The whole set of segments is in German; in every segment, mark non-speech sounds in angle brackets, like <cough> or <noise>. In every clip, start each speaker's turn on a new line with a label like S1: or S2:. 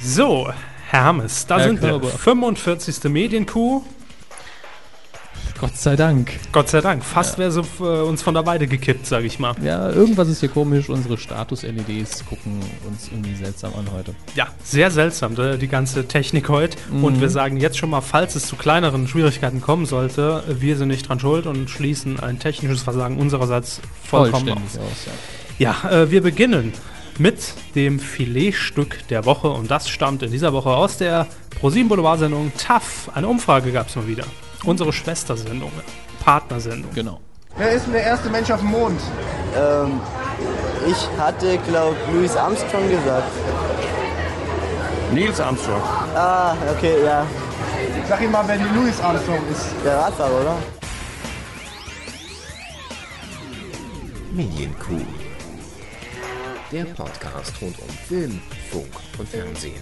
S1: So, Herr Hammes, da
S2: Herr
S1: sind wir.
S2: Körber.
S1: 45. Medienkuh.
S2: Gott sei Dank.
S1: Gott sei Dank, fast wäre sie äh, uns von der Weide gekippt, sage ich mal.
S2: Ja, irgendwas ist hier komisch. Unsere Status-LEDs gucken uns irgendwie seltsam an heute.
S1: Ja, sehr seltsam, äh, die ganze Technik heute.
S2: Mhm.
S1: Und wir sagen jetzt schon mal, falls es zu kleineren Schwierigkeiten kommen sollte, wir sind nicht dran schuld und schließen ein technisches Versagen unsererseits vollkommen aus.
S2: Vollständig aus. ja.
S1: Ja, äh, wir beginnen mit dem Filetstück der Woche und das stammt in dieser Woche aus der ProSieben Boulevard-Sendung TAF. Eine Umfrage gab es mal wieder. Unsere Schwestersendung, Partnersendung.
S2: Genau.
S3: Wer ist denn der erste Mensch auf dem Mond?
S4: Ich hatte, glaube Louis Armstrong gesagt.
S5: Nils Armstrong.
S4: Ah, okay, ja.
S3: Sag ihm mal, wer die Louis Armstrong ist.
S4: Der Radfahrer, oder?
S6: Medienkuh. Der Podcast rund um Film, Funk und Fernsehen.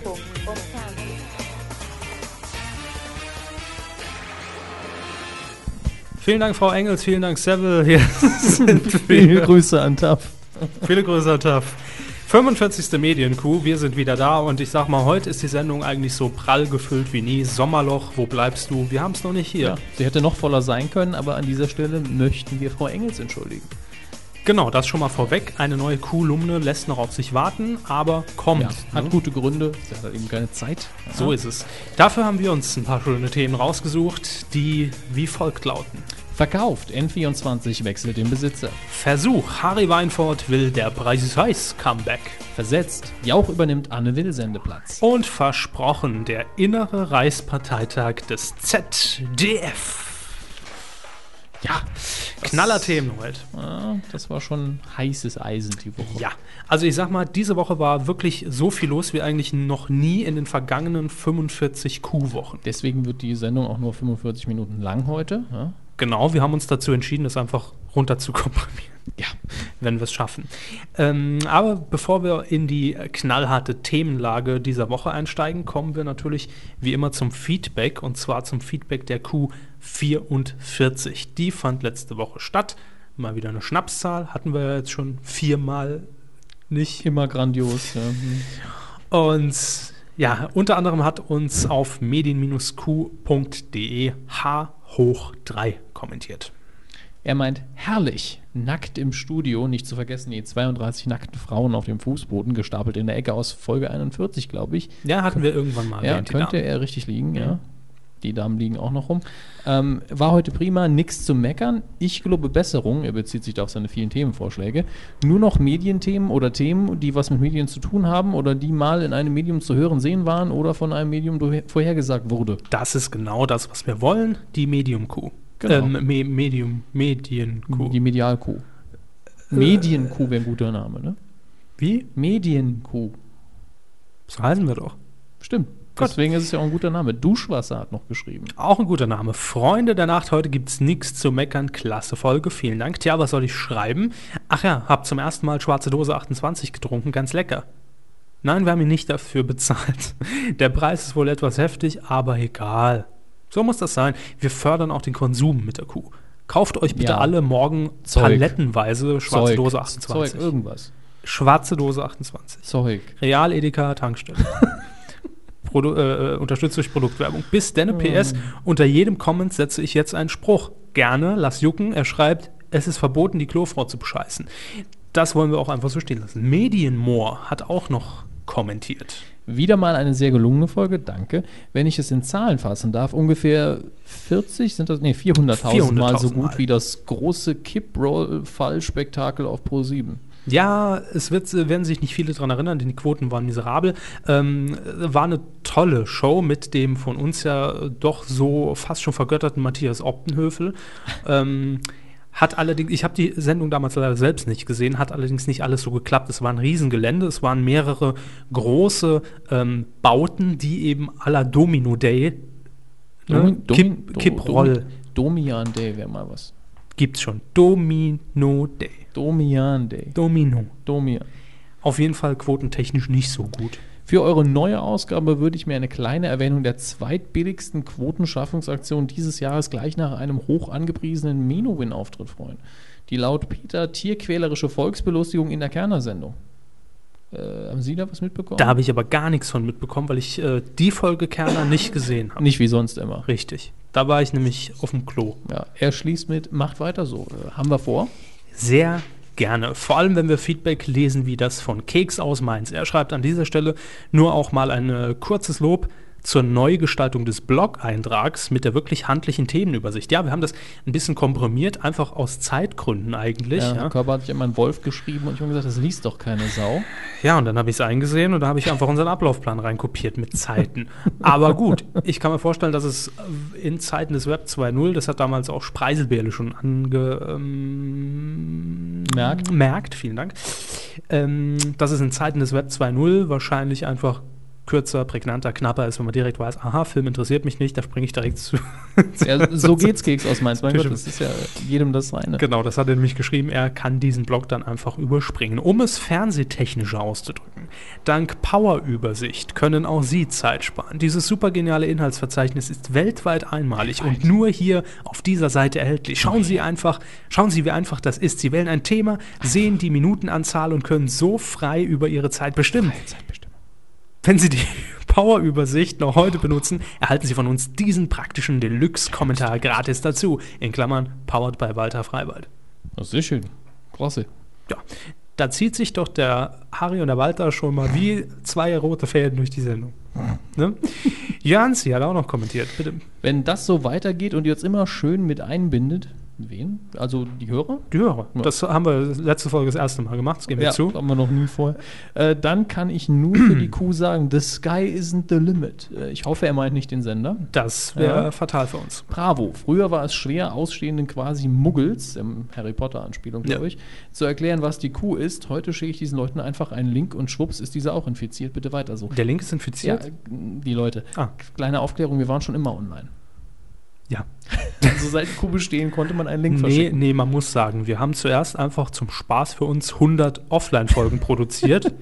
S1: Vielen Dank, Frau Engels, vielen Dank, Seville. Hier <laughs> sind
S2: Viele <laughs>
S1: wir.
S2: Grüße an TAF.
S1: Viele Grüße an TAF. 45. Medienkuh, wir sind wieder da und ich sag mal, heute ist die Sendung eigentlich so prall gefüllt wie nie. Sommerloch, wo bleibst du? Wir haben es noch nicht hier.
S2: Ja. Sie hätte noch voller sein können, aber an dieser Stelle möchten wir Frau Engels entschuldigen.
S1: Genau, das schon mal vorweg. Eine neue Kuhlumne lässt noch auf sich warten, aber kommt.
S2: Ja, hat
S1: ne?
S2: gute Gründe. Sie hat halt eben keine Zeit.
S1: So ist es. Dafür haben wir uns ein paar schöne Themen rausgesucht, die wie folgt lauten.
S2: Verkauft. N24 wechselt den Besitzer.
S1: Versuch, Harry Weinfurt will der Preis ist heiß Comeback.
S2: Versetzt. Jauch übernimmt Anne Will Sendeplatz.
S1: Und versprochen, der innere Reichsparteitag des ZDF. Ja, Knallerthemen heute.
S2: Ah, das war schon heißes Eisen die Woche.
S1: Ja, also ich sag mal, diese Woche war wirklich so viel los wie eigentlich noch nie in den vergangenen 45 Kuhwochen.
S2: Deswegen wird die Sendung auch nur 45 Minuten lang heute. Ja?
S1: Genau, wir haben uns dazu entschieden, das einfach runter zu komprimieren. Ja, wenn wir es schaffen. Ähm, aber bevor wir in die äh, knallharte Themenlage dieser Woche einsteigen, kommen wir natürlich wie immer zum Feedback und zwar zum Feedback der Q44. Die fand letzte Woche statt. Mal wieder eine Schnapszahl, hatten wir ja jetzt schon viermal nicht.
S2: Immer grandios. Ja. Hm.
S1: Und ja, unter anderem hat uns auf medien-q.de H hoch 3 kommentiert.
S2: Er meint, herrlich, nackt im Studio, nicht zu vergessen die 32 nackten Frauen auf dem Fußboden, gestapelt in der Ecke aus Folge 41, glaube ich.
S1: Ja, hatten wir irgendwann mal.
S2: Ja,
S1: erwähnt, die
S2: könnte
S1: Namen.
S2: er richtig liegen, ja. Die Damen liegen auch noch rum. Ähm, war heute prima, nichts zu meckern. Ich glaube Besserung, er bezieht sich da auf seine vielen Themenvorschläge. Nur noch Medienthemen oder Themen, die was mit Medien zu tun haben oder die mal in einem Medium zu hören, sehen waren oder von einem Medium do- vorhergesagt wurde.
S1: Das ist genau das, was wir wollen, die Medium-Kuh.
S2: Genau.
S1: Ähm, Me Medium, Medien-Kuh.
S2: Die Medialkuh. Medienkuh wäre ein guter Name, ne?
S1: Wie?
S2: Medienkuh.
S1: So heißen wir doch.
S2: Stimmt.
S1: Gut.
S2: Deswegen ist es ja auch ein guter Name. Duschwasser hat noch geschrieben.
S1: Auch ein guter Name. Freunde der Nacht, heute gibt's nichts zu meckern. Klasse Folge, vielen Dank. Tja, was soll ich schreiben? Ach ja, hab zum ersten Mal schwarze Dose 28 getrunken, ganz lecker. Nein, wir haben ihn nicht dafür <laughs> bezahlt. Der Preis ist wohl etwas heftig, aber egal. So muss das sein. Wir fördern auch den Konsum mit der Kuh. Kauft euch bitte
S2: Ja.
S1: alle morgen
S2: Zeug.
S1: palettenweise schwarze
S2: Zeug.
S1: Dose 28.
S2: Zeug, irgendwas.
S1: Schwarze Dose 28.
S2: Zeug.
S1: Real Edeka Tankstelle. Produ äh, äh, unterstützt durch Produktwerbung. Bis denne PS. Unter jedem Comment setze ich jetzt einen Spruch. Gerne, lass jucken. Er schreibt, es ist verboten, die Klofrau zu bescheißen. Das wollen wir auch einfach so stehen lassen. Medienmoor hat auch noch kommentiert.
S2: Wieder mal eine sehr gelungene Folge, danke. Wenn ich es in Zahlen fassen darf, ungefähr 40 sind das, nee, 400.000 Mal so
S1: 400.000
S2: gut
S1: Mal.
S2: wie das große Kipp-Roll-Fall-Spektakel auf Pro 7.
S1: Ja, es wird, äh, werden sich nicht viele dran erinnern, denn die Quoten waren miserabel. Ähm, war eine tolle Show mit dem von uns ja doch so fast schon vergötterten Matthias Optenhöfel. Ähm, hat allerdings, ich habe die Sendung damals leider selbst nicht gesehen, hat allerdings nicht alles so geklappt. Es war ein Riesengelände, es waren mehrere große ähm, Bauten, die eben à la Domino Day ne,
S2: Domi- Domi-
S1: Kipp,
S2: Do-
S1: Kipproll
S2: Domi- Domian Day wäre mal was.
S1: gibt's schon. Domino Day.
S2: Domian Day.
S1: Domino.
S2: Domian.
S1: Auf jeden Fall quotentechnisch nicht so gut.
S2: Für eure neue Ausgabe würde ich mir eine kleine Erwähnung der zweitbilligsten Quotenschaffungsaktion dieses Jahres gleich nach einem hoch angepriesenen Menowin-Auftritt freuen. Die laut Peter tierquälerische Volksbelustigung in der Kerner-Sendung. Äh, haben Sie da was mitbekommen?
S1: Da habe ich aber gar nichts von mitbekommen, weil ich äh, die Folge Kerner nicht gesehen habe.
S2: Nicht wie sonst immer.
S1: Richtig. Da war ich nämlich auf dem Klo.
S2: Ja, er schließt mit, macht weiter so. Äh, haben wir vor.
S1: Sehr gerne. Vor allem, wenn wir Feedback lesen, wie das von Keks aus Mainz. Er schreibt an dieser Stelle nur auch mal ein äh, kurzes Lob zur Neugestaltung des Blog-Eintrags mit der wirklich handlichen Themenübersicht. Ja, wir haben das ein bisschen komprimiert, einfach aus Zeitgründen eigentlich.
S2: Ja,
S1: Ja, ja.
S2: Körper hat sich immer einen Wolf geschrieben und ich habe gesagt, das liest doch keine Sau.
S1: und dann habe ich es eingesehen und da habe ich einfach unseren Ablaufplan reinkopiert mit Zeiten. Aber gut, ich kann mir vorstellen, dass es äh, in Zeiten des Web 2.0, das hat damals auch Spreiselbärle schon ange, ähm,
S2: Merkt.
S1: merkt, vielen Dank, ähm, dass es in Zeiten des Web 2.0 wahrscheinlich einfach kürzer, prägnanter, knapper ist, wenn man direkt weiß, aha, Film interessiert mich nicht, da springe ich direkt zu.
S2: Ja,
S1: <laughs>
S2: so geht's Keks aus Mainz. Mein Gott,
S1: Tischem.
S2: das ist ja jedem das Seine.
S1: Genau, das hat er nämlich geschrieben, er kann diesen Blog dann einfach überspringen. Um es fernsehtechnischer auszudrücken, dank Powerübersicht können auch Sie Zeit sparen. Dieses super geniale Inhaltsverzeichnis ist weltweit einmalig und nur hier auf dieser Seite erhältlich. Schauen Sie einfach, schauen Sie, wie einfach das ist. Sie wählen ein Thema, sehen die Minutenanzahl und können so frei über Ihre Zeit bestimmen. Wenn Sie die <laughs> Power-Übersicht noch heute benutzen, erhalten Sie von uns diesen praktischen Deluxe-Kommentar gratis dazu. In Klammern, powered by Walter Freiwald.
S2: Das ist schön. Klasse.
S1: Ja, da zieht sich doch der Harry und der Walter schon mal wie zwei rote Fäden durch die Sendung. Ne? Janzi hat auch noch kommentiert, bitte.
S2: Wenn das so weitergeht und ihr jetzt immer schön mit einbindet, wen? Also die Hörer?
S1: Die Hörer.
S2: Ja.
S1: Das haben wir letzte Folge das erste Mal gemacht, das geben wir zu.
S2: haben wir noch nie vorher. Äh, dann kann ich nur für die Kuh sagen, the sky isn't the limit. Äh, ich hoffe, er meint nicht den Sender.
S1: Das wäre
S2: Ja.
S1: fatal für uns.
S2: Bravo. Früher war es schwer, ausstehenden quasi Muggels, im Harry Potter-Anspielung, glaube
S1: Ja.
S2: ich, zu erklären, was die Kuh ist. Heute schicke ich diesen Leuten einfach einen Link und schwupps ist dieser auch infiziert. Bitte weiter so.
S1: Der Link ist
S2: ja,
S1: infiziert?
S2: die Leute.
S1: Ah.
S2: Kleine Aufklärung, wir waren schon immer online.
S1: Ja.
S2: Also seit die Kuh bestehen konnte man einen Link
S1: Nee,
S2: verschicken.
S1: nee, man muss sagen, wir haben zuerst einfach zum Spaß für uns 100 Offline-Folgen produziert.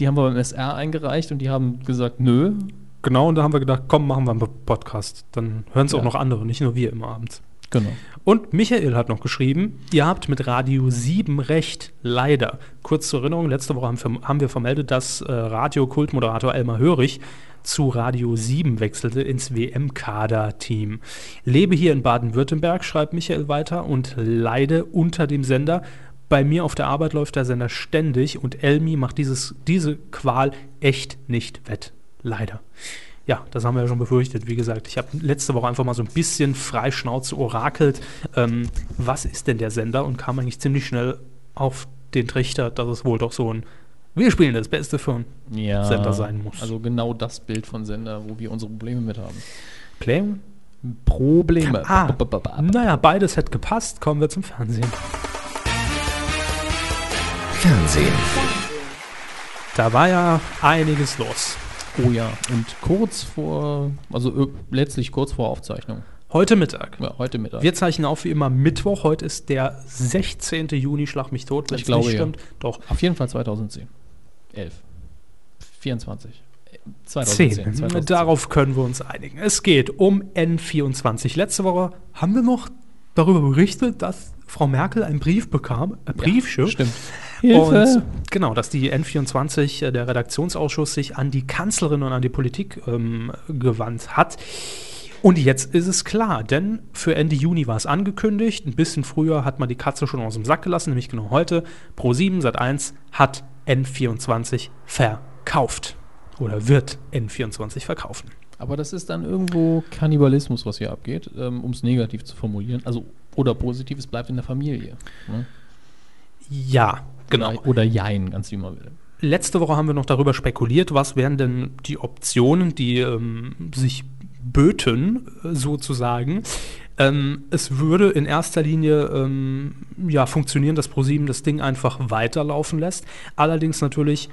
S2: Die haben wir beim SR eingereicht und die haben gesagt, nö,
S1: <laughs> Genau, und da haben wir gedacht, komm, machen wir einen Podcast. Dann hören es
S2: Ja.
S1: auch noch andere, nicht nur wir immer abends.
S2: Genau.
S1: Und Michael hat noch geschrieben, ihr habt mit Radio 7 recht, leider. Kurz zur Erinnerung, letzte Woche haben, verm- haben wir vermeldet, dass äh, Radio-Kultmoderator Elmar Hörig zu Radio 7 wechselte ins WM-Kader-Team. Lebe hier in Baden-Württemberg, schreibt Michael weiter, und leide unter dem Sender. Bei mir auf der Arbeit läuft der Sender ständig und Elmi macht dieses, diese Qual echt nicht wett. Leider. Ja, das haben wir ja schon befürchtet. Wie gesagt, ich habe letzte Woche einfach mal so ein bisschen freischnauze orakelt, ähm, was ist denn der Sender und kam eigentlich ziemlich schnell auf den Trichter, dass es wohl doch so ein Wir spielen das Beste von
S2: Ja,
S1: Sender sein muss.
S2: Also genau das Bild von Sender, wo wir unsere Probleme mit haben.
S1: Playing.
S2: Probleme.
S1: Ah.
S2: Ba- ba- ba- ba-
S1: Naja, beides hätte gepasst. Kommen wir zum Fernsehen.
S6: Fernsehen.
S1: Da war ja einiges los.
S2: Oh ja, und kurz vor, also ö- letztlich kurz vor Aufzeichnung,
S1: Heute Mittag.
S2: ja, heute Mittag.
S1: Wir zeichnen auf wie immer Mittwoch. Heute ist der 16. Juni, schlag mich tot, wenn
S2: Ich
S1: es
S2: glaube,
S1: nicht
S2: ja.
S1: stimmt. Doch,
S2: Auf jeden Fall 2010. 11. 24. äh,
S1: 10.
S2: 2010. 2010.
S1: Darauf können wir uns einigen. Es geht um N24. Letzte Woche haben wir noch darüber berichtet, dass Frau Merkel einen Brief bekam, äh, Briefschiff.
S2: Stimmt.
S1: Und genau, dass die N24, äh, der Redaktionsausschuss, sich an die Kanzlerin und an die Politik ähm, gewandt hat. Und jetzt ist es klar, denn für Ende Juni war es angekündigt. Ein bisschen früher hat man die Katze schon aus dem Sack gelassen, nämlich genau heute. Pro7 Sat1 hat N24 verkauft. Oder wird N24 verkaufen.
S2: Aber das ist dann irgendwo Kannibalismus, was hier abgeht, ähm, um es negativ zu formulieren. Also, oder positiv, es bleibt in der Familie. Ne?
S1: Ja, genau.
S2: Oder Jein, ganz wie man will.
S1: Letzte Woche haben wir noch darüber spekuliert, was wären denn die Optionen, die ähm, sich böten, äh, sozusagen. Ähm, es würde in erster Linie ähm, ja, funktionieren, dass ProSieben das Ding einfach weiterlaufen lässt. Allerdings natürlich,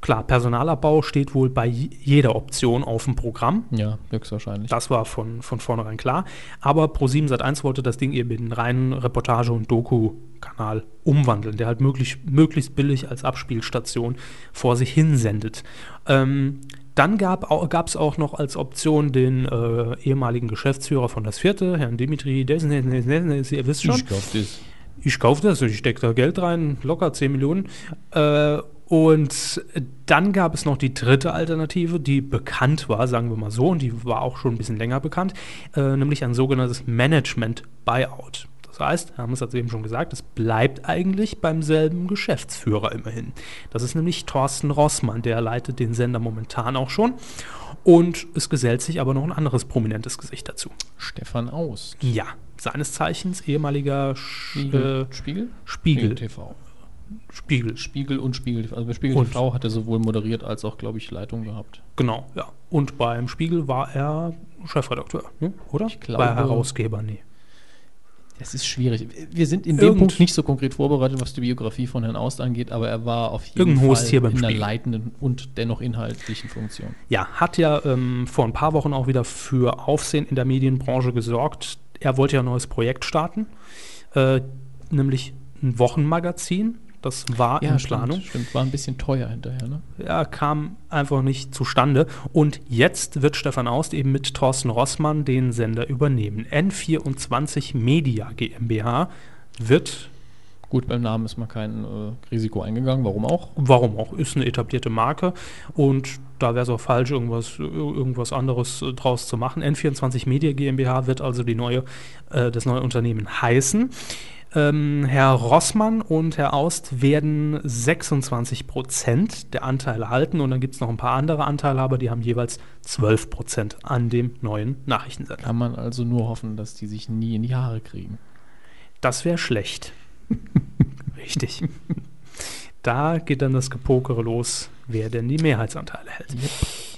S1: klar, Personalabbau steht wohl bei je- jeder Option auf dem Programm.
S2: Ja, höchstwahrscheinlich.
S1: Das war von, von vornherein klar. Aber Pro7 Sat1 wollte das Ding eben in einen reinen Reportage- und Doku-Kanal umwandeln, der halt möglichst, möglichst billig als Abspielstation vor sich hinsendet. Ähm, dann gab es auch noch als Option den äh, ehemaligen Geschäftsführer von Das Vierte, Herrn Dimitri, Desen- Desen- Desen- ihr wisst schon,
S2: glaube, das.
S1: ich kaufe das, ich stecke da Geld rein, locker 10 Millionen. Äh, Und dann gab es noch die dritte Alternative, die bekannt war, sagen wir mal so, und die war auch schon ein bisschen länger bekannt, äh, nämlich ein sogenanntes Management Buyout. Das heißt, Hermes hat es eben schon gesagt, es bleibt eigentlich beim selben Geschäftsführer immerhin. Das ist nämlich Thorsten Rossmann, der leitet den Sender momentan auch schon. Und es gesellt sich aber noch ein anderes prominentes Gesicht dazu.
S2: Stefan Aust.
S1: Ja, seines Zeichens ehemaliger Sch äh,
S2: Spiegel?
S1: Spiegel.
S2: TV.
S1: Spiegel.
S2: Spiegel und Spiegel. TV. Also bei Spiegel
S1: Und.
S2: TV hat er sowohl moderiert als auch, glaube ich, Leitung gehabt.
S1: Genau, ja. Und beim Spiegel war er Chefredakteur, ne? oder?
S2: Ich glaube-
S1: War er Herausgeber, nee.
S2: Das ist schwierig. Wir sind in dem
S1: Irgend-
S2: Punkt nicht so konkret vorbereitet, was die Biografie von Herrn Aust angeht, aber er war auf jeden
S1: Irgendein
S2: Fall
S1: Haustier beim
S2: in einer
S1: Spiegel.
S2: leitenden und dennoch inhaltlichen Funktion.
S1: Ja, hat ja ähm, vor ein paar Wochen auch wieder für Aufsehen in der Medienbranche gesorgt. Er wollte ja ein neues Projekt starten, äh, nämlich ein Wochenmagazin. Das war in Planung.
S2: Stimmt, stimmt. War ein bisschen teuer hinterher, ne?
S1: ja, kam einfach nicht zustande. Und jetzt wird Stefan Aust eben mit Thorsten Rossmann den Sender übernehmen. N24 Media GmbH wird,
S2: Gut, beim Namen ist man kein äh, Risiko eingegangen, warum auch?
S1: warum auch, ist eine etablierte Marke und da wäre es auch falsch, irgendwas, irgendwas anderes äh, draus zu machen. N24 Media GmbH wird also die neue, äh, das neue Unternehmen heißen. Ähm, Herr Rossmann und Herr Aust werden 26 Prozent der Anteile halten und dann gibt es noch ein paar andere Anteilhaber, die haben jeweils 12 Prozent an dem neuen Nachrichtensender.
S2: Kann man also nur hoffen, dass die sich nie in die Haare kriegen.
S1: Das wäre schlecht. Richtig. Da geht dann das Gepokere los, wer denn die Mehrheitsanteile hält.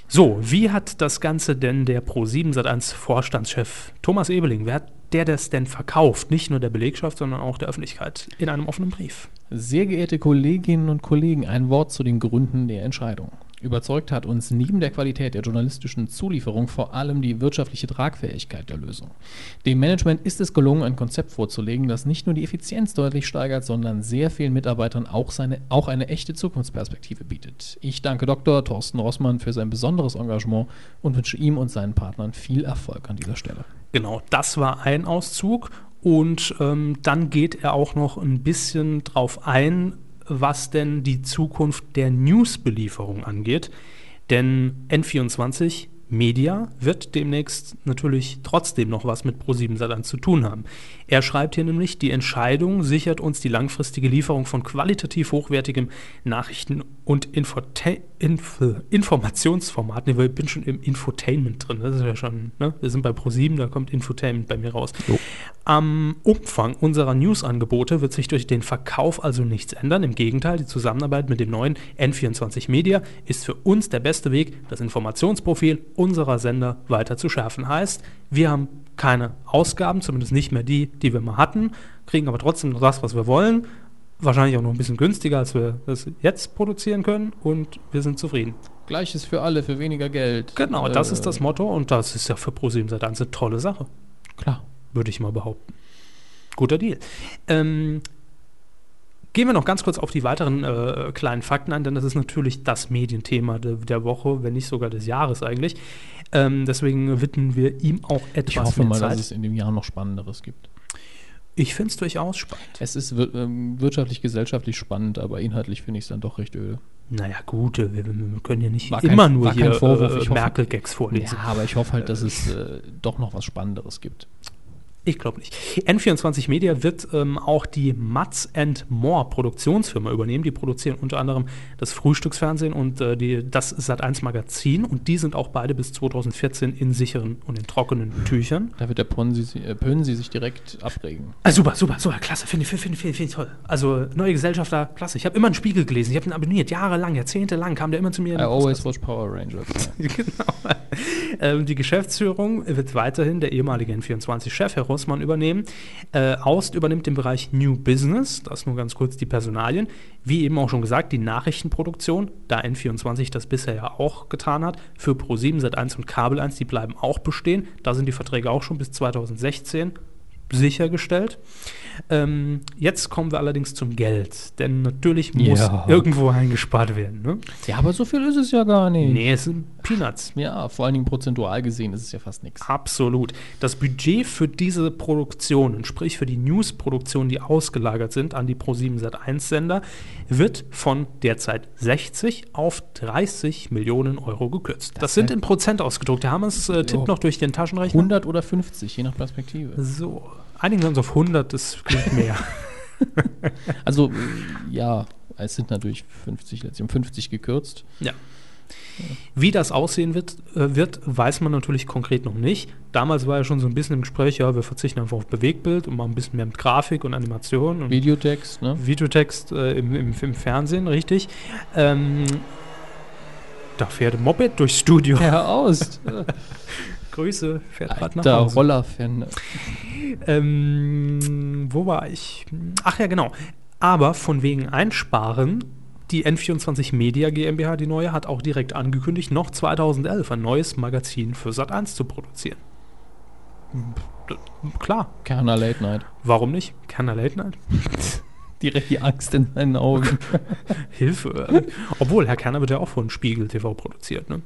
S1: So, wie hat das Ganze denn der Pro7 Sat1 Vorstandschef Thomas Ebeling, wer hat der das denn verkauft? Nicht nur der Belegschaft, sondern auch der Öffentlichkeit in einem offenen Brief.
S2: Sehr geehrte Kolleginnen und Kollegen, ein Wort zu den Gründen der Entscheidung. Überzeugt hat uns neben der Qualität der journalistischen Zulieferung vor allem die wirtschaftliche Tragfähigkeit der Lösung. Dem Management ist es gelungen, ein Konzept vorzulegen, das nicht nur die Effizienz deutlich steigert, sondern sehr vielen Mitarbeitern auch, seine, auch eine echte Zukunftsperspektive bietet. Ich danke Dr. Thorsten Rossmann für sein besonderes Engagement und wünsche ihm und seinen Partnern viel Erfolg an dieser Stelle.
S1: Genau, das war ein Auszug. Und ähm, dann geht er auch noch ein bisschen drauf ein, was denn die Zukunft der News-Belieferung angeht. Denn N24 Media wird demnächst natürlich trotzdem noch was mit Pro7 Satan zu tun haben. Er schreibt hier nämlich, die Entscheidung sichert uns die langfristige Lieferung von qualitativ hochwertigem Nachrichten- und Infote Inf Informationsformat. Nee, weil ich bin schon im Infotainment drin. Das ist ja schon, ne? Wir sind bei Pro7, da kommt Infotainment bei mir raus. Am Umfang unserer News-Angebote wird sich durch den Verkauf also nichts ändern. Im Gegenteil, die Zusammenarbeit mit dem neuen N24 Media ist für uns der beste Weg, das Informationsprofil unserer Sender weiter zu schärfen. Heißt, wir haben keine Ausgaben, zumindest nicht mehr die, die wir mal hatten, kriegen aber trotzdem noch das, was wir wollen. Wahrscheinlich auch noch ein bisschen günstiger, als wir das jetzt produzieren können und wir sind zufrieden.
S2: Gleiches für alle, für weniger Geld.
S1: Genau, das
S2: Äh,
S1: ist das Motto und das ist ja für ProSieben seit eine tolle Sache
S2: Klar.
S1: würde ich mal behaupten. Guter Deal. Ähm, gehen wir noch ganz kurz auf die weiteren äh, kleinen Fakten ein, denn das ist natürlich das Medienthema de, der Woche, wenn nicht sogar des Jahres eigentlich. Ähm, deswegen widmen wir ihm auch etwas
S2: Ich hoffe
S1: mehr
S2: mal,
S1: Zeit.
S2: dass es in dem Jahr noch Spannenderes gibt.
S1: ich finde es durchaus spannend.
S2: Es ist wir- ähm, wirtschaftlich, gesellschaftlich spannend, aber inhaltlich finde ich es dann doch recht öde.
S1: Naja, gut, äh, wir, wir können hier nicht
S2: War kein-
S1: immer nur
S2: war kein
S1: hier
S2: Vorwurf,
S1: äh,
S2: ich hoffe-
S1: Merkel-Gags vorlesen.
S2: aber ich hoffe halt, dass es äh, doch noch was Spannenderes gibt.
S1: Ich glaube nicht. N24 Media wird ähm, auch die Mats and More Produktionsfirma übernehmen. Die produzieren unter anderem das Frühstücksfernsehen und äh, die, das Sat1 Magazin. Und die sind auch beide bis 2014 in sicheren und in trockenen Tüchern.
S2: Da wird der Ponsi, äh, Pönsi sich direkt abregen.
S1: Ah, super, super, super, klasse. Finde ich, finde ich, finde ich, finde ich toll. Also neue Gesellschafter, klasse. Ich habe immer einen Spiegel gelesen. Ich habe ihn abonniert. Jahrelang, jahrzehntelang kam der immer zu mir. in
S2: I
S1: den
S2: always
S1: Podcast.
S2: watch Power Rangers. Ja.
S1: <laughs> genau. Ähm, die Geschäftsführung wird weiterhin der ehemalige N24-Chef, Herr Rossmann, übernehmen. Äh, Aust übernimmt den Bereich New Business, das nur ganz kurz die Personalien. Wie eben auch schon gesagt, die Nachrichtenproduktion, da N24 das bisher ja auch getan hat, für Pro7, Sat1 und Kabel 1, die bleiben auch bestehen. Da sind die Verträge auch schon bis 2016 sichergestellt. Ähm, jetzt kommen wir allerdings zum Geld, denn natürlich muss
S2: Ja.
S1: irgendwo eingespart werden. Ne?
S2: ja, aber so viel ist es ja gar nicht.
S1: Nee, es sind Peanuts.
S2: Ja, vor allen Dingen prozentual gesehen ist es ja fast nichts.
S1: Ah. Absolut. Das Budget für diese Produktionen, sprich für die News-Produktionen, die ausgelagert sind an die Pro7 Sat1-Sender, wird von derzeit 60 auf 30 Millionen Euro gekürzt. Das, sind in Prozent ausgedrückt. Der Hammers äh, tippt
S2: Jo.
S1: noch durch den Taschenrechner.
S2: 100 oder 50, je nach Perspektive.
S1: So, einigen uns auf 100, das klingt mehr.
S2: Also, äh, ja, es sind natürlich 50 letztlich, um 50 gekürzt.
S1: Ja. Wie das aussehen wird, äh, wird, weiß man natürlich konkret noch nicht. Damals war ja schon so ein bisschen im Gespräch, ja, wir verzichten einfach auf Bewegtbild und machen ein bisschen mehr mit Grafik und Animation und
S2: Videotext, ne?
S1: Videotext äh, im, im, im Fernsehen, richtig. Ähm, da fährt ein Moped durchs Studio.
S2: Herr Aust.
S1: <laughs> Grüße, fährt gerade nach
S2: Alter
S1: Hause.
S2: Rollerfan.
S1: Ähm, wo war ich? Ach ja, genau. Aber von wegen Einsparen, die N24 Media GmbH, die neue, hat auch direkt angekündigt, noch 2011 ein neues Magazin für Sat1 zu produzieren. D- Klar,
S2: Kerner Late Night.
S1: warum nicht? Kerner Late Night?
S2: Direkt die Angst in seinen <laughs> Augen.
S1: Hilfe. <laughs> Ähm, Obwohl, Herr Kerner wird ja auch von Spiegel TV produziert, ne?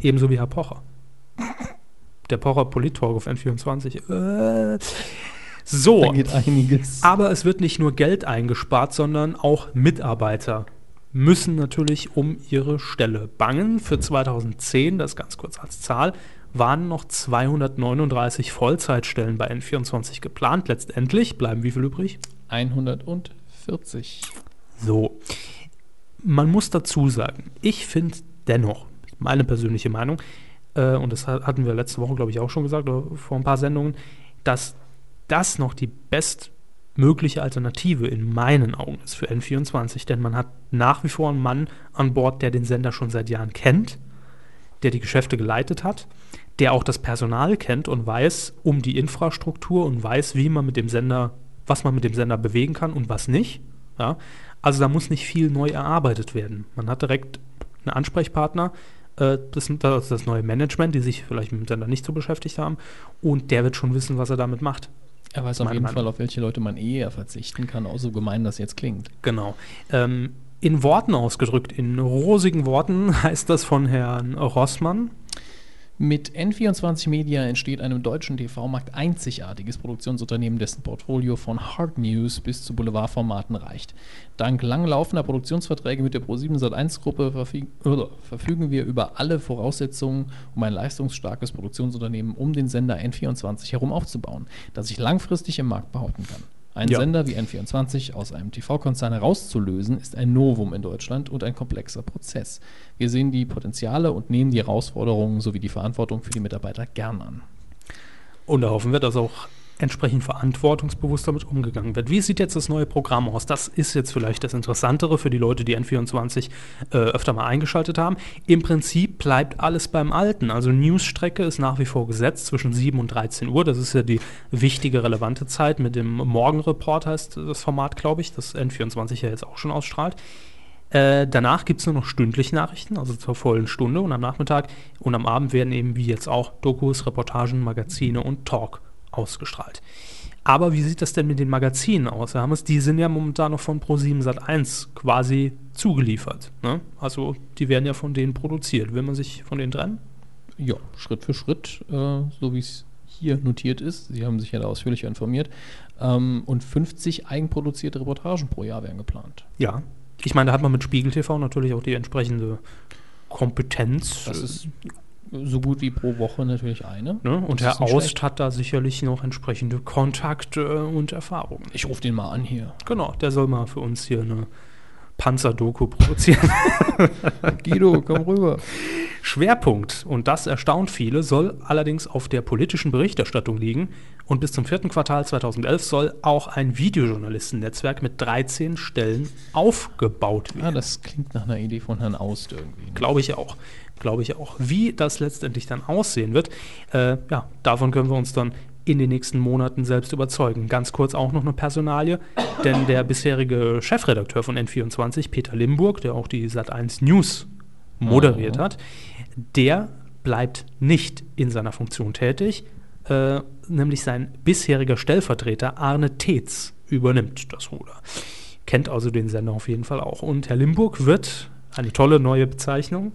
S1: Ebenso wie Herr Pocher. Der Pocher Polit-Talk auf N24. Äh. So.
S2: Da geht einiges.
S1: Aber es wird nicht nur Geld eingespart, sondern auch Mitarbeiter müssen natürlich um ihre Stelle bangen. Für 2010, das ganz kurz als Zahl, waren noch 239 Vollzeitstellen bei N24 geplant. Letztendlich bleiben wie viel übrig?
S2: 140.
S1: So, man muss dazu sagen, ich finde dennoch, meine persönliche Meinung, äh, und das hat- hatten wir letzte Woche, glaube ich, auch schon gesagt, oder vor ein paar Sendungen, dass das noch die bestmögliche Alternative in meinen Augen ist für N24, denn man hat nach wie vor einen Mann an Bord, der den Sender schon seit Jahren kennt, der die Geschäfte geleitet hat, der auch das Personal kennt und weiß um die Infrastruktur und weiß, wie man mit dem Sender, was man mit dem Sender bewegen kann und was nicht. Ja? Also da muss nicht viel neu erarbeitet werden. Man hat direkt einen Ansprechpartner, äh, das, sind- das, ist das neue Management, die sich vielleicht mit dem Sender nicht so beschäftigt haben, und der wird schon wissen, was er damit macht.
S2: Er weiß auf
S1: Meine
S2: jeden
S1: Meinung.
S2: Fall, auf welche Leute man eher verzichten kann, auch so gemein das jetzt klingt.
S1: Genau. Ähm, in Worten ausgedrückt, in rosigen Worten <laughs> heißt das von Herrn Rossmann,
S2: Mit N24 Media entsteht einem deutschen TV-Markt einzigartiges Produktionsunternehmen, dessen Portfolio von Hard News bis zu Boulevardformaten reicht. Dank langlaufender Produktionsverträge mit der Pro7 Sat1-Gruppe verfügen, oder, äh, verfügen wir über alle Voraussetzungen, um ein leistungsstarkes Produktionsunternehmen um den Sender N24 herum aufzubauen, das sich langfristig im Markt behaupten kann. Ein
S1: Ja.
S2: Sender wie N24 aus einem TV-Konzern herauszulösen, ist ein Novum in Deutschland und ein komplexer Prozess. Wir sehen die Potenziale und nehmen die Herausforderungen sowie die Verantwortung für die Mitarbeiter gern an.
S1: Und da hoffen wir, dass auch entsprechend verantwortungsbewusst damit umgegangen wird. Wie sieht jetzt das neue Programm aus? Das ist jetzt vielleicht das Interessantere für die Leute, die N24 äh, öfter mal eingeschaltet haben. Im Prinzip bleibt alles beim Alten. Also Newsstrecke ist nach wie vor gesetzt zwischen 7 und 13 Uhr. Das ist ja die wichtige, relevante Zeit mit dem Morgenreport heißt das Format, glaube ich, das N24 ja jetzt auch schon ausstrahlt. Äh, danach gibt es nur noch stündlich Nachrichten, also zur vollen Stunde und am Nachmittag und am Abend werden eben wie jetzt auch Dokus, Reportagen, Magazine und Talk ausgestrahlt. Aber wie sieht das denn mit den Magazinen aus, Herr Hammes? Die sind ja momentan noch von Pro7 Sat1 quasi zugeliefert. Ne? Also die werden ja von denen produziert. Will man sich von denen trennen?
S2: Ja, Schritt für Schritt, äh, so wie es hier notiert ist. Sie haben sich ja da ausführlicher informiert. Ähm, und 50 eigenproduzierte Reportagen pro Jahr werden geplant.
S1: Ja. Ich meine, da hat man mit Spiegel TV natürlich auch die entsprechende Kompetenz.
S2: Das
S1: äh,
S2: ist so gut wie pro Woche natürlich eine.
S1: ne? Und
S2: das ist
S1: Herr
S2: nicht
S1: Aust
S2: schlecht.
S1: hat da sicherlich noch entsprechende Kontakte und Erfahrungen.
S2: Ich rufe den mal an hier.
S1: Genau, der soll mal für uns hier eine Panzerdoku produzieren. <laughs>
S2: Guido, komm rüber.
S1: Schwerpunkt, und das erstaunt viele, soll allerdings auf der politischen Berichterstattung liegen. Und bis zum vierten Quartal 2011 soll auch ein Videojournalistennetzwerk mit 13 Stellen aufgebaut werden.
S2: <laughs> Ah, das klingt nach einer Idee von Herrn Aust irgendwie. ne?
S1: Glaube ich auch. Glaube ich auch. Wie das letztendlich dann aussehen wird, äh, ja, davon können wir uns dann in den nächsten Monaten selbst überzeugen. Ganz kurz auch noch eine Personalie, denn der bisherige Chefredakteur von N24, Peter Limburg, der auch die Sat1 News moderiert
S2: Mhm.
S1: hat, der bleibt nicht in seiner Funktion tätig, äh, nämlich sein bisheriger Stellvertreter Arne Tetz übernimmt das Ruder. Kennt also den Sender auf jeden Fall auch. Und Herr Limburg wird, eine tolle neue Bezeichnung,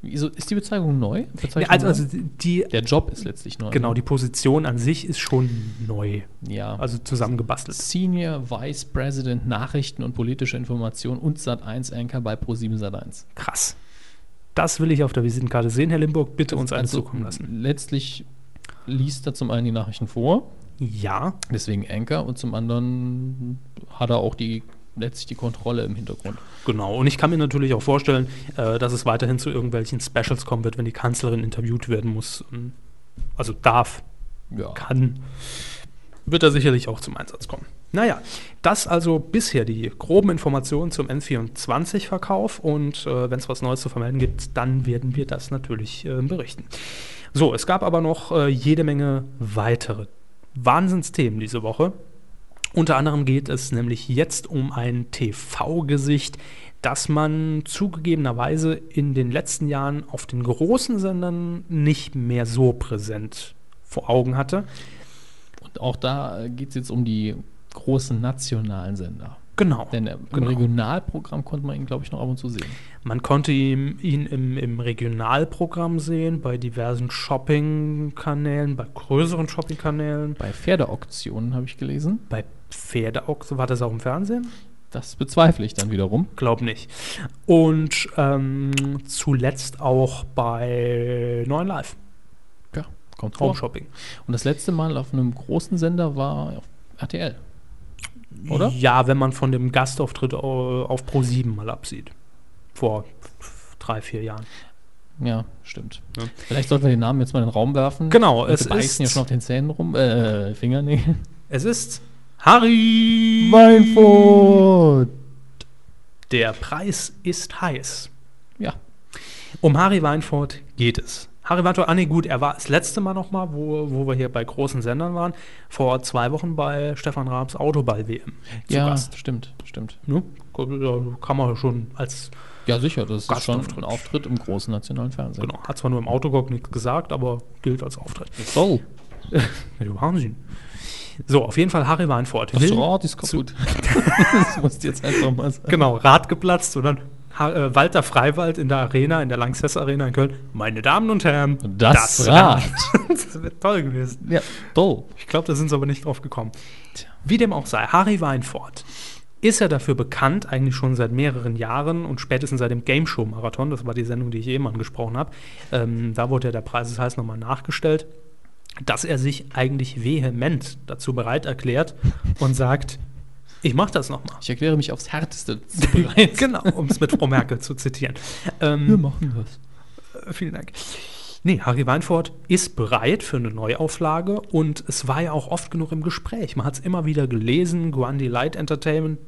S2: Wieso, ist die Bezeichnung neu? Bezeichnung
S1: Ja, also,
S2: neu?
S1: also die,
S2: der Job ist letztlich neu. ne?
S1: genau, die Position an sich ist schon neu.
S2: Ja.
S1: Also zusammengebastelt.
S2: Senior Vice President Nachrichten und politische Information und Sat1 Anchor bei Pro7 Sat1.
S1: Krass. Das will ich auf der Visitenkarte sehen, Herr Limburg. Bitte uns
S2: Also,
S1: eines zukommen lassen.
S2: Letztlich liest er zum einen die Nachrichten vor,
S1: Ja,
S2: deswegen Anchor, und zum anderen hat er auch die letztlich die Kontrolle im Hintergrund.
S1: genau. Und ich kann mir natürlich auch vorstellen, äh, dass es weiterhin zu irgendwelchen Specials kommen wird, wenn die Kanzlerin interviewt werden muss. Ähm, Also darf,
S2: Ja.
S1: kann, wird da sicherlich auch zum Einsatz kommen. Naja, das also bisher die groben Informationen zum N24-Verkauf und äh, wenn es was Neues zu vermelden gibt, dann werden wir das natürlich äh, berichten. So, es gab aber noch äh, jede Menge weitere Wahnsinnsthemen diese Woche. Unter anderem geht es nämlich jetzt um ein TV-Gesicht, das man zugegebenerweise in den letzten Jahren auf den großen Sendern nicht mehr so präsent vor Augen hatte.
S2: Und auch da geht es jetzt um die großen nationalen Sender.
S1: Genau.
S2: Denn im
S1: Genau.
S2: Regionalprogramm konnte man ihn, glaube ich, noch ab und zu sehen.
S1: Man konnte ihn, ihn im, im Regionalprogramm sehen, bei diversen Shopping-Kanälen, bei größeren Shopping-Kanälen,
S2: Bei Pferdeauktionen habe ich gelesen.
S1: bei Pferdeauktionen. War das auch im Fernsehen?
S2: Das bezweifle ich dann wiederum.
S1: Glaub nicht. Und ähm, zuletzt auch bei 9 Live,
S2: Ja, kommt vor.
S1: Home Shopping.
S2: Und das letzte Mal auf einem großen Sender war auf RTL. Oder?
S1: Ja, wenn man von dem Gastauftritt äh, auf Pro7 mal absieht. Vor drei, vier Jahren.
S2: Ja, stimmt.
S1: Ja.
S2: Vielleicht sollten wir den Namen jetzt mal in den Raum werfen.
S1: Genau,
S2: es
S1: es
S2: ist. beißen ja
S1: ist-
S2: schon auf den Zähnen rum. Äh, Fingernägeln.
S1: Es ist Harry!
S2: Meinfurt!
S1: Der Preis ist heiß.
S2: Ja,
S1: Um Harry Weinfurt geht es. Harry Weinfurt, ah nee, gut, er war das letzte Mal nochmal, wo, wo wir hier bei großen Sendern waren, vor zwei Wochen bei Stefan Raabs Autoball-WM zu
S2: ja
S1: Gast.
S2: stimmt, stimmt.
S1: Ne? Da Kann man schon als,
S2: Ja, sicher, das ist schon
S1: Gastauftritt.
S2: ein Auftritt im großen nationalen Fernsehen.
S1: genau, hat zwar nur im Autogog nichts gesagt, aber gilt als Auftritt.
S2: So,
S1: Ja, Wahnsinn. So, auf jeden Fall Harry Weinfurt.
S2: das
S1: will-
S2: Rad ist
S1: zu-
S2: kaputt. <laughs> das musst du jetzt einfach mal sagen.
S1: Genau, Rad geplatzt und dann Ha- äh, Walter Freiwald in der Arena, in der Lanxess Arena in Köln. Meine Damen und Herren,
S2: Das Rad.
S1: <laughs> das wäre toll gewesen.
S2: Ja, toll.
S1: Ich glaube, da sind sie aber nicht drauf gekommen. Wie dem auch sei, Harry Weinfort ist ja dafür bekannt, eigentlich schon seit mehreren Jahren und spätestens seit dem Game Show Marathon, das war die Sendung, die ich eben angesprochen habe, ähm, da wurde ja der Preis des Heiß nochmal nachgestellt, dass er sich eigentlich vehement dazu bereit erklärt und sagt, ich mache das nochmal.
S2: Ich erkläre mich aufs Härteste
S1: <laughs>
S2: bereit.
S1: genau, <laughs> um es mit Frau Merkel zu zitieren. Ähm,
S2: Wir machen das.
S1: Vielen Dank. Nee, Harry Weinfurt ist bereit für eine Neuauflage und es war ja auch oft genug im Gespräch. Man hat es immer wieder gelesen, Guandi Light Entertainment,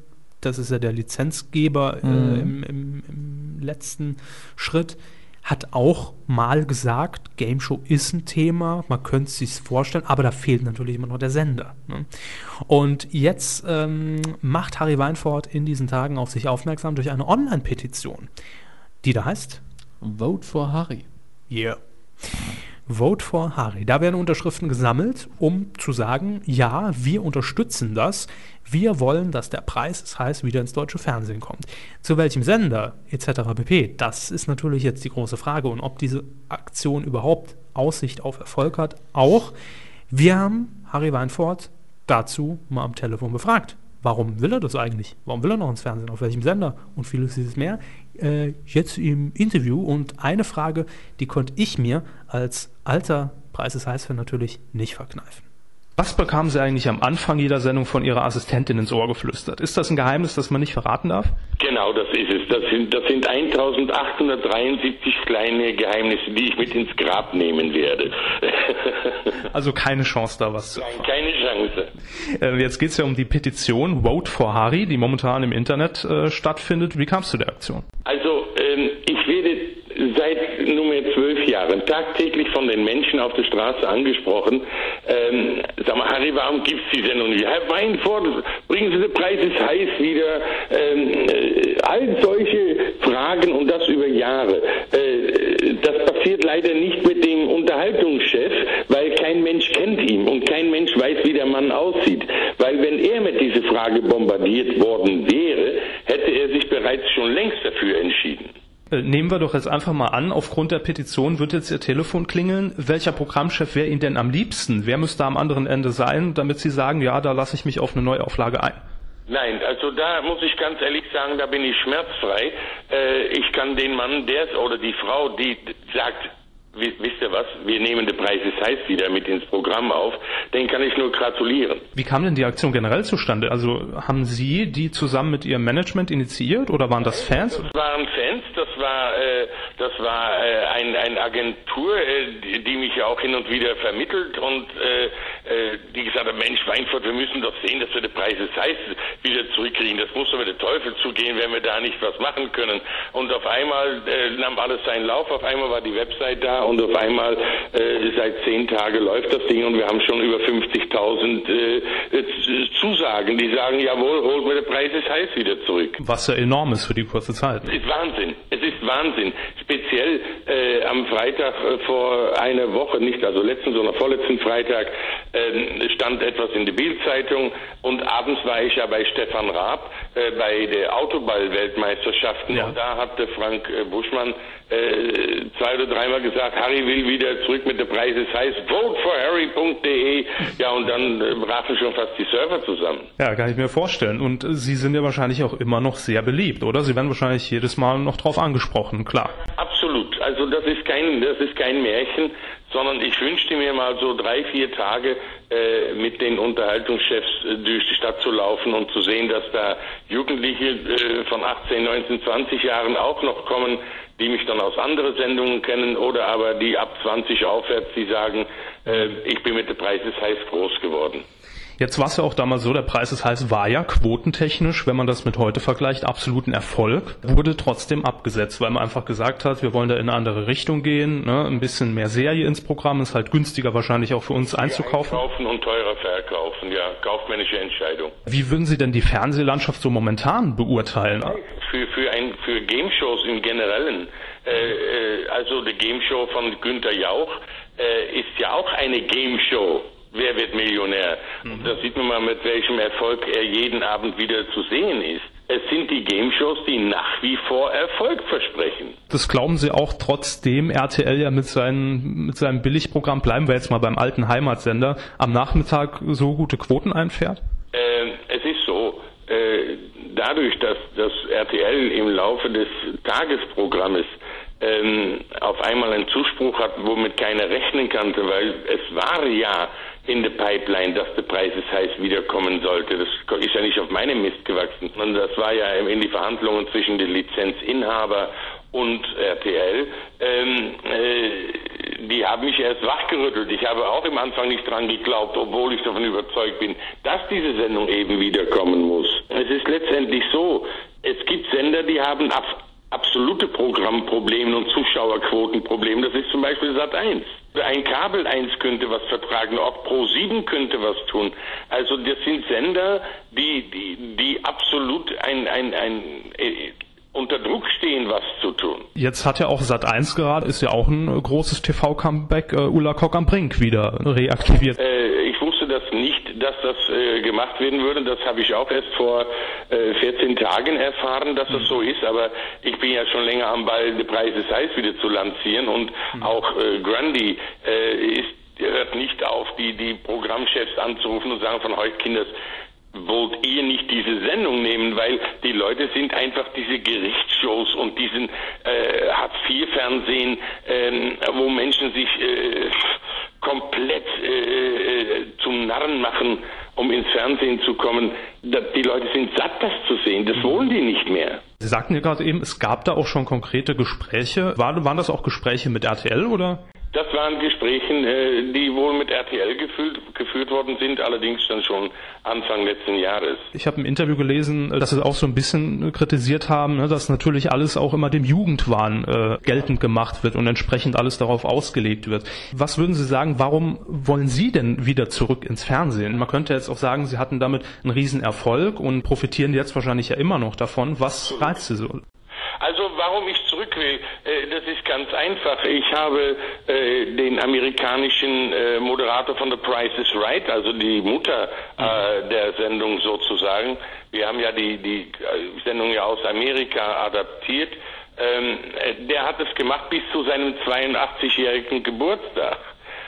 S1: das ist ja der Lizenzgeber äh, im, im, im letzten Schritt, hat auch mal gesagt, Game Show ist ein Thema, man könnte es sich vorstellen, aber da fehlt natürlich immer noch der Sender. Ne? Und jetzt ähm, macht Harry Weinfurt in diesen Tagen auf sich aufmerksam durch eine Online-Petition, die da heißt
S2: Vote for Harry.
S1: Yeah. Vote for Harry. Da werden Unterschriften gesammelt, um zu sagen, ja, wir unterstützen das. Wir wollen, dass der Preis, das heißt, wieder ins deutsche Fernsehen kommt. Zu welchem Sender etc. pp. Das ist natürlich jetzt die große Frage und ob diese Aktion überhaupt Aussicht auf Erfolg hat. Auch wir haben Harry Weinfort dazu mal am Telefon befragt. Warum will er das eigentlich? Warum will er noch ins Fernsehen? Auf welchem Sender? Und vieles dieses mehr. Äh, jetzt im Interview und eine Frage, die konnte ich mir als alter Preis ist heiß natürlich nicht verkneifen. Was bekamen Sie eigentlich am Anfang jeder Sendung von Ihrer Assistentin ins Ohr geflüstert? Ist das ein Geheimnis, das man nicht verraten darf?
S5: Genau, das ist es. Das sind, das sind 1873 kleine Geheimnisse, die ich mit ins Grab nehmen werde. <laughs>
S1: Also keine Chance da was zu
S5: Keine Chance.
S1: Äh, Jetzt geht es ja um die Petition Vote for Harry, die momentan im Internet äh, stattfindet. Wie kamst du der Aktion?
S5: Also, ähm, ich werde seit nunmehr zwölf Jahren tagtäglich von den Menschen auf der Straße angesprochen. Ähm, sag mal, Harry, warum gibt's die Sendung nicht? Herr Weinfurt, bringen Sie den Preis des Heiß wieder. Ähm, äh, all solche Fragen und das über Jahre. Äh, das passiert leider nicht mit dem Unterhaltungschef, weil kein Mensch kennt ihn und kein Mensch weiß, wie der Mann aussieht. Weil wenn er mit dieser Frage bombardiert worden wäre, hätte er sich bereits schon längst dafür entschieden.
S7: Äh, Nehmen wir doch jetzt einfach mal an, aufgrund der Petition wird jetzt Ihr Telefon klingeln. Welcher Programmchef wäre Ihnen denn am liebsten? Wer müsste am anderen Ende sein, damit Sie sagen, ja, da lasse ich mich auf eine Neuauflage ein?
S5: Nein, also da muss ich ganz ehrlich sagen, da bin ich schmerzfrei. Äh, ich kann den Mann, der es oder die Frau, die d- sagt, "Wi- wisst ihr was, wir nehmen den Preis des Heiß wieder mit ins Programm auf, den kann ich nur gratulieren.
S7: Wie kam denn die Aktion generell zustande? Also haben Sie die zusammen mit Ihrem Management initiiert oder waren das Fans?
S5: Das waren Fans, das war äh, das war äh, ein, ein Agentur, äh, die, die mich ja auch hin und wieder vermittelt und äh, äh, die gesagt hat, Mensch, Weinfurt, wir müssen doch sehen, dass wir den Preis des Heiß wieder zurückkriegen. Das muss doch mit dem Teufel zugehen, wenn wir da nicht was machen können. Und auf einmal äh, nahm alles seinen Lauf, auf einmal war die Website da und auf einmal äh, seit zehn Tagen läuft das Ding und wir haben schon über 50.000 äh, äh, Zusagen, die sagen, jawohl, holt mir den Preis des Heiß wieder zurück.
S7: Was ja enorm ist für die kurze Zeit.
S5: Es ist Wahnsinn. Es ist Wahnsinn. Speziell äh, am Freitag äh, vor einer Woche, nicht also letzten, sondern vorletzten Freitag, ähm, stand etwas in der Bildzeitung und abends war ich ja bei Stefan Raab äh, bei der Autoball-Weltmeisterschaften
S7: Ja.
S5: und da hat der Frank äh, Buschmann äh, zwei oder dreimal gesagt, Harry will wieder zurück mit der Preis. Es heißt voteforharry.de. E. Ja, und dann äh, brachen schon fast die Server zusammen.
S7: Ja, kann ich mir vorstellen. Und äh, Sie sind ja wahrscheinlich auch immer noch sehr beliebt, oder? Sie werden wahrscheinlich jedes Mal noch drauf angesprochen, klar.
S5: Absolut. Also das ist kein, das ist kein Märchen, sondern ich wünschte mir mal so drei, vier Tage äh, mit den Unterhaltungschefs äh, durch die Stadt zu laufen und zu sehen, dass da Jugendliche äh, von 18, 19, 20 Jahren auch noch kommen, die mich dann aus anderen Sendungen kennen oder aber die ab 20 aufwärts, die sagen, äh, ich bin mit dem Preis des Heiß groß geworden.
S7: Jetzt war es ja auch damals so, der Preis des Heiß war ja quotentechnisch, wenn man das mit heute vergleicht, absoluten Erfolg, wurde trotzdem abgesetzt, weil man einfach gesagt hat, wir wollen da in eine andere Richtung gehen, ne? ein bisschen mehr Serie ins Programm, ist halt günstiger wahrscheinlich auch für uns einzukaufen.
S5: Kaufen und teurer verkaufen, ja, kaufmännische Entscheidung.
S7: Wie würden Sie denn die Fernsehlandschaft so momentan beurteilen?
S5: für für ein für Game Shows im Generellen. Äh, äh, also die Game Show von Günter Jauch äh, ist ja auch eine Game Show. Wer wird Millionär? Und da sieht man mal, mit welchem Erfolg er jeden Abend wieder zu sehen ist. Es sind die Game Shows, die nach wie vor Erfolg versprechen.
S7: Das glauben Sie auch trotzdem RTL ja mit, seinen, mit seinem Billigprogramm, bleiben wir jetzt mal beim alten Heimatsender, am Nachmittag so gute Quoten einfährt?
S5: Ähm, es ist so, äh, dadurch, dass das RTL im Laufe des Tagesprogrammes ähm, auf einmal einen Zuspruch hat, womit keiner rechnen kannte, weil es war ja in der Pipeline, dass der Preis des Heiß wiederkommen sollte. Das ist ja nicht auf meinem Mist gewachsen, sondern das war ja in die Verhandlungen zwischen den Lizenzinhaber und RTL. Ähm, äh, die haben mich erst wachgerüttelt. Ich habe auch im Anfang nicht dran geglaubt, obwohl ich davon überzeugt bin, dass diese Sendung eben wiederkommen muss. Es ist letztendlich so, es gibt Sender, die haben ab absolute Programmprobleme und Zuschauerquotenprobleme. Das ist zum Beispiel Sat 1. Ein Kabel 1 könnte was vertragen, auch Pro 7 könnte was tun. Also das sind Sender, die, die, die absolut ein, ein, ein, äh, unter Druck stehen, was zu tun.
S7: Jetzt hat ja auch Sat1 gerade, ist ja auch ein äh, großes TV-Comeback, äh, Ulla Kock am Brink wieder reaktiviert.
S5: Äh, ich wusste das nicht, dass das äh, gemacht werden würde. Das habe ich auch erst vor äh, 14 Tagen erfahren, dass das so ist. Aber ich bin ja schon länger am Ball, den Preis des Heiß wieder zu lancieren. Und auch äh, Grundy äh, ist, hört nicht auf, die, die Programmchefs anzurufen und sagen von heute, Kinders, wollt ihr nicht diese Sendung nehmen, weil die Leute sind einfach diese Gerichtsshows und diesen äh, Hartz-IV-Fernsehen, ähm, wo Menschen sich äh, komplett äh, äh, zum Narren machen, um ins Fernsehen zu kommen. Da, die Leute sind satt, das zu sehen. Das wollen die nicht mehr.
S7: Sie sagten ja gerade eben, es gab da auch schon konkrete Gespräche. War, waren das auch Gespräche mit RTL oder?
S5: Das waren Gespräche, äh, die wohl mit RTL geführt, geführt worden sind, allerdings dann schon Anfang letzten Jahres.
S7: Ich habe ein Interview gelesen, äh, dass sie auch so ein bisschen äh, kritisiert haben, ne, dass natürlich alles auch immer dem Jugendwahn äh, geltend gemacht wird und entsprechend alles darauf ausgelegt wird. Was würden Sie sagen, warum wollen Sie denn wieder zurück ins Fernsehen? Man könnte jetzt auch sagen, Sie hatten damit einen riesen Erfolg und profitieren jetzt wahrscheinlich ja immer noch davon. Was reizt Sie so?
S5: Also warum ich zurück will, äh, das ist ganz einfach. Ich habe äh, den amerikanischen äh, Moderator von The Price is Right, also die Mutter äh, der Sendung sozusagen. Wir haben ja die, die äh, Sendung ja aus Amerika adaptiert ähm, äh, der hat es gemacht bis zu seinem 82-jährigen Geburtstag.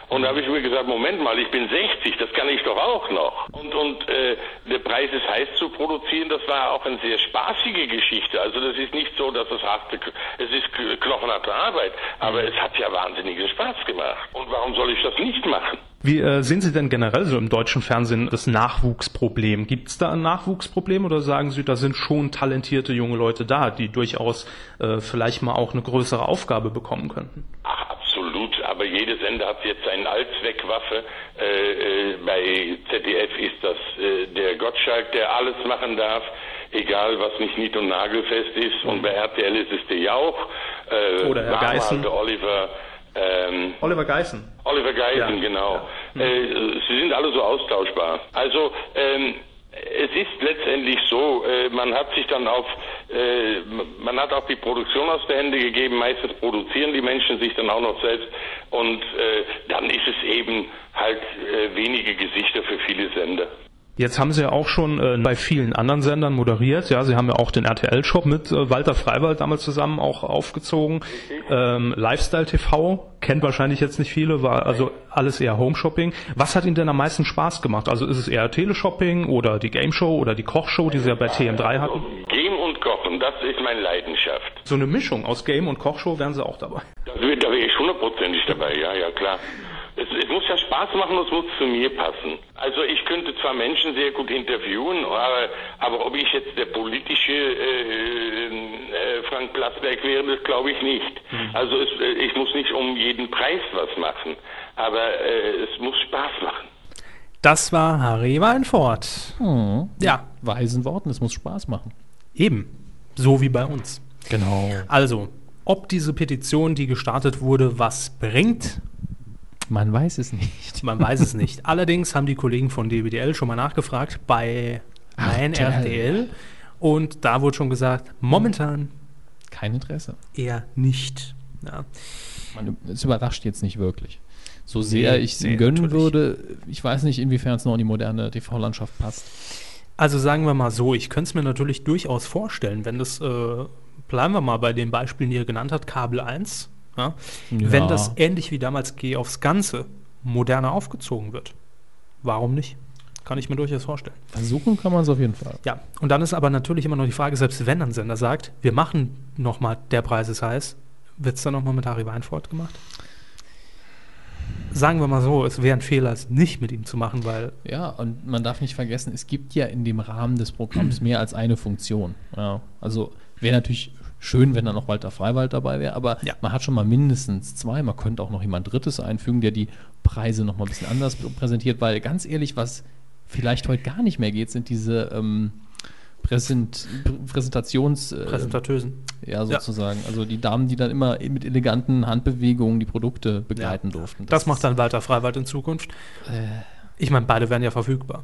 S5: Und da habe ich mir gesagt, Moment mal, ich bin 60, das kann ich doch auch noch. Und, und äh, der Preis ist heiß zu produzieren, das war auch eine sehr spaßige Geschichte. Also das ist nicht so, dass es harte, es ist k- knochenharte Arbeit, aber es hat ja wahnsinnigen Spaß gemacht. Und warum soll ich das nicht machen?
S1: Wie äh, sehen Sie denn generell so im deutschen Fernsehen das Nachwuchsproblem? Gibt es da ein Nachwuchsproblem oder sagen Sie, da sind schon talentierte junge Leute da, die durchaus äh, vielleicht mal auch eine größere Aufgabe bekommen könnten?
S5: Ach, absolut. Aber jede Sender hat jetzt eine Allzweckwaffe. Äh, äh, bei ZDF ist das äh, der Gottschalk, der alles machen darf, egal was nicht nied- und nagelfest ist. Und bei RTL ist es der Jauch. Äh,
S1: Mhm. Oder Herr
S5: war mal
S1: Geißen.
S5: Der Oliver. Ähm,
S1: Oliver Geißen.
S5: Oliver Geisen,
S1: Ja. Mhm.
S5: genau. Äh, sie sind alle so austauschbar. Also ähm, es ist letztendlich so, äh, man hat sich dann auf, äh, man hat auch die Produktion aus der Hände gegeben. Meistens produzieren die Menschen sich dann auch noch selbst und äh, dann ist es eben halt äh, wenige Gesichter für viele Sender.
S1: Jetzt haben Sie ja auch schon äh, bei vielen anderen Sendern moderiert. Ja, Sie haben ja auch den RTL-Shop mit äh, Walter Freiwald damals zusammen auch aufgezogen. Ähm, Lifestyle TV kennt wahrscheinlich jetzt nicht viele, war also alles eher Home-Shopping. Was hat Ihnen denn am meisten Spaß gemacht? Also ist es eher Teleshopping oder die Game Show oder die Kochshow, die Sie ja bei TM3 hatten?
S5: Game und Kochen, das ist meine Leidenschaft.
S1: So eine Mischung aus Game und Kochshow wären Sie auch dabei.
S5: Da wär- da wäre ich hundertprozentig dabei, ja, ja, klar. Es, es muss ja Spaß machen und es muss zu mir passen. Also ich könnte zwar Menschen sehr gut interviewen, aber, aber ob ich jetzt der politische äh, äh, Frank Plasberg wäre, das glaube ich nicht. Also es, äh, ich muss nicht um jeden Preis was machen, aber äh, es muss Spaß machen.
S1: Das war Harry Weinfort.
S2: Mhm.
S1: Ja,
S2: Weisen Worten, es muss Spaß machen.
S1: eben. So wie bei uns.
S2: Genau.
S1: Also, ob diese Petition, die gestartet wurde, was bringt,
S2: Man weiß es nicht.
S1: man weiß es nicht. Allerdings haben die Kollegen von DBDL schon mal nachgefragt bei ein
S2: RTL.
S1: RTL und da wurde schon gesagt, momentan
S2: Kein Interesse.
S1: eher nicht. Ja.
S2: Man, es überrascht jetzt nicht wirklich. So sehr
S1: Nee,
S2: ich es
S1: nee,
S2: ihm gönnen
S1: natürlich.
S2: würde, ich weiß nicht, inwiefern es noch in die moderne TV-Landschaft passt.
S1: Also sagen wir mal so, ich könnte es mir natürlich durchaus vorstellen, wenn das, äh, bleiben wir mal bei den Beispielen, die ihr genannt habt, Kabel 1, ja,
S2: Ja.
S1: wenn das ähnlich wie damals Geh aufs Ganze moderner aufgezogen wird. Warum nicht? Kann ich mir durchaus vorstellen.
S2: Versuchen kann man es auf jeden Fall.
S1: Ja, und dann ist aber natürlich immer noch die Frage, selbst wenn ein Sender sagt, wir machen nochmal der Preis ist heiß, wird es dann nochmal mit Harry Weinfurt gemacht? Sagen wir mal so, es wäre ein Fehler, es nicht mit ihm zu machen, weil
S2: Ja, und man darf nicht vergessen, es gibt ja in dem Rahmen des Programms mehr als eine Funktion. Ja, also wäre natürlich schön, wenn da noch Walter Freiwald dabei wäre, aber
S1: Ja.
S2: man hat schon mal mindestens zwei. Man könnte auch noch jemand Drittes einfügen, der die Preise noch mal ein bisschen anders präsentiert, weil ganz ehrlich, was vielleicht heute gar nicht mehr geht, sind diese ähm, Präsent, Präsentations... äh,
S1: Präsentatösen.
S2: Ja, sozusagen. Also die Damen, die dann immer mit eleganten Handbewegungen die Produkte begleiten durften.
S1: Das, macht dann Walter Freiwald in Zukunft.
S2: Äh.
S1: Ich meine, beide wären ja verfügbar.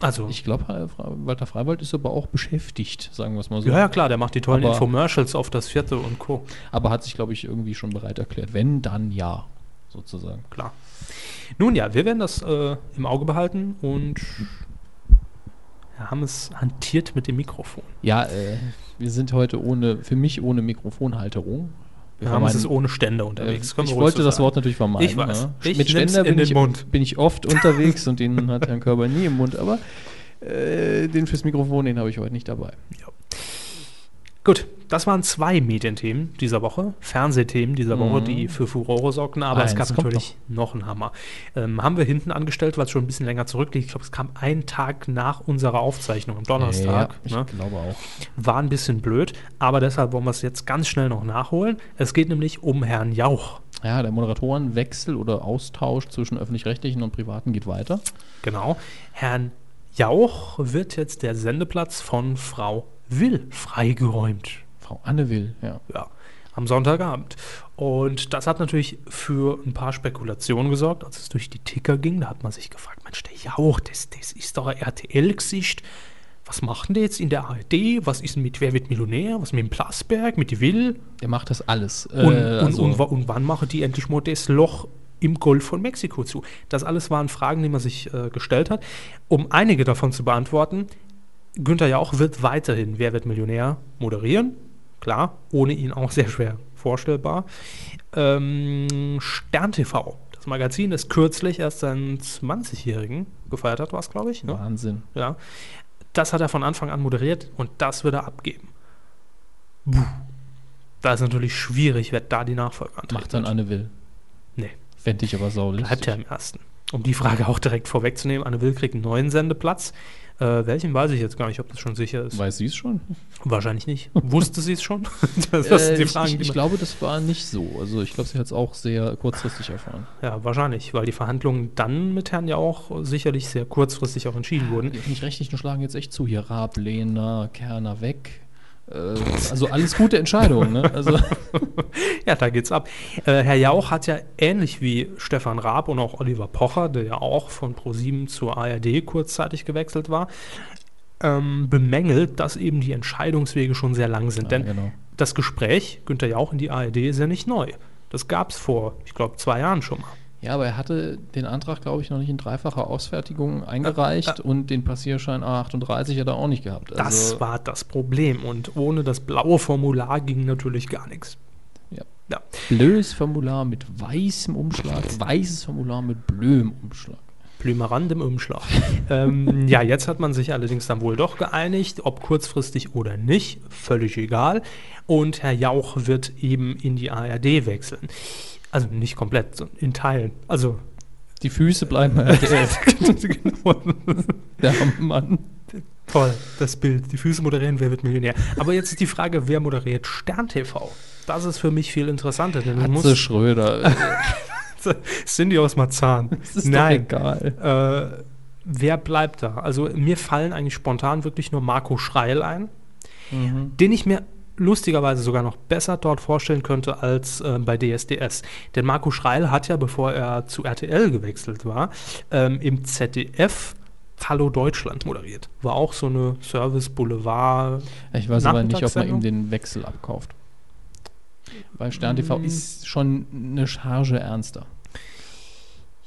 S1: Also,
S2: Ich glaube, Walter Freiwald ist aber auch beschäftigt, sagen wir es mal so.
S1: ja, ja, klar, der macht die tollen
S2: Aber-
S1: Infomercials auf das vierte und Co.
S2: Aber hat sich, glaube ich, irgendwie schon bereit erklärt. Wenn, dann ja, sozusagen.
S1: Klar. Nun ja, wir werden das äh, im Auge behalten und Herr Hammes hantiert mit dem Mikrofon.
S2: Ja, äh, wir sind heute ohne, für mich ohne Mikrofonhalterung. Wir
S1: Wir haben es
S2: vermeiden-
S1: ist ohne Ständer unterwegs.
S2: äh,
S1: können
S2: ich
S1: wir ruhig
S2: wollte
S1: so
S2: das
S1: sagen.
S2: Wort natürlich vermeiden.
S1: Ich weiß.
S2: Ja.
S1: Ich
S2: Mit
S1: nimm's
S2: Ständer
S1: in
S2: bin
S1: den
S2: ich,
S1: Mund.
S2: bin ich oft unterwegs und den hat Herrn Körber nie im Mund. Aber äh, den fürs Mikrofon, den habe ich heute nicht dabei.
S1: Gut, das waren zwei Medienthemen dieser Woche, Fernsehthemen dieser Woche, die für Furore sorgten, aber es
S2: Mhm. Eins
S1: gab
S2: kommt
S1: natürlich noch einen Hammer. Ähm, haben wir hinten angestellt, weil es schon ein bisschen länger zurückliegt. Ich glaube, es kam einen Tag nach unserer Aufzeichnung, am Donnerstag.
S2: ich
S1: ne?
S2: glaube auch.
S1: War ein bisschen blöd, aber deshalb wollen wir es jetzt ganz schnell noch nachholen. Es geht nämlich um Herrn Jauch.
S2: Ja, der Moderatorenwechsel oder Austausch zwischen öffentlich-rechtlichen und privaten geht weiter.
S1: Genau. Herrn Jauch wird jetzt der Sendeplatz von Frau Will freigeräumt.
S2: Frau Anne Will, ja.
S1: ja, am Sonntagabend. Und das hat natürlich für ein paar Spekulationen gesorgt, als es durch die Ticker ging. Da hat man sich gefragt, Mensch, der Jauch, das, das ist doch ein RTL-Gesicht. Was machen die jetzt in der ARD? Was ist denn mit Wer wird Millionär? Was mit dem Plasberg, mit die Will?
S2: Der macht das alles. Äh,
S1: Und, und,
S2: also
S1: und, wa- und wann machen die endlich mal das Loch im Golf von Mexiko zu? Das alles waren Fragen, die man sich äh, gestellt hat. Um einige davon zu beantworten, Günther Jauch wird weiterhin Wer wird Millionär moderieren. klar, ohne ihn auch sehr schwer vorstellbar. Ähm, Stern TV, das Magazin, das kürzlich erst seinen 20-Jährigen gefeiert hat, war es, glaube ich. Ne?
S2: Wahnsinn.
S1: Ja. Das hat er von Anfang an moderiert und das wird er abgeben. Puh. Da ist natürlich schwierig, wer da die Nachfolge antritt.
S2: Macht dann Anne Will.
S1: Nee.
S2: Fände ich aber saulich.
S1: Bleibt ja im ersten. Um die Frage auch direkt vorwegzunehmen, Anne Will kriegt einen neuen Sendeplatz. Äh, welchen weiß ich jetzt gar nicht, ob das schon sicher ist.
S2: Weiß sie es schon?
S1: Wahrscheinlich
S2: <laughs>
S1: nicht. Wusste sie es schon? <laughs> das <laughs> das sind
S2: Äh,
S1: die
S2: ich-
S1: Fragen,
S2: ich,
S1: die
S2: ich
S1: man-
S2: glaube, das war nicht so. Also ich glaube, sie hat es auch sehr kurzfristig erfahren.
S1: Ja, wahrscheinlich, weil die Verhandlungen dann mit Herrn ja auch sicherlich sehr kurzfristig auch entschieden wurden.
S2: Wenn ich mich rechtlich nur schlagen jetzt echt zu hier. Raab, Lena, Kerner weg. Äh, also alles gute Entscheidungen. Ne?
S1: <laughs>
S2: Also,
S1: Ja, da geht's ab. Äh, Herr Jauch hat ja ähnlich wie Stefan Raab und auch Oliver Pocher, der ja auch von ProSieben zur ARD kurzzeitig gewechselt war, ähm, bemängelt, dass eben die Entscheidungswege schon sehr lang sind.
S2: Ja,
S1: Denn
S2: genau.
S1: das Gespräch Günther Jauch in die ARD ist ja nicht neu. Das gab's vor, ich glaube, zwei Jahren schon mal.
S2: ja, aber er hatte den Antrag, glaube ich, noch nicht in dreifacher Ausfertigung eingereicht und den Passierschein A38 hat er auch nicht gehabt. Also,
S1: Das war das Problem. Und ohne das blaue Formular ging natürlich gar nichts.
S2: Ja.
S1: Ja.
S2: Blöes Formular mit weißem Umschlag, weißes Formular mit blöem Umschlag.
S1: Blümerand im Umschlag. <laughs> ähm, ja, jetzt hat man sich allerdings dann wohl doch geeinigt, ob kurzfristig oder nicht, völlig egal. Und Herr Jauch wird eben in die ARD wechseln. Also nicht komplett, sondern in Teilen. Also
S2: Die Füße
S1: <laughs>
S2: bleiben RTL.
S1: genau.
S2: Der arme Mann.
S1: toll, das Bild. Die Füße moderieren, wer wird Millionär? Aber jetzt ist die Frage, wer moderiert Stern TV? Das ist für mich viel interessanter, denn du
S2: Atze
S1: musst,
S2: Schröder.
S1: <laughs> Cindy aus Marzahn.
S2: Das ist
S1: Nein,
S2: doch egal.
S1: Äh, wer bleibt da? Also mir fallen eigentlich spontan wirklich nur Marco Schreil ein, den ich mir lustigerweise sogar noch besser dort vorstellen könnte als äh, bei DSDS. Denn Marco Schreil hat ja, bevor er zu RTL gewechselt war, ähm, im ZDF Hallo Deutschland moderiert. War auch so eine Service-Boulevard.
S2: Ich weiß aber nicht, ob man
S1: Nachmittagssendung?
S2: ihm den Wechsel abkauft. Weil Stern TV
S1: Mm.
S2: ist schon eine Charge ernster.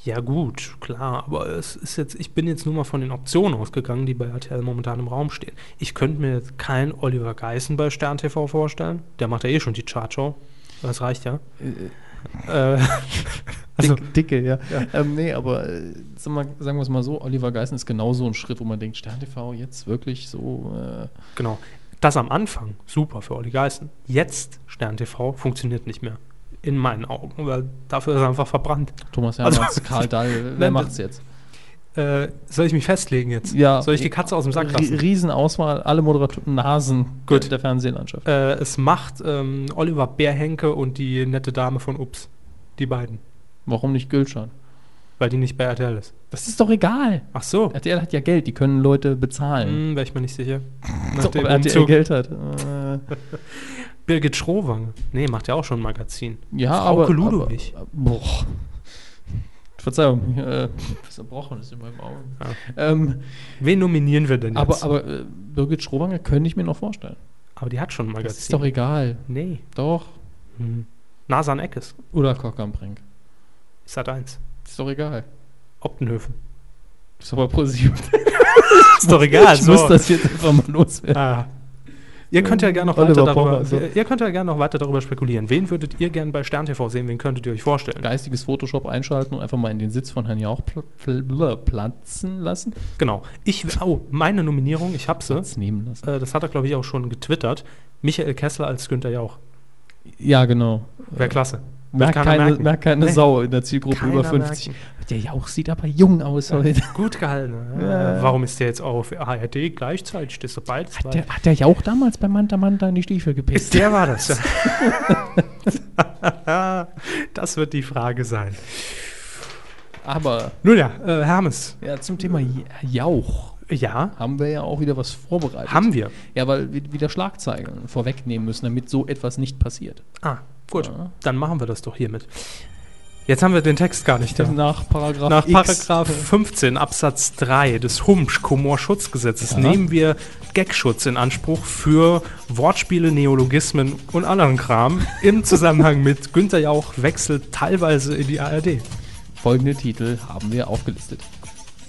S1: Ja gut, klar, aber es ist jetzt, ich bin jetzt nur mal von den Optionen ausgegangen, die bei RTL momentan im Raum stehen. Ich könnte mir jetzt keinen Oliver Geißen bei Stern TV vorstellen. Der macht ja eh schon die Chartshow. Das reicht ja. Äh, also,
S2: dicke, ja. Ähm, nee, aber äh, sag mal, sagen wir es mal so, Oliver Geißen ist genau so ein Schritt, wo man denkt, Stern TV jetzt wirklich so. Äh,
S1: genau. Das am Anfang, super für Olli Geißen. Jetzt Stern TV funktioniert nicht mehr. In meinen Augen, weil dafür ist er einfach verbrannt.
S2: Thomas
S1: Also-
S2: Hermanns, Karl Dahl, wer
S1: <laughs> Nein,
S2: macht's jetzt?
S1: Äh, soll ich mich festlegen jetzt?
S2: Ja.
S1: Soll ich die Katze aus dem Sack lassen?
S2: Rie- Riesenauswahl, alle Moderatoren, Nasen
S1: Gut.
S2: der Fernsehlandschaft.
S1: Äh, es macht ähm, Oliver Bärhenke und die nette Dame von Ups. Die beiden.
S2: Warum nicht Gülschan?
S1: Weil die nicht bei RTL ist.
S2: Das ist doch egal.
S1: Ach so.
S2: RTL hat ja Geld, die können Leute bezahlen.
S1: Hm, Wäre ich mir nicht sicher. Nach
S2: So,
S1: dem
S2: aber RTL
S1: Umzug.
S2: Geld hat. Äh,
S1: Birgit Schrowange. Nee, macht ja auch schon ein Magazin.
S2: Ja,
S1: Frauke
S2: aber.
S1: Ludowig.
S2: Aber, boah. Verzeihung, äh, das Erbrochen ist in meinem Auge.
S1: Ja.
S2: Ähm,
S1: Wen nominieren wir denn jetzt?
S2: aber aber äh, Birgit Schrowanger könnte ich mir noch vorstellen.
S1: Aber die hat schon ein Magazin.
S2: Das ist doch egal.
S1: nee.
S2: Doch.
S1: Hm. Nasan Eckes.
S2: Oder Kock am Brink.
S1: Ist hat eins.
S2: Ist doch egal.
S1: Optenhöfen.
S2: Ist aber positiv.
S1: Ist doch egal.
S2: <laughs> ich muss das jetzt einfach mal loswerden.
S1: Ah. Ihr könnt ja gerne noch,
S2: Oliver
S1: weiter darüber,
S2: Pocher, so.
S1: ihr könnt ja gern noch weiter darüber spekulieren. Wen würdet ihr gern bei Stern TV sehen? Wen könntet ihr euch vorstellen?
S2: Geistiges Photoshop einschalten und einfach mal in den Sitz von Herrn Jauch pl pl pl platzen lassen.
S1: Genau. Ich, oh, meine Nominierung, ich hab sie.
S2: Platz nehmen lassen.
S1: Äh, das hat er, glaube ich, auch schon getwittert. Michael Kessler als Günther Jauch.
S2: Ja, genau.
S1: Wäre klasse.
S2: Merkt
S1: keiner
S2: keine,
S1: merken.
S2: merkt keine
S1: Nee.
S2: Sau in der Zielgruppe
S1: Keiner
S2: über 50. Der Jauch sieht aber jung aus heute.
S1: Gut gehalten. Äh, Warum ist der jetzt auf ARD gleichzeitig? Das ist doch beides.
S2: Hat der, hat der Jauch damals bei Manta Manta in die Stiefel gepisst?
S1: der war das. <laughs> ja. das wird die Frage sein.
S2: Aber
S1: Nun ja, äh, Hermes.
S2: ja, zum Thema J- Jauch
S1: Ja,
S2: haben wir ja auch wieder was vorbereitet.
S1: haben wir.
S2: Ja, weil wir wieder Schlagzeilen vorwegnehmen müssen, damit so etwas nicht passiert.
S1: Ah, gut.
S2: Ja.
S1: Dann machen wir das doch hiermit. Jetzt haben wir den Text gar nicht da.
S2: Also Nach Paragraph
S1: Nach
S2: X.
S1: Paragraph 15 Absatz 3 des Humsch-Komor-Schutzgesetzes
S2: Ja.
S1: nehmen wir Gagschutz in Anspruch für Wortspiele, Neologismen und anderen Kram im Zusammenhang mit Günther Jauch wechselt teilweise in die ARD.
S2: Folgende Titel haben wir aufgelistet.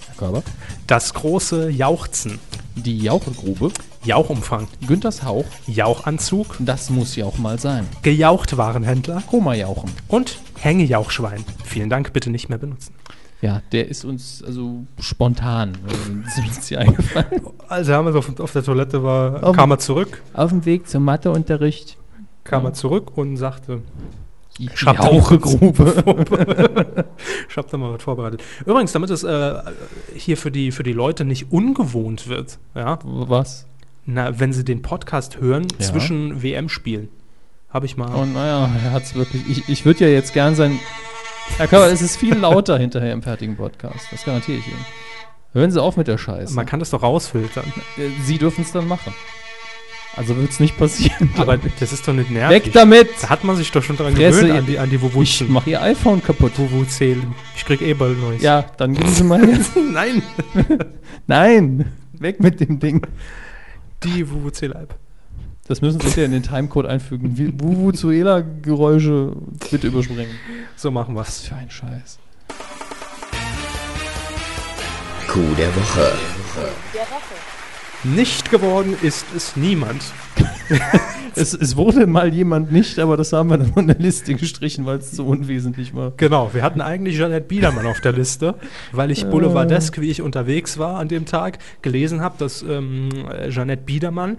S2: Herr Körber.
S1: Das große Jauchzen,
S2: Die Jauchgrube.
S1: Jauchumfang,
S2: Günthers Hauch,
S1: Jauchanzug,
S2: das muss ja auch mal sein.
S1: gejaucht Warenhändler
S2: Koma-Jauchen.
S1: und Hängejauchschwein. Vielen Dank, bitte nicht mehr benutzen.
S2: Ja, der ist uns also spontan äh, <laughs> sind uns hier eingefallen.
S1: Also haben wir auf, auf der Toilette war,
S2: Auf-
S1: kam er zurück,
S2: Auf dem Weg zum Matheunterricht.
S1: kam er zurück und sagte,
S2: Die
S1: Ich hab da Jauchegrube. <laughs> ich habe da mal was vorbereitet. Übrigens, damit es äh, hier für die, für die Leute nicht ungewohnt wird, ja,
S2: Was?
S1: na, wenn sie den Podcast hören
S2: Ja.
S1: zwischen WM-Spielen. Habe ich mal.
S2: Oh naja, er hat's wirklich. Ich, ich würde ja jetzt gern sein. Herr Körber, es ist viel lauter <laughs> hinterher im fertigen Podcast. Das garantiere ich Ihnen. Hören Sie auf mit der Scheiße.
S1: Man kann das doch rausfiltern.
S2: Äh, Sie dürfen es dann machen. Also wird es nicht <laughs> passieren.
S1: Aber das ist doch nicht nervig.
S2: Weg damit!
S1: Da hat man sich doch schon dran
S2: Fresse,
S1: gewöhnt,
S2: ihr-
S1: an die, an die
S2: Ich
S1: Wuwuzeln.
S2: mach Ihr iPhone kaputt.
S1: Wuwuzeln. Ich krieg eh bald neues.
S2: Ja, dann geben Sie <laughs> mal jetzt.
S1: <laughs> Nein.
S2: Nein! Weg mit dem Ding.
S1: Die Wuwuzel-App.
S2: Das müssen Sie bitte in den Timecode einfügen. Wie- Wuvuzuela-Geräusche bitte überspringen.
S1: So machen wir's.
S2: Was für ein Scheiß.
S6: Coup der Woche.
S1: Nicht geworden ist es niemand.
S2: Es, es wurde mal jemand nicht, aber das haben wir dann von der Liste gestrichen, weil es so unwesentlich war.
S1: Genau, wir hatten eigentlich Janet Biedermann auf der Liste, weil
S2: Äh.
S1: ich Boulevardesk, wie ich unterwegs war an dem Tag, gelesen habe, dass ähm, Janet Biedermann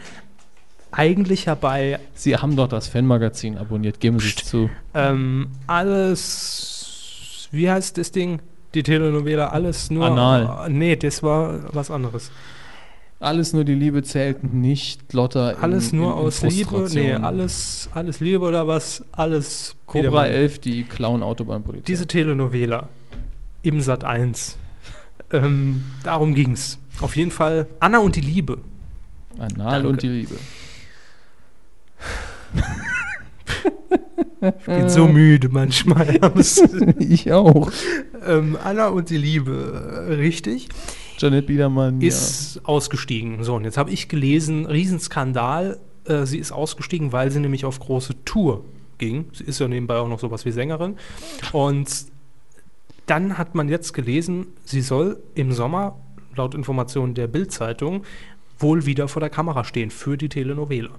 S1: eigentlich ja bei
S2: Sie haben doch das Fanmagazin abonniert, geben Sie es zu.
S1: ähm, alles, wie heißt das Ding? Die Telenovela, alles nur.
S2: Anal.
S1: Nee, das war was anderes.
S2: Alles nur die Liebe zählt nicht, Lotter. in-
S1: Alles nur
S2: in- in
S1: aus Liebe,
S2: Frustration.
S1: nee, alles, alles Liebe oder was, alles.
S2: Cobra
S1: Biedermann.
S2: 11, die clown Autobahnpolizei.
S1: Diese Telenovela im Sat 1. Ähm, darum ging's. Auf jeden Fall Anna und die Liebe.
S2: Anal
S1: Danke.
S2: und die Liebe.
S1: bin so müde <laughs> manchmal.
S2: <laughs> ich auch.
S1: ähm, Anna und die Liebe, äh, richtig,
S2: Janet Biedermann.
S1: ist ausgestiegen. So, und jetzt habe ich gelesen, Riesenskandal, äh, sie ist ausgestiegen, weil sie nämlich auf große Tour ging. Sie ist ja nebenbei auch noch sowas wie Sängerin. Und dann hat man jetzt gelesen, sie soll im Sommer, laut Informationen der Bild-Zeitung, wohl wieder vor der Kamera stehen für die Telenovela.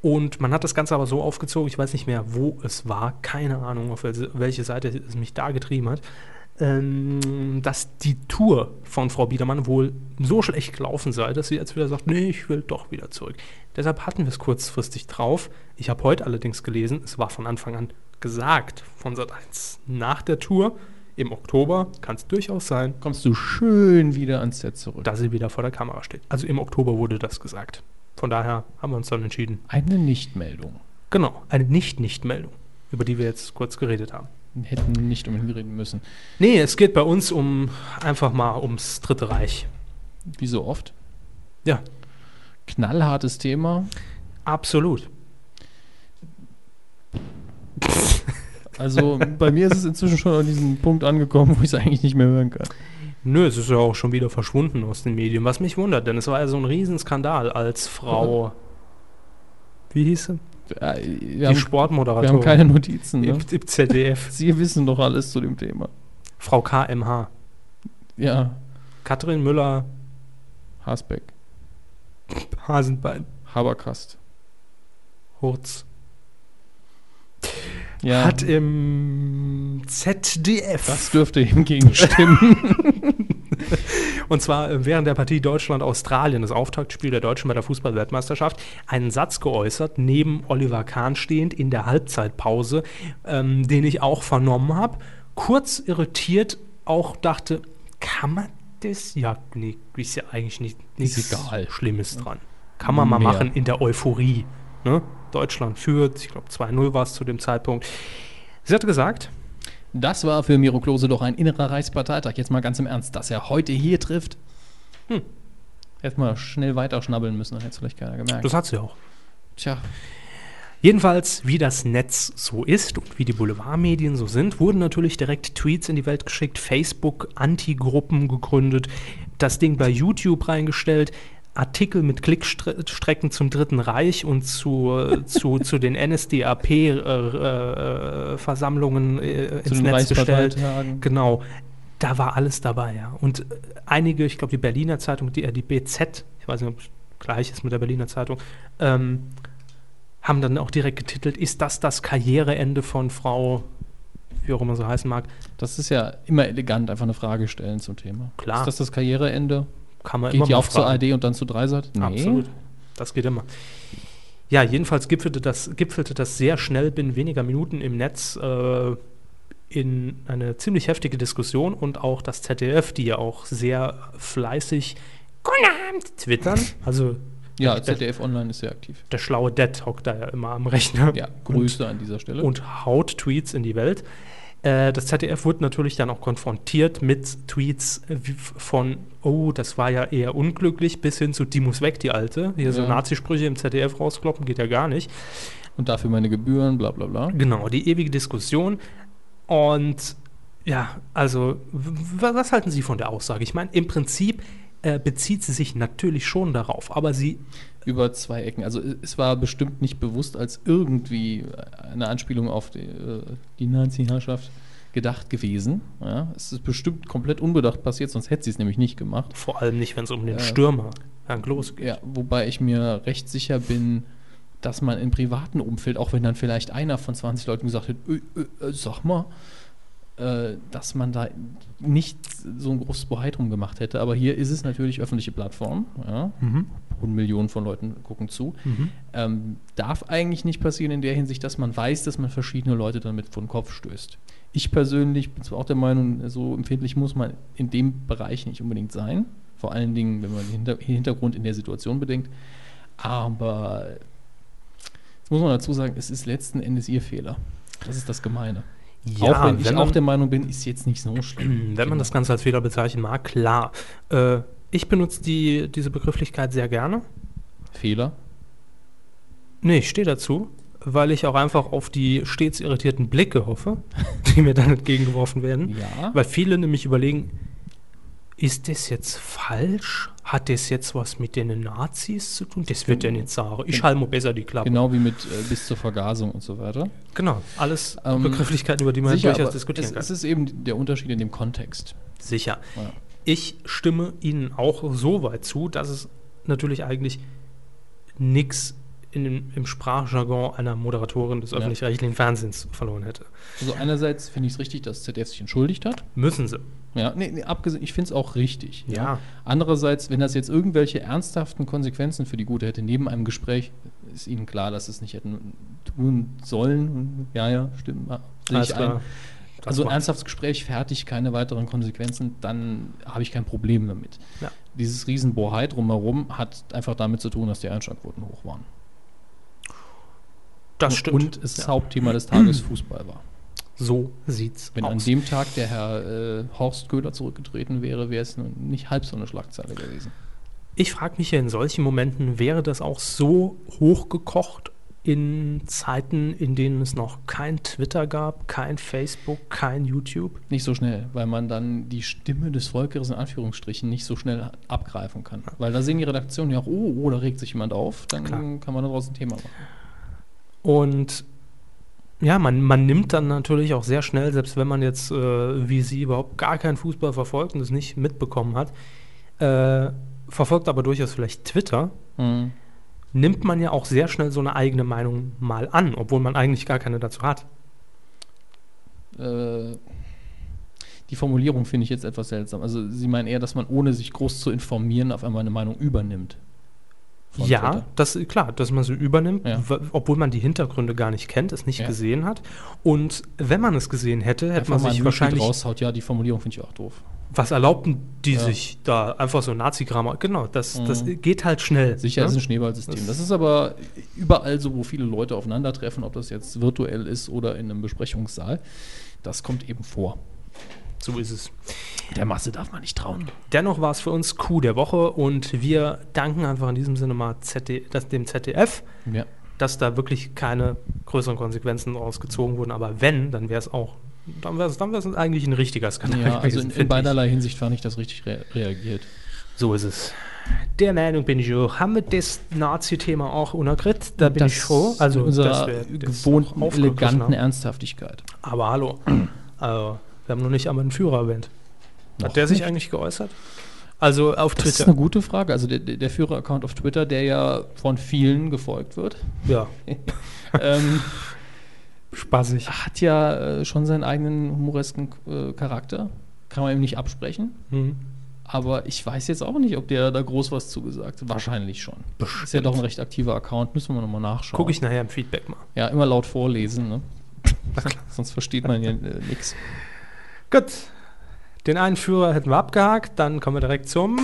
S1: Und man hat das Ganze aber so aufgezogen, ich weiß nicht mehr, wo es war, keine Ahnung, auf welche welche Seite es mich da getrieben hat, ähm, dass die Tour von Frau Biedermann wohl so schlecht gelaufen sei, dass sie jetzt wieder sagt, nee, ich will doch wieder zurück. Deshalb hatten wir es kurzfristig drauf. Ich habe heute allerdings gelesen, es war von Anfang an gesagt von Sat1 nach der Tour im Oktober, kann es durchaus sein,
S2: Ja. Kommst du schön wieder ans Set zurück.
S1: dass sie wieder vor der Kamera steht. Also im Oktober wurde das gesagt. Von daher haben wir uns dann entschieden.
S2: Eine Nichtmeldung.
S1: Genau, eine Nicht-Nicht-Meldung, über die wir jetzt kurz geredet haben.
S2: Hätten nicht um ihn reden müssen.
S1: Nee, es geht bei uns um einfach mal ums Dritte Reich.
S2: Wie so oft.
S1: Ja,
S2: Knallhartes Thema.
S1: absolut. <laughs>
S2: Also bei mir ist es inzwischen schon an diesem Punkt angekommen, wo ich es eigentlich nicht mehr hören kann.
S1: Nö, es ist ja auch schon wieder verschwunden aus den Medien, was mich wundert, denn es war ja so ein Riesenskandal, als Frau. <laughs> Wie hieß sie?
S2: Äh, Wir
S1: Die
S2: haben, wir
S1: Sportmoderatorin.
S2: haben keine Notizen.
S1: im,
S2: Ne?
S1: Im <laughs> ZDF.
S2: Sie wissen doch alles zu dem Thema.
S1: Frau KMH.
S2: Ja,
S1: Katrin Müller
S2: Hasbeck,
S1: Hasenbein.
S2: Haberkast.
S1: Hurz.
S2: Ja,
S1: Hat im ZDF.
S2: das dürfte hingegen stimmen. <laughs>
S1: Und zwar äh, während der Partie Deutschland-Australien, das Auftaktspiel der Deutschen bei der Fußball-Weltmeisterschaft, einen Satz geäußert, neben Oliver Kahn stehend in der Halbzeitpause, ähm, den ich auch vernommen habe. Kurz irritiert auch dachte, kann man das? Ja, nee, ist ja eigentlich nicht, nichts
S2: egal.
S1: Schlimmes dran. Kann man mal
S2: Mehr.
S1: machen in der Euphorie. Ne? Deutschland führt, ich glaube 2-0 war es zu dem Zeitpunkt. Sie hat gesagt,
S2: Das war für Miro Klose doch ein innerer Reichsparteitag. Jetzt mal ganz im Ernst, dass er heute hier trifft. Hm. Hätte mal schnell weiterschnabbeln müssen, dann hätte es vielleicht keiner gemerkt.
S1: das hat sie auch.
S2: Tja,
S1: Jedenfalls, wie das Netz so ist und wie die Boulevardmedien so sind, wurden natürlich direkt Tweets in die Welt geschickt, Facebook, Anti-Gruppen gegründet, das Ding bei YouTube reingestellt, Artikel mit Klickstrecken zum Dritten Reich und zu, äh,
S2: <laughs>
S1: zu, zu den NSDAP-Versammlungen äh, äh,
S2: zu
S1: ins
S2: den
S1: Netz gestellt.
S2: Reichsparteitagen.
S1: Genau. Da war alles dabei, ja. Und äh, einige, ich glaube, die Berliner Zeitung, die, äh, die BZ, ich weiß nicht, ob Gleiches mit der Berliner Zeitung, ähm, haben dann auch direkt getitelt, ist das das Karriereende von Frau, wie auch immer sie heißen mag,
S2: Das ist ja immer elegant, einfach eine Frage stellen zum Thema.
S1: Klar.
S2: Ist das das Karriereende?
S1: kann man
S2: Geht die
S1: mal
S2: auch zur
S1: fragen.
S2: ARD und dann zu Dreisat? Nee.
S1: Absolut. Das geht immer. Ja, jedenfalls gipfelte das, gipfelte das sehr schnell binnen weniger Minuten im Netz äh, in eine ziemlich heftige Diskussion und auch das ZDF, die ja auch sehr fleißig Guten Abend twittern. Also
S2: Ja,
S1: Das-
S2: ZDF Online ist sehr aktiv.
S1: der schlaue Dead hockt da ja immer am Rechner
S2: Ja, Grüße an dieser Stelle.
S1: und haut Tweets in die Welt. Äh, Das ZDF wurde natürlich dann auch konfrontiert mit Tweets äh, wie f- von, oh, das war ja eher unglücklich, bis hin zu, die muss weg, die Alte. Hier so
S2: Ja.
S1: Nazisprüche im ZDF rauskloppen, geht ja gar nicht.
S2: und dafür meine Gebühren, bla bla bla.
S1: Genau, die ewige Diskussion. Und ja, also, w- w- was halten Sie von der Aussage? Ich meine, im Prinzip äh, bezieht sie sich natürlich schon darauf, aber sie
S2: Über zwei Ecken. Also es war bestimmt nicht bewusst als irgendwie äh, eine Anspielung auf die, äh, die Nazi-Herrschaft gedacht gewesen. Ja, es ist bestimmt komplett unbedacht passiert, sonst hätte sie es nämlich nicht gemacht.
S1: vor allem nicht, wenn es um den
S2: Äh,
S1: Stürmer Herrn Klos geht.
S2: Ja, wobei ich mir recht sicher bin, dass man im privaten Umfeld, auch wenn dann vielleicht einer von 20 Leuten gesagt hat, "Ö, ö, ö, sag mal, äh, dass man da nicht so ein großes Bohai drum gemacht hätte. Aber hier ist es natürlich öffentliche Plattform. Ja. Und Millionen von Leuten gucken zu.
S1: Mhm.
S2: Ähm, darf eigentlich nicht passieren in der Hinsicht, dass man weiß, dass man verschiedene Leute damit vor den Kopf stößt. Ich persönlich bin zwar auch der Meinung, so empfindlich muss man in dem Bereich nicht unbedingt sein. Vor allen Dingen, wenn man den Hinter- Hintergrund in der Situation bedenkt. Aber jetzt muss man dazu sagen, es ist letzten Endes ihr Fehler. Das ist das Gemeine. auch wenn, ich auch der Meinung bin, ist jetzt nicht so schlimm.
S1: <clears throat> Hm, Wenn man das Ganze als Fehler bezeichnen mag, klar. Äh, ich benutze die, diese Begrifflichkeit sehr gerne.
S2: Fehler.
S1: Nee, ich stehe dazu, weil ich auch einfach auf die stets irritierten Blicke hoffe, <laughs> die mir dann entgegengeworfen werden.
S2: Ja.
S1: Weil viele nämlich überlegen, ist das jetzt falsch? Hat das jetzt was mit den Nazis zu tun? Das wird ja nicht sagen. Ich halte mir besser die Klappe.
S2: Genau wie mit äh, bis zur Vergasung und so weiter.
S1: Genau. Alles
S2: Ähm,
S1: Begrifflichkeiten, über die man
S2: Sicher,
S1: durchaus
S2: aber
S1: diskutieren
S2: es,
S1: kann.
S2: es ist eben der Unterschied in dem Kontext.
S1: Sicher.
S2: Ja.
S1: Ich stimme Ihnen auch so weit zu, dass es natürlich eigentlich nichts im Sprachjargon einer Moderatorin des öffentlich-rechtlichen Fernsehens verloren hätte.
S2: Also einerseits finde ich es richtig, dass ZDF sich entschuldigt hat.
S1: Müssen sie.
S2: Ja, nee, nee, abgesehen, ich finde es auch richtig.
S1: Ja.
S2: Andererseits, wenn das jetzt irgendwelche ernsthaften Konsequenzen für die Gute hätte, neben einem Gespräch, ist Ihnen klar, dass Sie es nicht hätten tun sollen. Ja, ja, stimmt. ja, sehe ich ein.
S1: Das
S2: Also
S1: macht-
S2: ernsthaftes Gespräch, fertig, keine weiteren Konsequenzen, dann habe ich kein Problem damit.
S1: Ja.
S2: Dieses Riesenbohai drumherum hat einfach damit zu tun, dass die Einschaltquoten hoch waren.
S1: Das stimmt.
S2: Und es das Hauptthema
S1: <clears throat>
S2: des Tages Fußball war.
S1: so sieht's
S2: Wenn an
S1: aus.
S2: dem Tag der Herr äh, Horst Köhler zurückgetreten wäre, wäre es nun nicht halb so eine Schlagzeile gewesen.
S1: Ich frage mich ja in solchen Momenten, wäre das auch so hochgekocht in Zeiten, in denen es noch kein Twitter gab, kein Facebook, kein YouTube?
S2: Nicht so schnell, weil man dann die Stimme des Volkes in Anführungsstrichen nicht so schnell abgreifen kann. Weil da sehen die Redaktionen ja auch, oh, oh, da regt sich jemand auf, dann
S1: Klar.
S2: kann man daraus ein Thema machen.
S1: Und ja, man, man nimmt dann natürlich auch sehr schnell, selbst wenn man jetzt äh, wie sie überhaupt gar keinen Fußball verfolgt und es nicht mitbekommen hat, äh, verfolgt aber durchaus vielleicht Twitter,
S2: Mhm.
S1: nimmt man ja auch sehr schnell so eine eigene Meinung mal an, obwohl man eigentlich gar keine dazu hat.
S2: Äh, die Formulierung finde ich jetzt etwas seltsam. Also Sie meinen eher, dass man ohne sich groß zu informieren auf einmal eine Meinung übernimmt. von
S1: Ja,
S2: Twitter.
S1: das klar, dass man sie übernimmt,
S2: Ja.
S1: w- obwohl man die Hintergründe gar nicht kennt, es nicht
S2: Ja.
S1: gesehen hat. Und wenn man es gesehen hätte, hätte
S2: Einfach
S1: man
S2: mal
S1: sich
S2: ein
S1: wahrscheinlich
S2: wahrscheinlich raushaut, ja, die Formulierung finde ich auch doof.
S1: was erlaubten die
S2: Ja.
S1: sich da einfach so Nazi-Grammar. Genau, das, das
S2: Mhm.
S1: geht halt schnell.
S2: Sicher
S1: ne?
S2: ist ein Schneeballsystem. Das ist aber überall so, wo viele Leute aufeinandertreffen, ob das jetzt virtuell ist oder in einem Besprechungssaal. Das kommt eben vor.
S1: so ist es.
S2: Der Masse darf man nicht trauen.
S1: Dennoch war es für uns Coup der Woche und wir danken einfach in diesem Sinne mal ZD, das, dem ZDF,
S2: Ja.
S1: dass da wirklich keine größeren Konsequenzen rausgezogen wurden. Aber wenn, dann wäre es auch, dann wäre es dann wär's eigentlich ein richtiger Skandal.
S2: <laughs> Ja, also
S1: gewesen,
S2: in,
S1: find
S2: in
S1: ich.
S2: beiderlei Hinsicht fand ich das richtig re reagiert.
S1: So ist es. Der Meinung bin ich auch. Haben wir das Nazi-Thema auch unergritt? Da bin
S2: Das
S1: ich froh. Also
S2: in unserer
S1: dass wir das
S2: gewohnten,
S1: auch aufgegriffen
S2: eleganten
S1: haben.
S2: Ernsthaftigkeit.
S1: Aber <clears throat> Äh, hallo. also, wir haben noch nicht einmal einen Führer erwähnt. Hat
S2: Noch
S1: der sich
S2: nicht.
S1: eigentlich geäußert? Also auf
S2: Das ist
S1: Twitter.
S2: eine gute Frage. Also der, der Führer-Account auf Twitter, der ja von vielen gefolgt <laughs> wird,
S1: Ja,
S2: ähm,
S1: spaßig.
S2: hat ja äh, schon seinen eigenen humoresken äh, Charakter. Kann man ihm nicht absprechen.
S1: Hm.
S2: Aber ich weiß jetzt auch nicht, ob der da groß was zugesagt hat. Wahrscheinlich schon. Ist ja doch ein recht aktiver Account. Müssen wir nochmal nachschauen.
S1: Gucke ich nachher im Feedback mal.
S2: Ja, immer laut vorlesen. Ne? <laughs> Sonst versteht man ja äh, nichts.
S1: Gut. Den einen Führer hätten wir abgehakt, dann kommen wir direkt zum.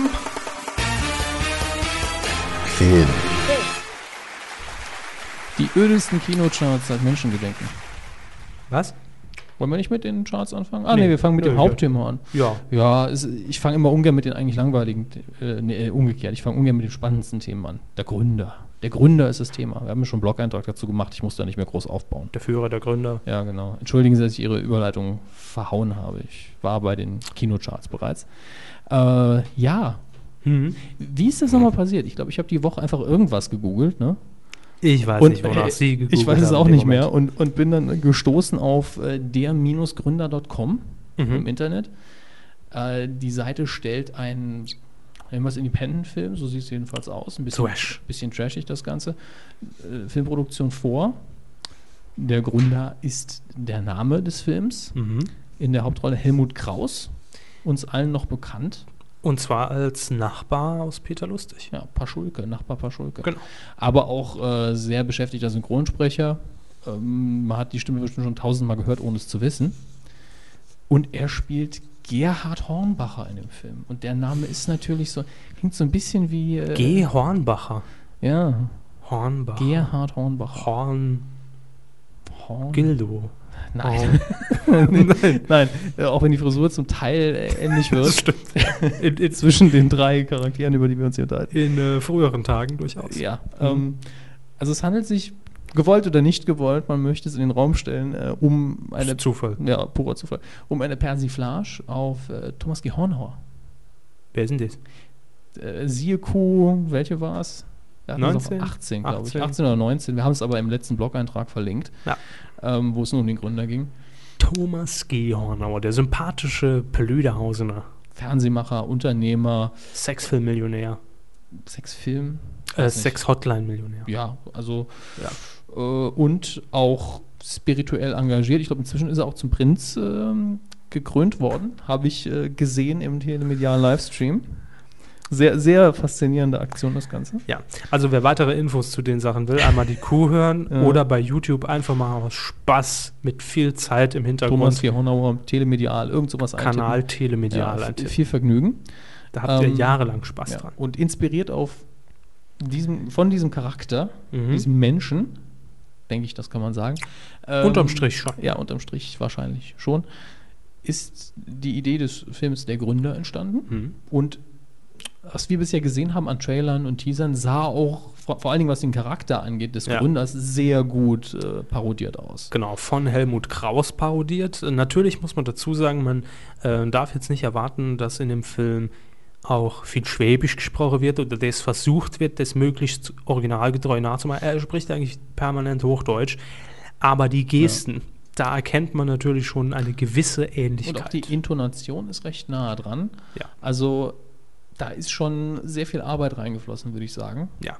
S6: Film.
S2: Die ödesten Kinocharts seit Menschengedenken.
S1: Was?
S2: Wollen wir nicht mit den Charts anfangen? Ah,
S1: Nee.
S2: nee, wir fangen mit
S1: Nö,
S2: dem
S1: ja.
S2: Hauptthema an.
S1: Ja.
S2: Ja, es, ich fange immer ungern mit den eigentlich langweiligen, äh, nee, äh, umgekehrt, ich fange ungern mit den spannendsten Themen an. Der Gründer. Der Gründer ist das Thema. Wir haben ja schon einen Blog-Eintrag dazu gemacht, ich muss da nicht mehr groß aufbauen.
S1: Der Führer, der Gründer.
S2: Ja, genau. Entschuldigen Sie, dass ich Ihre Überleitung verhauen habe. Ich war bei den Kinocharts bereits. Äh, ja.
S1: Mhm.
S2: Wie ist das nochmal passiert? Ich glaube, ich habe die Woche einfach irgendwas gegoogelt, ne?
S1: Ich weiß
S2: Und,
S1: nicht, wonach
S2: äh,
S1: Sie gegoogelt
S2: Ich weiß es
S1: haben
S2: auch
S1: in dem
S2: nicht mehr
S1: Moment.
S2: und, und bin dann gestoßen auf äh, der-gründer.com
S1: Mhm.
S2: im Internet. Äh, die Seite stellt einen irgendwas Independent-Film, so sieht es jedenfalls aus. Ein bisschen,
S1: Trash.
S2: bisschen trashig das Ganze. Äh, Filmproduktion vor. Der Gründer ist der Name des Films.
S1: Mhm.
S2: In der Hauptrolle Helmut Kraus, uns allen noch bekannt.
S1: Und zwar als Nachbar aus Peter Lustig.
S2: Ja, Paschulke, Nachbar Paschulke.
S1: Genau.
S2: Aber auch äh, sehr beschäftigter Synchronsprecher. Ähm, man hat die Stimme bestimmt schon tausendmal gehört, ohne es zu wissen. Und er spielt Gerhard Hornbacher in dem Film. Und der Name ist natürlich so, klingt so ein bisschen wie. Äh,
S1: G. Hornbacher.
S2: ja,
S1: Hornbacher.
S2: Gerhard Hornbacher.
S1: Horn.
S2: Horn
S1: Gildo.
S2: Nein. <laughs> Nein, äh, auch wenn die Frisur zum Teil äh, ähnlich wird.
S1: stimmt.
S2: <laughs> in, in, zwischen den drei Charakteren, über die wir uns hier unterhalten.
S1: In äh, früheren Tagen durchaus.
S2: Ja, ähm, also es handelt sich, gewollt oder nicht gewollt, man möchte es in den Raum stellen, äh, um
S1: Das
S2: eine,
S1: ist Zufall.
S2: ja, purer Zufall, um eine Persiflage auf äh, Thomas G. Hornhauer.
S1: Wer ist denn das?
S2: Äh, siehe Kuh, welche war es? Wir hatten es auf
S1: 19?
S2: 18, glaube ich.
S1: 18.
S2: 18 oder 19. Wir haben es aber im letzten Blog-Eintrag verlinkt,
S1: Ja.
S2: ähm, wo es nur um den Gründer ging.
S1: Thomas G. Hornauer, der sympathische Plüderhausener.
S2: Fernsehmacher, Unternehmer,
S1: Sexfilm-Millionär.
S2: Sexfilm.
S1: Äh,
S2: Weiß nicht.
S1: Sex-Hotline-Millionär.
S2: Ja, also Äh, und auch spirituell engagiert. Ich glaube, inzwischen ist er auch zum Prinz ähm, gekrönt worden, habe ich äh, gesehen im telemedialen Livestream. Sehr, sehr faszinierende Aktion, das Ganze.
S1: Ja, also wer weitere Infos zu den Sachen will, einmal die Kuh hören
S2: Ja.
S1: oder bei YouTube einfach mal aus Spaß mit viel Zeit im
S2: Thomas
S1: Hintergrund
S2: G. Honauer, telemedial, irgend sowas
S1: Kanal
S2: eintippen.
S1: Telemedial
S2: ja, viel,
S1: eintippen.
S2: viel Vergnügen.
S1: Da habt ihr
S2: ähm,
S1: jahrelang Spaß
S2: Ja.
S1: dran.
S2: Und inspiriert auf diesem, von diesem Charakter,
S1: Mhm.
S2: diesem Menschen, denke ich, das kann man sagen. ähm,
S1: Unterm Strich schon.
S2: ja, unterm Strich wahrscheinlich schon, ist die Idee des Films Der Gründer entstanden.
S1: Mhm.
S2: Und was wir bisher gesehen haben an Trailern und Teasern, sah auch, vor, vor allen Dingen was den Charakter angeht, des
S1: Ja.
S2: Gründers sehr gut äh, parodiert aus.
S1: Genau, von Helmut Kraus parodiert. Äh, Natürlich muss man dazu sagen, man äh, darf jetzt nicht erwarten, dass in dem Film auch viel Schwäbisch gesprochen wird oder das versucht wird, das möglichst originalgetreu nachzumachen. Er spricht eigentlich permanent Hochdeutsch, aber die Gesten, da erkennt man natürlich schon eine gewisse
S2: Und auch
S1: Ähnlichkeit.
S2: die Intonation ist recht nah dran.
S1: Ja.
S2: Also da ist schon sehr viel Arbeit reingeflossen, würde ich sagen.
S1: Ja.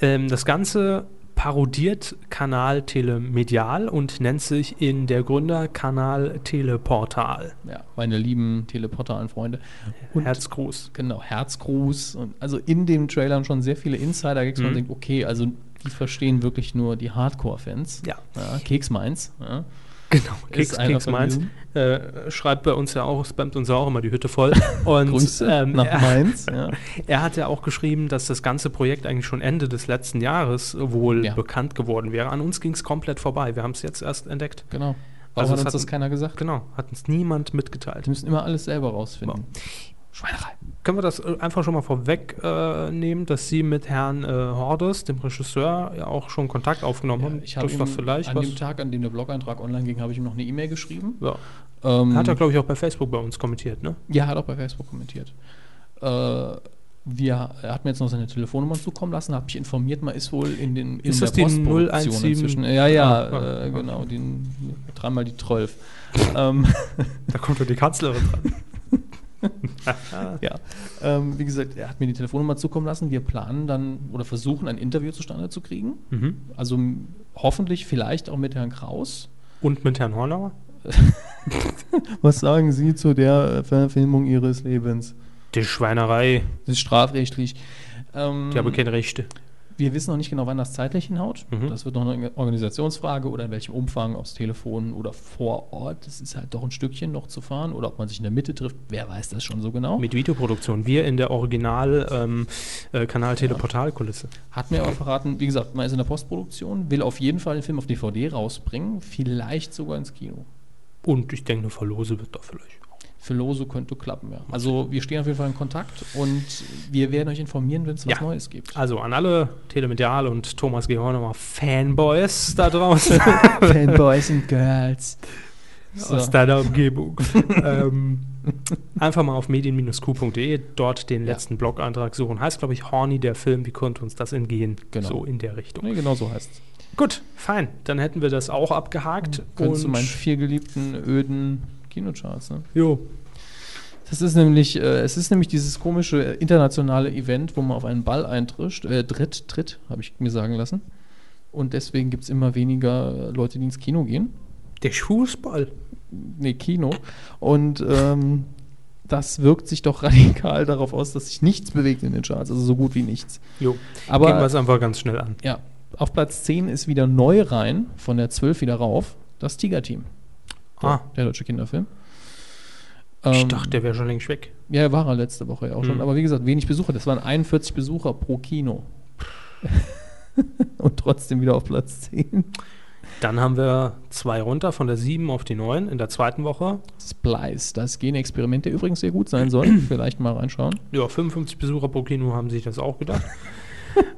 S1: Ähm, das Ganze parodiert Kanal Telemedial und nennt sich in der Gründer Kanal Teleportal.
S2: Ja, meine lieben Teleporter an Freunde. Und
S1: Herzgruß.
S2: Genau, Herzgruß. Und also in den Trailern schon sehr viele Insider-Gags, wo man
S1: Mhm.
S2: denkt, okay, also die verstehen wirklich nur die Hardcore-Fans.
S1: Ja.
S2: ja. Keks meins. Ja.
S1: Genau,
S2: Ist
S1: Keks,
S2: einer
S1: Keks
S2: von
S1: Mainz.
S2: diesen?
S1: Äh, schreibt bei uns ja auch, spammt uns ja auch immer die Hütte
S2: <laughs>
S1: voll. Und
S2: Grüße
S1: ähm,
S2: nach
S1: er,
S2: Mainz.
S1: <laughs>
S2: Ja.
S1: er hat ja auch geschrieben, dass das ganze Projekt eigentlich schon Ende des letzten Jahres wohl
S2: Ja.
S1: bekannt geworden wäre. An uns ging es komplett vorbei. Wir haben es jetzt erst entdeckt.
S2: Genau. Warum
S1: Also
S2: hat
S1: es
S2: uns
S1: hat-
S2: das keiner gesagt?
S1: Genau, hat uns niemand mitgeteilt.
S2: Wir müssen immer alles selber rausfinden. Schweinerei.
S1: Können wir das äh, einfach schon mal vorweg äh, nehmen, dass Sie mit Herrn äh, Hordes, dem Regisseur, ja auch schon Kontakt aufgenommen haben?
S2: ich habe
S1: das
S2: ihm
S1: war vielleicht
S2: an
S1: was.
S2: dem Tag, an dem der Blog-Eintrag online ging, habe ich ihm noch eine E-Mail geschrieben.
S1: Ja.
S2: Ähm,
S1: Hat er, glaube ich, auch bei Facebook bei uns kommentiert, ne?
S2: Ja, hat auch bei Facebook kommentiert. Äh, wir, er hat mir jetzt noch seine Telefonnummer zukommen lassen, hat mich informiert, man ist wohl in den in
S1: Ist das die 017?
S2: inzwischen. Ja, ja,
S1: Ah, ah,
S2: äh,
S1: ah.
S2: genau, <laughs> den, dreimal die 12. ähm, <laughs>
S1: Da kommt doch die Kanzlerin dran.
S2: ja. Ähm, wie gesagt, er hat mir die Telefonnummer zukommen lassen. Wir planen dann oder versuchen, ein Interview zustande zu kriegen. Also m- hoffentlich vielleicht auch mit Herrn Kraus.
S1: Und mit Herrn Hornauer?
S2: Was sagen Sie zu der Verfilmung Ihres Lebens?
S1: Die Schweinerei,
S2: Das ist strafrechtlich. Ähm,
S1: die haben keine Rechte.
S2: wir wissen noch nicht genau, wann das zeitlich hinhaut.
S1: Mhm.
S2: Das wird noch eine Organisationsfrage oder in welchem Umfang, aufs Telefon oder vor Ort. Das ist halt doch ein Stückchen noch zu fahren oder ob man sich in der Mitte trifft. Wer weiß das schon so genau?
S1: Mit Videoproduktion. Wir in der ähm, äh, Original-Kanal-Teleportalkulisse.
S2: Hat mir aber verraten, wie gesagt, man ist in der Postproduktion, will auf jeden Fall den Film auf DVD rausbringen, vielleicht sogar ins Kino.
S1: Und ich denke, eine Verlose wird da vielleicht.
S2: Für Lose könnte klappen, ja. Also wir stehen auf jeden Fall in Kontakt und wir werden euch informieren, wenn es was
S1: Ja.
S2: Neues gibt.
S1: Also an alle Telemedial und Thomas Gehornauer Fanboys da
S2: <laughs>
S1: draußen
S2: Fanboys and Girls. So.
S1: aus deiner Umgebung. <laughs> ähm, einfach mal auf medien-q.de, dort den
S2: Ja.
S1: letzten Blog-Eintrag suchen. Heißt, glaube ich, Horny, der Film, wie konnte uns das entgehen?
S2: Genau.
S1: So in der Richtung.
S2: Nee, genau so heißt es.
S1: Gut, fein. Dann hätten wir das auch abgehakt.
S2: Könntest du meinen vielgeliebten, öden Kinocharts, ne?
S1: jo,
S2: Das ist nämlich, äh, es ist nämlich dieses komische äh, internationale Event, wo man auf einen Ball eintrischt, äh, tritt, tritt, habe ich mir sagen lassen. Und deswegen gibt es immer weniger äh, Leute, die ins Kino gehen.
S1: der Fußball.
S2: Nee, Kino. Und ähm, das wirkt sich doch <laughs> radikal darauf aus, dass sich nichts bewegt in den Charts, also so gut wie nichts.
S1: Jo,
S2: Aber-
S1: gehen wir es einfach ganz schnell an.
S2: Ja, auf Platz 10 ist wieder neu rein, von der 12 wieder rauf, das Tiger-Team,
S1: Ah,
S2: der deutsche Kinderfilm.
S1: ich
S2: Ähm,
S1: dachte, der wäre schon längst weg.
S2: Ja, war er letzte Woche ja auch schon.
S1: Mhm.
S2: Aber wie gesagt, wenig Besucher. Das waren 41 Besucher pro Kino. <laughs> Und trotzdem wieder auf Platz 10.
S1: Dann haben wir zwei runter, von der 7 auf die 9 in der zweiten Woche.
S2: Splice, das Genexperiment, der übrigens sehr gut sein <clears throat> soll. Vielleicht mal reinschauen.
S1: Ja, 55 Besucher pro Kino haben sich das auch <laughs> gedacht.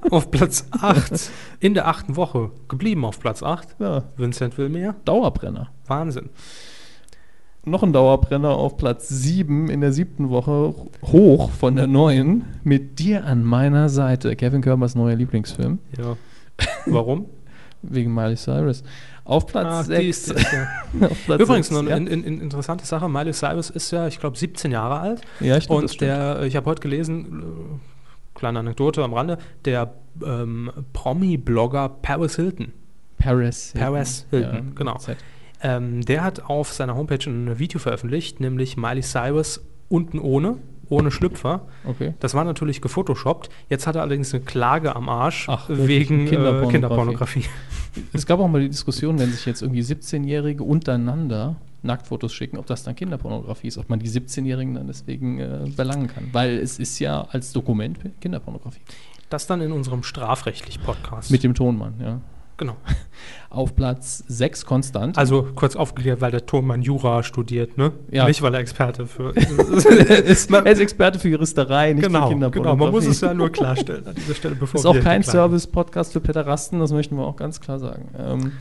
S1: auf Platz 8, in der achten Woche, geblieben auf Platz 8.
S2: Ja,
S1: Vincent will mehr.
S2: Dauerbrenner.
S1: Wahnsinn.
S2: Noch ein Dauerbrenner auf Platz 7 in der siebten Woche. Hoch von der neuen. Mit dir an meiner Seite. Kevin Körbers neuer Lieblingsfilm.
S1: Ja. Warum? <laughs>
S2: Wegen Miley Cyrus. Auf
S1: Ah,
S2: Platz
S1: die ist-
S2: <laughs> 6.
S1: <laughs> ja. Übrigens, noch eine in, in, in interessante Sache: Miley Cyrus ist ja, ich glaube, 17 Jahre alt.
S2: Ja, ich glaub, das
S1: Und
S2: stimmt.
S1: der, äh, ich habe heute gelesen, äh, kleine Anekdote am Rande, der ähm, Promi-Blogger Paris Hilton,
S2: Paris.
S1: Paris Hilton, genau.
S2: Z.
S1: ähm, der hat auf seiner Homepage ein Video veröffentlicht, nämlich Miley Cyrus unten ohne, ohne Schlüpfer.
S2: Okay.
S1: Das war natürlich gefotoshoppt. Jetzt hat er allerdings eine Klage am Arsch
S2: Ach,
S1: wegen
S2: Kinderpornografie.
S1: Kinderpornografie. Äh, Kinderpornografie.
S2: Es gab auch mal die Diskussion, wenn sich jetzt irgendwie 17-Jährige untereinander Nacktfotos schicken, ob das dann Kinderpornografie ist, ob man die 17-Jährigen dann deswegen äh, belangen kann. Weil es ist ja als Dokument Kinderpornografie.
S1: Das dann in unserem Strafrechtlich-Podcast.
S2: Mit dem Tonmann, ja.
S1: genau.
S2: Auf Platz 6 konstant.
S1: Also kurz aufgeklärt, weil der Thormann Jura studiert, ne?
S2: Ja.
S1: Nicht, weil er Experte
S2: <laughs>
S1: für.
S2: <laughs> er ist er ist Experte für Juristerei, nicht für
S1: genau, genau,
S2: Kinderpornografie.
S1: man muss es ja nur klarstellen an dieser
S2: <laughs>
S1: Stelle, bevor
S2: ist auch
S1: wir
S2: kein
S1: hier
S2: Service-Podcast für Pederasten, das möchten wir auch ganz klar sagen. Ähm,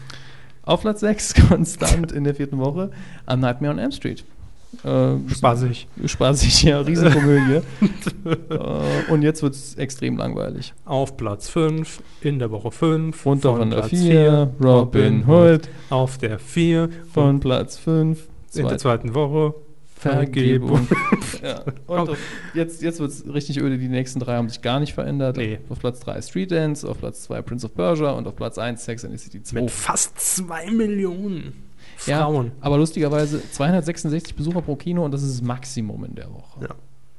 S2: auf Platz <laughs> 6 konstant in der vierten Woche am Nightmare on Elm Street. Ähm,
S1: klagen. Spaßig. <laughs>
S2: Spaßig, ja, Riesenkomödie. äh, und jetzt wird es extrem langweilig.
S1: Auf Platz 5, in der Woche 5,
S2: Runter von der 4, Robin Hood
S1: Auf der 4,
S2: von Platz 5,
S1: in der zweiten Woche.
S2: Vergebung. <laughs> ja. Und
S1: Oh.
S2: auf, jetzt jetzt wird es richtig öde, die nächsten drei haben sich gar nicht verändert.
S1: Nee.
S2: Auf Platz 3 Street Dance, auf Platz 2 Prince of Persia und auf Platz 1 Sex and the City 2.
S1: Mit fast 2 Millionen
S2: Oh. Ja,
S1: Frauen.
S2: Aber lustigerweise 266 Besucher pro Kino und das ist das Maximum in der Woche.
S1: Ja.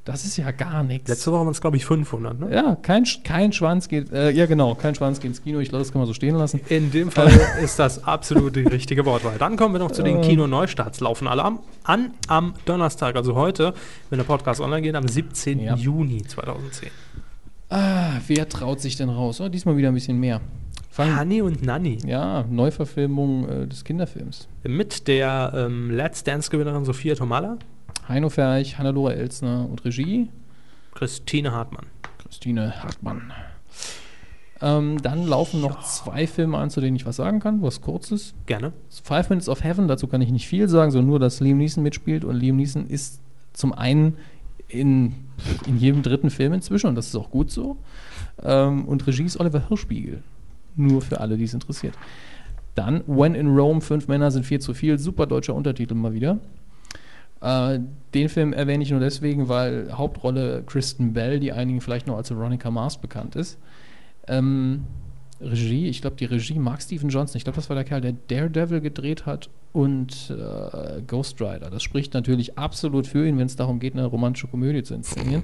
S2: Das ist ja gar nichts.
S1: Letzte Woche waren es, glaube ich, 500, ne?
S2: Ja, kein, Sch- kein Schwanz geht, äh, ja genau, kein Schwanz geht ins Kino. Ich glaube, das kann man so stehen lassen.
S1: In dem
S2: <laughs>
S1: Fall ist das absolut die richtige Wortwahl. Dann kommen wir noch zu den
S2: Ähm.
S1: Kino-Neustarts. Laufen alle am, an am Donnerstag, also heute, wenn der Podcast online geht, am 17.
S2: Ja.
S1: Juni 2010.
S2: Ah, wer traut sich denn raus? Oh, diesmal wieder ein bisschen mehr. Fangen.
S1: Hanni und Nanni
S2: Ja, Neuverfilmung äh, des Kinderfilms.
S1: mit der ähm, Let's Dance-Gewinnerin Sophia Tomala,
S2: Heino Ferch, Hannelore Elsner und Regie
S1: Christine Hartmann.
S2: Christine Hartmann. Ähm, dann laufen noch zwei Filme an, zu denen ich was sagen kann, was kurzes.
S1: Gerne.
S2: Five Minutes of Heaven, dazu kann ich nicht viel sagen, sondern nur, dass Liam Neeson mitspielt und Liam Neeson ist zum einen in, in jedem dritten Film inzwischen und das ist auch gut so. Ähm, und Regie ist Oliver Hirschspiegel. Nur für alle, die es interessiert. Dann When in Rome, fünf Männer sind viel zu viel, super deutscher Untertitel mal wieder. Äh, den Film erwähne ich nur deswegen, weil Hauptrolle Kristen Bell, die einigen vielleicht noch als Veronica Mars bekannt ist. Ähm, Regie, ich glaube, die Regie mag Steven Johnson. Ich glaube, das war der Kerl, der Daredevil gedreht hat und äh, Ghost Rider. Das spricht natürlich absolut für ihn, wenn es darum geht, eine romantische Komödie zu inszenieren.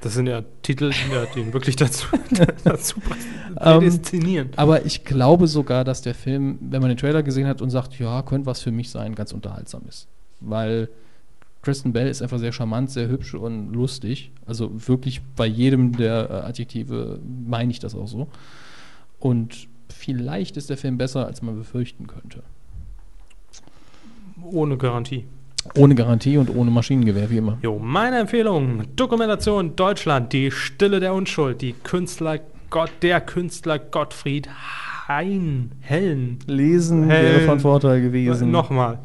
S1: Das sind ja Titel, die ja den wirklich <laughs> dazu, dazu
S2: Ähm,
S1: prädestinieren.
S2: Aber ich glaube sogar, dass der Film, wenn man den Trailer gesehen hat und sagt, ja, könnte was für mich sein, ganz unterhaltsam ist. Weil Kristen Bell ist einfach sehr charmant, sehr hübsch und lustig. Also wirklich bei jedem der äh, Adjektive meine ich das auch so. Und vielleicht ist der Film besser, als man befürchten könnte.
S1: Ohne Garantie.
S2: Ohne Garantie und ohne Maschinengewehr, wie immer.
S1: Jo, meine Empfehlung: Dokumentation Deutschland, die Stille der Unschuld, die Künstler Gott, der Künstler Gottfried Hein, Hellen.
S2: Lesen
S1: wäre von
S2: Vorteil
S1: <laughs> Nochmal.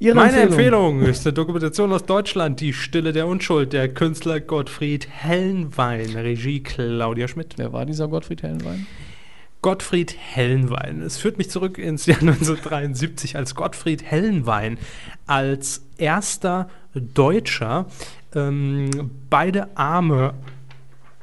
S2: Ihre
S1: Meine Empfehlung ist eine Dokumentation aus Deutschland, Die Stille der Unschuld, der Künstler Gottfried Hellenwein, Regie Claudia Schmidt.
S2: Wer war dieser Gottfried Hellenwein?
S1: Gottfried Hellenwein. Es führt mich zurück ins Jahr <laughs> 1973, als Gottfried Hellenwein als erster Deutscher ähm, beide Arme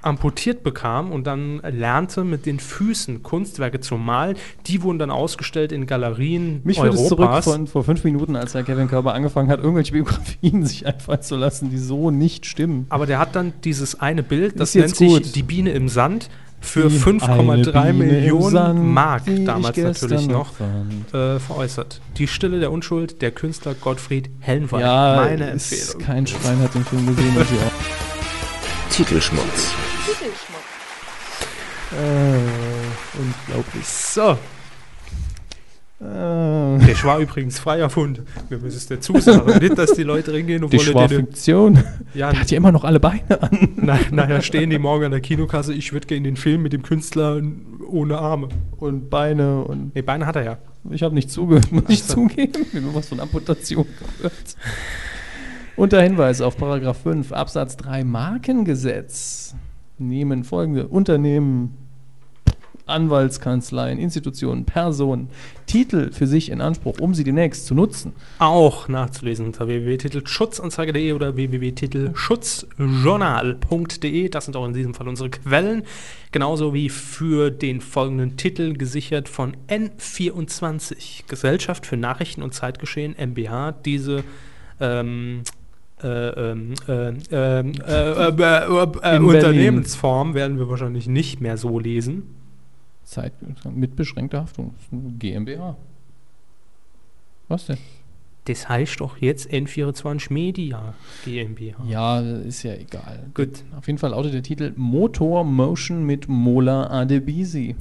S1: amputiert bekam und dann lernte mit den Füßen Kunstwerke zu malen. Die wurden dann ausgestellt in Galerien
S2: Mich führt
S1: Europas.
S2: es zurück von vor fünf Minuten, als Herr Kevin Körber angefangen hat, irgendwelche Biografien <laughs> sich einfallen zu lassen, die so nicht stimmen.
S1: Aber der hat dann dieses eine Bild, das
S2: Ist jetzt
S1: nennt sich
S2: gut.
S1: Die Biene im Sand, für
S2: Die eine
S1: 5,3
S2: Biene im
S1: Millionen
S2: Sand,
S1: Mark
S2: die ich
S1: damals
S2: gestern
S1: natürlich noch
S2: fand.
S1: äh, veräußert. Die Stille der Unschuld, der Künstler Gottfried Hellenwein.
S2: Ja,
S1: Meine
S2: ist
S1: Empfehlung.
S2: kein Schwein hat den Film gesehen. und sie auch.
S6: Titelschmutz.
S2: Unglaublich.
S1: So,
S2: Äh,
S1: der war übrigens freier Fund. Wir müssen es dazu
S2: <laughs>
S1: sagen. Nicht, dass die Leute reingehen und
S2: die
S1: wollen den.
S2: Schwarfiktion.
S1: Ja,
S2: Der hat ja immer noch alle Beine an.
S1: na, nachher stehen die morgen an der Kinokasse. Ich würde gerne den Film mit dem Künstler ohne Arme.
S2: Und Beine und.
S1: Nee, Beine hat er ja.
S2: Ich habe nicht zugehört, muss ich
S1: Ach so.
S2: zugeben. Ich habe was von Amputation gehört. Unter Hinweis auf Paragraph 5 Absatz 3 Markengesetz nehmen folgende Unternehmen, Anwaltskanzleien, Institutionen, Personen Titel für sich in Anspruch, um sie demnächst zu nutzen.
S1: auch nachzulesen unter www.titelschutzanzeige.de oder www.titelschutzjournal.de. Das sind auch in diesem Fall unsere Quellen. Genauso wie für den folgenden Titel gesichert von N24, Gesellschaft für Nachrichten und Zeitgeschehen MBH. Diese ähm, äh, ähm, äh, ähm, äh, äh, äh, äh,
S2: In
S1: Unternehmensform werden wir wahrscheinlich nicht mehr so lesen.
S2: Zeit mit beschränkter Haftung. GmbH. Was denn?
S1: Das heißt doch jetzt N24 Media GmbH.
S2: Ja, ist ja egal.
S1: Gut.
S2: Auf jeden Fall lautet der Titel Motor Motion mit Mola Adebisi.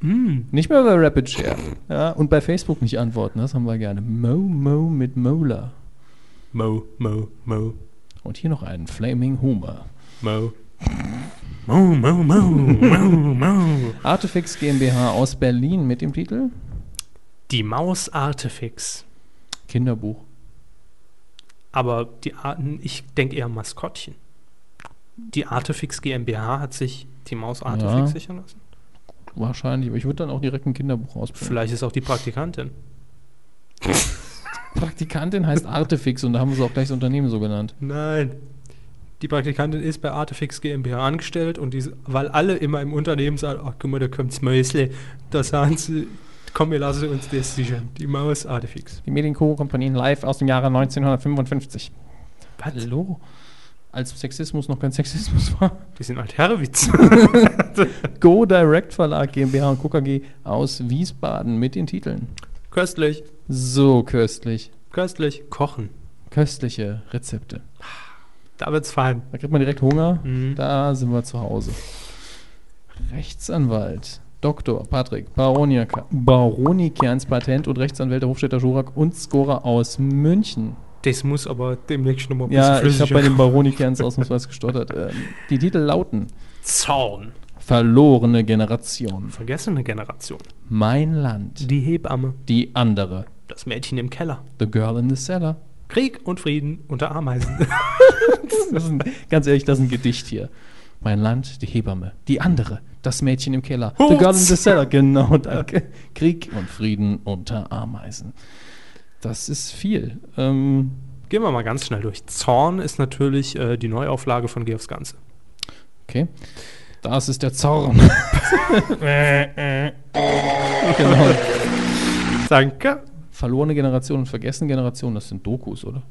S1: Mm.
S2: Nicht mehr bei Rapid Share. Ja, und bei Facebook nicht antworten, das haben wir gerne. Mo Mo mit Mola.
S1: Mo, mo, mo.
S2: Und hier noch einen Flaming Humor.
S1: Mo. Mo, mo, mo, mo, mo.
S2: Artefix GmbH aus Berlin mit dem Titel
S1: Die Maus Artefix.
S2: Kinderbuch.
S1: Aber die Arten, ich denke eher Maskottchen. Die Artefix GmbH hat sich die Maus Artefix
S2: Ja.
S1: sichern lassen.
S2: Wahrscheinlich, aber ich würde dann auch direkt ein Kinderbuch ausbringen.
S1: Vielleicht ist auch die Praktikantin.
S2: Praktikantin heißt Artefix und da haben wir sie auch gleich das Unternehmen so genannt.
S1: Nein. Die Praktikantin ist bei Artefix GmbH angestellt und die, weil alle immer im Unternehmen sagen, ach guck mal, da kommt's Mäusle, da sagen sie, komm, wir lassen uns das sichern. Die Maus Artefix.
S2: Die Medienco-Kompanie live aus dem Jahre 1955. Hallo? Als Sexismus noch kein Sexismus war.
S1: Die sind halt Herrewitz.
S2: Go Direct Verlag GmbH und KKG aus Wiesbaden mit den Titeln.
S1: köstlich,
S2: So köstlich.
S1: köstlich. Kochen.
S2: Köstliche Rezepte.
S1: Da wird's fein.
S2: Da kriegt man direkt Hunger.
S1: Mhm.
S2: Da sind wir zu Hause. Rechtsanwalt. Dr. Patrick Baroniak- Baroniker ans Patent und Rechtsanwälte Hofstädter Schurak und Skorer aus München.
S1: Das muss aber demnächst nochmal ein
S2: Ja, ich habe bei
S1: flüssiger.
S2: dem Baronikerns ausnahmsweise gestottert. Ähm, die Titel lauten
S1: Zorn.
S2: Verlorene Generation,
S1: Vergessene Generation.
S2: Mein Land,
S1: Die Hebamme.
S2: die andere,
S1: Das Mädchen im Keller.
S2: The Girl in the Cellar.
S1: Krieg und Frieden unter Ameisen. <laughs>
S2: Das ist ein, ganz ehrlich, das ist ein Gedicht hier. Mein Land, die Hebamme, die andere, das Mädchen im Keller, The
S1: Hurz.
S2: Girl in the Cellar, genau, danke. Krieg und Frieden unter Ameisen. Das ist viel. Ähm,
S1: Gehen wir mal ganz schnell durch. Zorn ist natürlich äh, die Neuauflage von Geh aufs Ganze.
S2: Okay. Das ist der
S1: <laughs>
S2: Zorn. genau.
S1: Danke.
S2: Verlorene Generation und vergessene Generation, das sind Dokus, oder?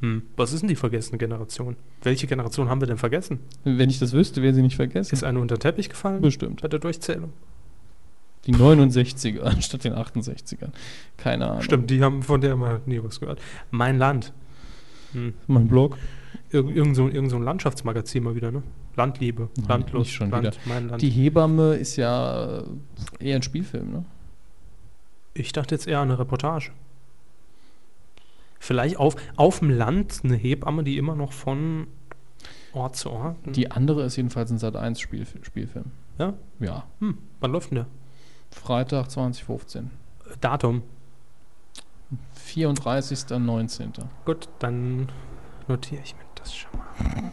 S1: Hm, was ist denn die vergessene Generation? Welche Generation haben wir denn vergessen?
S2: Wenn ich das wüsste, wäre sie nicht vergessen.
S1: Ist eine unter den Teppich gefallen?
S2: Bestimmt.
S1: Bei der Durchzählung.
S2: Die 69er anstatt den 68ern. Keine Ahnung.
S1: Stimmt, die haben von der haben wir nie was gehört. Mein Land. Hm.
S2: Mein Blog.
S1: Irg irgend, so, irgend so ein Landschaftsmagazin mal wieder, ne? Landliebe, Landlos,
S2: nicht schon
S1: Land,
S2: wieder.
S1: mein Land.
S2: Die Hebamme ist ja äh, eher ein Spielfilm, ne?
S1: Ich dachte jetzt eher an eine Reportage. Vielleicht auf, auf dem Land eine Hebamme, die immer noch von Ort zu Ort.
S2: Die andere ist jedenfalls ein Sat 1 -Spiel Spielfilm.
S1: Ja?
S2: Hm. Ja.
S1: Hm, wann läuft denn der?
S2: Freitag 2015.
S1: Datum.
S2: 34.19.
S1: Gut, dann notiere ich mir das schon mal.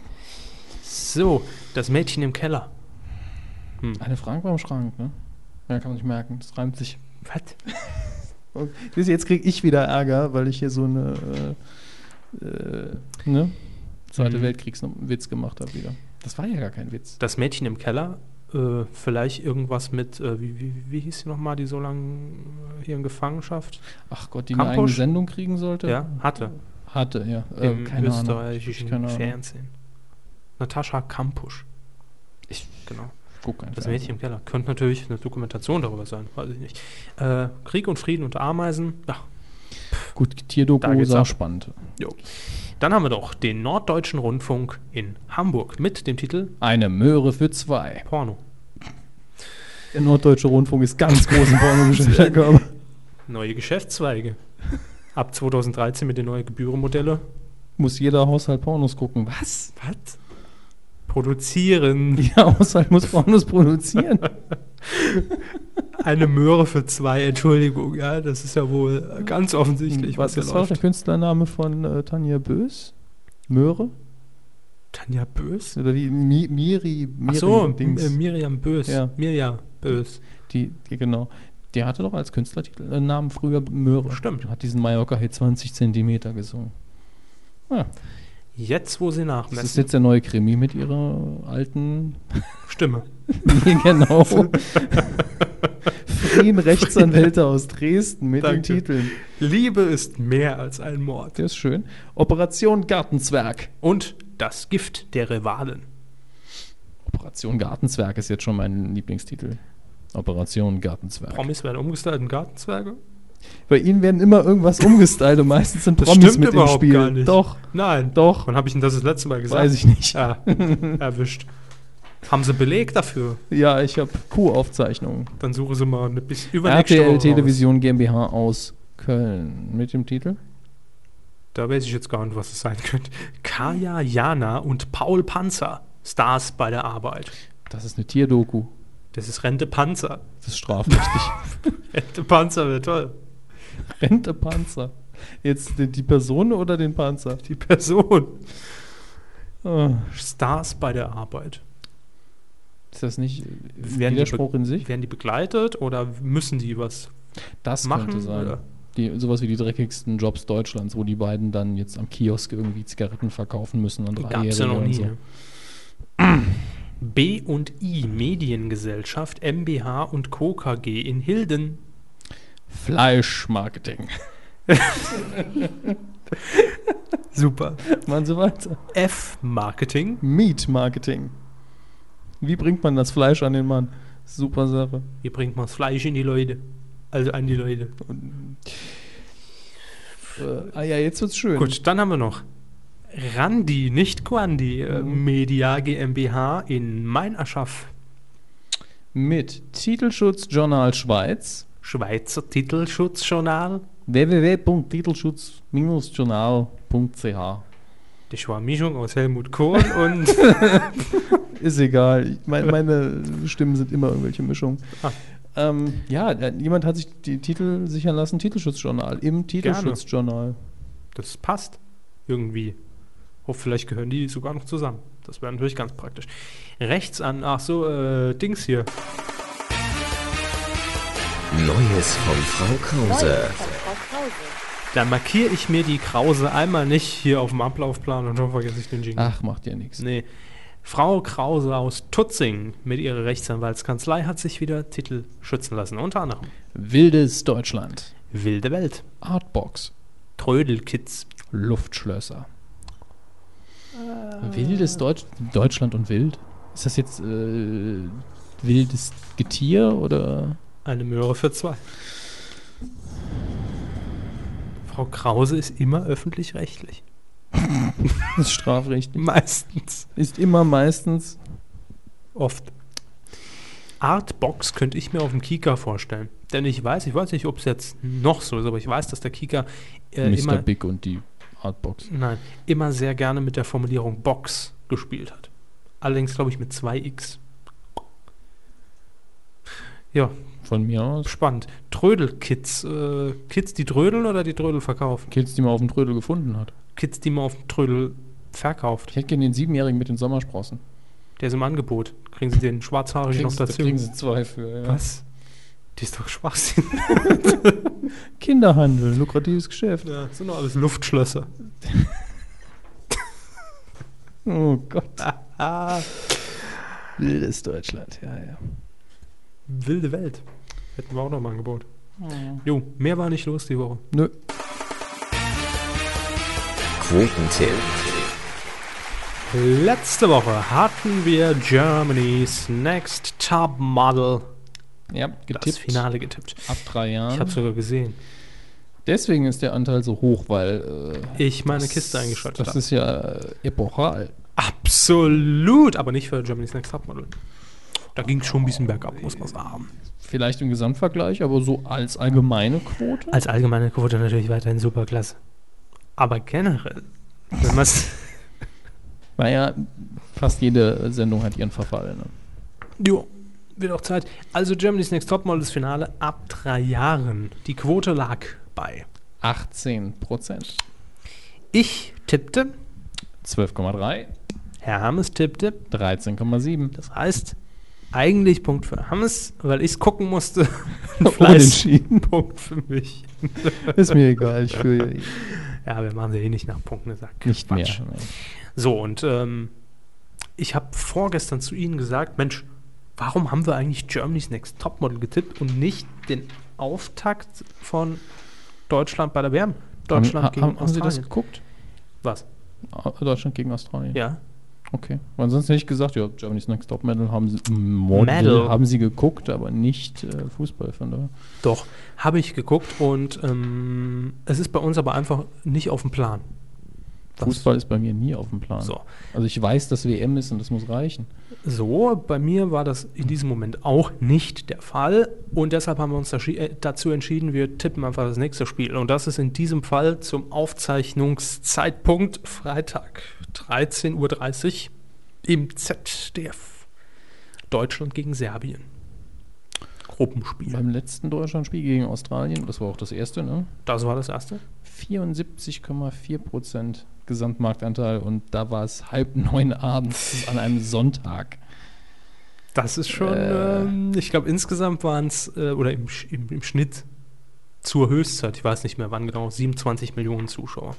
S1: So, das Mädchen im Keller.
S2: Eine Frank beim Schrank, ne? Ja, kann man sich merken. Das reimt sich.
S1: Was?
S2: Siehst du, jetzt kriege ich wieder Ärger, weil ich hier so eine äh, äh, ne? Zweite
S1: Mhm.
S2: Weltkriegs-Witz gemacht habe wieder. Das war ja gar kein Witz.
S1: Das Mädchen im Keller. Äh, vielleicht irgendwas mit, äh, wie, wie, wie hieß sie nochmal, die so lange hier in Gefangenschaft
S2: Ach Gott, die eine
S1: Kampusch?
S2: eigene Sendung kriegen sollte?
S1: ja, hatte.
S2: Hatte, ja.
S1: Im
S2: Äh, keine Ahnung. Ich,
S1: österreichischen
S2: keine Ahnung.
S1: Fernsehen. Natascha Kampusch.
S2: Ich
S1: Genau.
S2: guck einfach.
S1: Das Mädchen im Keller. Könnte natürlich eine Dokumentation darüber sein, weiß ich nicht. Äh, Krieg und Frieden unter Ameisen. Ach,
S2: Gut,
S1: Da
S2: Tierdoku
S1: geht's
S2: sah
S1: ab.
S2: spannend.
S1: dann haben wir doch den Norddeutschen Rundfunk in Hamburg mit dem Titel
S2: Eine Möhre für zwei.
S1: Porno.
S2: Der Norddeutsche Rundfunk ist ganz groß im <laughs> Pornogeschäft.
S1: Neue
S2: <laughs>
S1: Geschäftszweige. Ab 2013 mit den neuen Gebührenmodelle.
S2: Muss jeder Haushalt Pornos gucken. Was?
S1: Was? Produzieren.
S2: Jeder Haushalt muss Pornos <laughs> produzieren.
S1: Eine Möhre für zwei, Entschuldigung. Ja, das ist ja wohl ganz offensichtlich,
S2: Hm, was
S1: hier
S2: ist auch der Künstlername von äh, Tanja Bös? Möhre?
S1: Tanja Bös?
S2: Oder wie? Mi Miri, Miri
S1: Ach so,
S2: Dings.
S1: äh, Miriam Bös.
S2: Ja.
S1: Miriam Bös.
S2: die, die, genau. Der hatte doch als Künstlertitel äh, Namen früher Möhre.
S1: Stimmt.
S2: Hat diesen Mallorca-Hit 20 Zentimeter gesungen. Ja,
S1: Jetzt, wo sie
S2: das ist
S1: nachmessen.
S2: jetzt der neue Krimi mit ihrer alten
S1: Stimme.
S2: Nee, <laughs> genau. Frien Rechtsanwälte aus Dresden mit
S1: Danke.
S2: den Titeln.
S1: Liebe ist mehr als ein Mord.
S2: Der ist schön. Operation Gartenzwerg.
S1: Und das Gift der Rivalen.
S2: Operation Gartenzwerg ist jetzt schon mein Lieblingstitel. Operation Gartenzwerg.
S1: Promis werden umgestylt in Gartenzwerge?
S2: Bei ihnen werden immer irgendwas umgestylt und meistens sind Promis mit im Spiel. Doch,
S1: Nein.
S2: Doch.
S1: Wann habe ich denn das das letzte Mal gesagt?
S2: weiß ich nicht. Ja,
S1: <laughs> Ja, erwischt. Haben sie Beleg dafür?
S2: ich habe Q-Aufzeichnungen.
S1: Dann suche sie mal eine bis übernächste Woche
S2: RTL
S1: raus.
S2: Television GmbH aus Köln mit dem Titel.
S1: Da weiß ich jetzt gar nicht, was es sein könnte. Kaya Jana und Paul Panzer. Stars bei der Arbeit.
S2: Das ist eine Tierdoku.
S1: Das ist Rente Panzer.
S2: Das ist strafrechtlich.
S1: Rente Panzer wäre toll.
S2: Rente Panzer. Jetzt die- die Person oder den Panzer?
S1: Die Person.
S2: Ah,
S1: Stars bei der Arbeit.
S2: Ist das nicht äh,
S1: Werden die
S2: Widerspruch in sich?
S1: Werden die begleitet oder müssen die was
S2: Das
S1: machen?
S2: könnte sein.
S1: Oder?
S2: Die, sowas wie die dreckigsten Jobs Deutschlands, wo die beiden dann jetzt am Kiosk irgendwie Zigaretten verkaufen müssen und
S1: Gab's ja noch nie. ne?
S2: und so.
S1: B und I Mediengesellschaft MBH und Co. KG in Hilden.
S2: Fleischmarketing.
S1: Super.
S2: <laughs> Machen Sie weiter.
S1: F Marketing.
S2: Meat Marketing. Wie bringt man das Fleisch an den Mann? Super Sache.
S1: Hier bringt man das Fleisch in die Leute. Also an die Leute.
S2: Äh, ah ja, jetzt wird's schön.
S1: Gut, dann haben wir noch Randi, nicht Quandi, äh, Media GmbH in Meinerschaff.
S2: Mit Titelschutz Journal Schweiz.
S1: Schweizer Titelschutzjournal.
S2: www.titelschutz-journal.ch
S1: Das war eine Mischung aus Helmut Kohl und
S2: Ist egal. Ich mein, meine Stimmen sind immer irgendwelche Mischungen.
S1: Ah.
S2: Ähm, ja, äh, jemand hat sich die Titel sichern lassen, Titelschutzjournal, im Titelschutzjournal.
S1: Das passt irgendwie. Oh, vielleicht gehören die sogar noch zusammen. Das wäre natürlich ganz praktisch. Rechts an, ach so, äh, Dings hier.
S6: Neues von Frau Krause.
S8: Frau Krause.
S1: Dann markiere ich mir die Krause einmal nicht hier auf dem Ablaufplan und schon vergesse ich den Jingle.
S2: Ach, macht ja nichts.
S1: Nee. Frau Krause aus Tutzing mit ihrer Rechtsanwaltskanzlei hat sich wieder Titel schützen lassen. Unter anderem
S2: Wildes Deutschland.
S1: Wilde Welt,
S2: Artbox.
S1: Trödelkids,
S2: Luftschlösser. Wildes Deutsch Deutschland und Wild? Ist das jetzt äh, wildes Getier oder?
S1: eine Möhre für zwei. Frau Krause ist immer öffentlich-rechtlich. <laughs>
S2: Das Strafrecht
S1: Meistens.
S2: ist immer meistens.
S1: Oft. Artbox könnte ich mir auf dem Kika vorstellen. Denn ich weiß, ich weiß nicht, ob es jetzt noch so ist, aber ich weiß, dass der Kika äh,
S2: Mr.
S1: immer,
S2: Big und die Artbox.
S1: nein, immer sehr gerne mit der Formulierung Box gespielt hat. Allerdings, glaube ich, mit 2x. Ja,
S2: Von mir aus.
S1: spannend. Trödelkids. Äh, Kids, die trödeln oder die Trödel verkaufen?
S2: Kids, die man auf dem Trödel gefunden hat.
S1: Kids, die man auf dem Trödel verkauft.
S2: Ich hätte gerne den Siebenjährigen mit den Sommersprossen.
S1: Der ist im Angebot. Kriegen sie den schwarzhaarigen noch
S2: Kriegen sie-
S1: dazu?
S2: kriegen sie zwei für. Ja.
S1: Was? Die ist doch Schwachsinn.
S2: Kinderhandel, lukratives Geschäft.
S1: Ja, sind doch alles Luftschlösser.
S2: Oh <laughs> Gott. Wildes Deutschland, ja, ja.
S1: Wilde Welt. Hätten wir auch noch mal ein Angebot. Jo, mehr war nicht los die Woche.
S2: Nö.
S6: Quotentipp.
S1: Letzte Woche hatten wir Germany's Next Top Model
S2: Ja,
S1: das
S2: getippt.
S1: Finale getippt. Ah.
S2: Ab drei
S1: Ich
S2: Jahren.
S1: habe sogar gesehen.
S2: Deswegen ist der Anteil so hoch, weil. Äh,
S1: Ich meine Kiste eingeschaltet
S2: Das
S1: habe.
S2: ist ja äh, epochal.
S1: Absolut, aber nicht für Germany's Next Top Model. Da ging es schon ein bisschen bergab, muss man sagen.
S2: Vielleicht im Gesamtvergleich, aber so als allgemeine Quote.
S1: Als allgemeine Quote natürlich weiterhin super klasse. Aber generell, wenn man es
S2: Naja, fast jede Sendung hat ihren Verfall. Ne?
S1: Jo, wird auch Zeit. Also Germany's Next Topmodel, das Finale ab drei Jahren. Die Quote lag bei.
S2: 18 Prozent.
S1: Ich tippte,
S2: 12,3,
S1: Herr Hammes tippte.
S2: 13,7.
S1: Das heißt, eigentlich Punkt für Hammes, weil ich es gucken musste.
S2: <laughs> <laughs> Unentschieden.
S1: Punkt für mich.
S2: Ist mir egal. Ich <laughs> fühle
S1: Ja, wir machen sie eh nicht nach Punkten gesagt.
S2: nicht mehr.
S1: Quatsch. So, und ähm, ich habe vorgestern zu Ihnen gesagt, Mensch, warum haben wir eigentlich Germany's Next Topmodel getippt und nicht den Auftakt von Deutschland bei der WM? Deutschland
S2: haben,
S1: gegen
S2: haben, haben Sie
S1: Australien.
S2: das geguckt?
S1: Was?
S2: Ah, Deutschland gegen Australien.
S1: Ja.
S2: Okay. Weil sonst hätte ich gesagt, ja, Germany's Next Top Medal haben sie, Model,
S1: Medal.
S2: haben sie geguckt, aber nicht äh, Fußball von daher.
S1: Doch, habe ich geguckt und ähm, es ist bei uns aber einfach nicht auf dem Plan. Das-
S2: Fußball ist bei mir nie auf dem Plan.
S1: So.
S2: Also ich weiß, dass WM ist und das muss reichen.
S1: So, bei mir war das in diesem Moment auch nicht der Fall und deshalb haben wir uns daschi- äh, dazu entschieden, wir tippen einfach das nächste Spiel und das ist in diesem Fall zum Aufzeichnungszeitpunkt Freitag 13.30 Uhr im ZDF. Deutschland gegen Serbien. Gruppenspiel.
S2: Beim letzten Deutschlandspiel gegen Australien, das war auch das erste, ne?
S1: Das war das erste.
S2: 74,4% Gesamtmarktanteil und da war es halb neun abends an einem Sonntag.
S1: Das ist schon,
S2: Äh.
S1: ähm, ich glaube, insgesamt waren es, äh, oder im, Sch- im, im Schnitt zur Höchstzeit, ich weiß nicht mehr wann genau, 27 Millionen Zuschauer.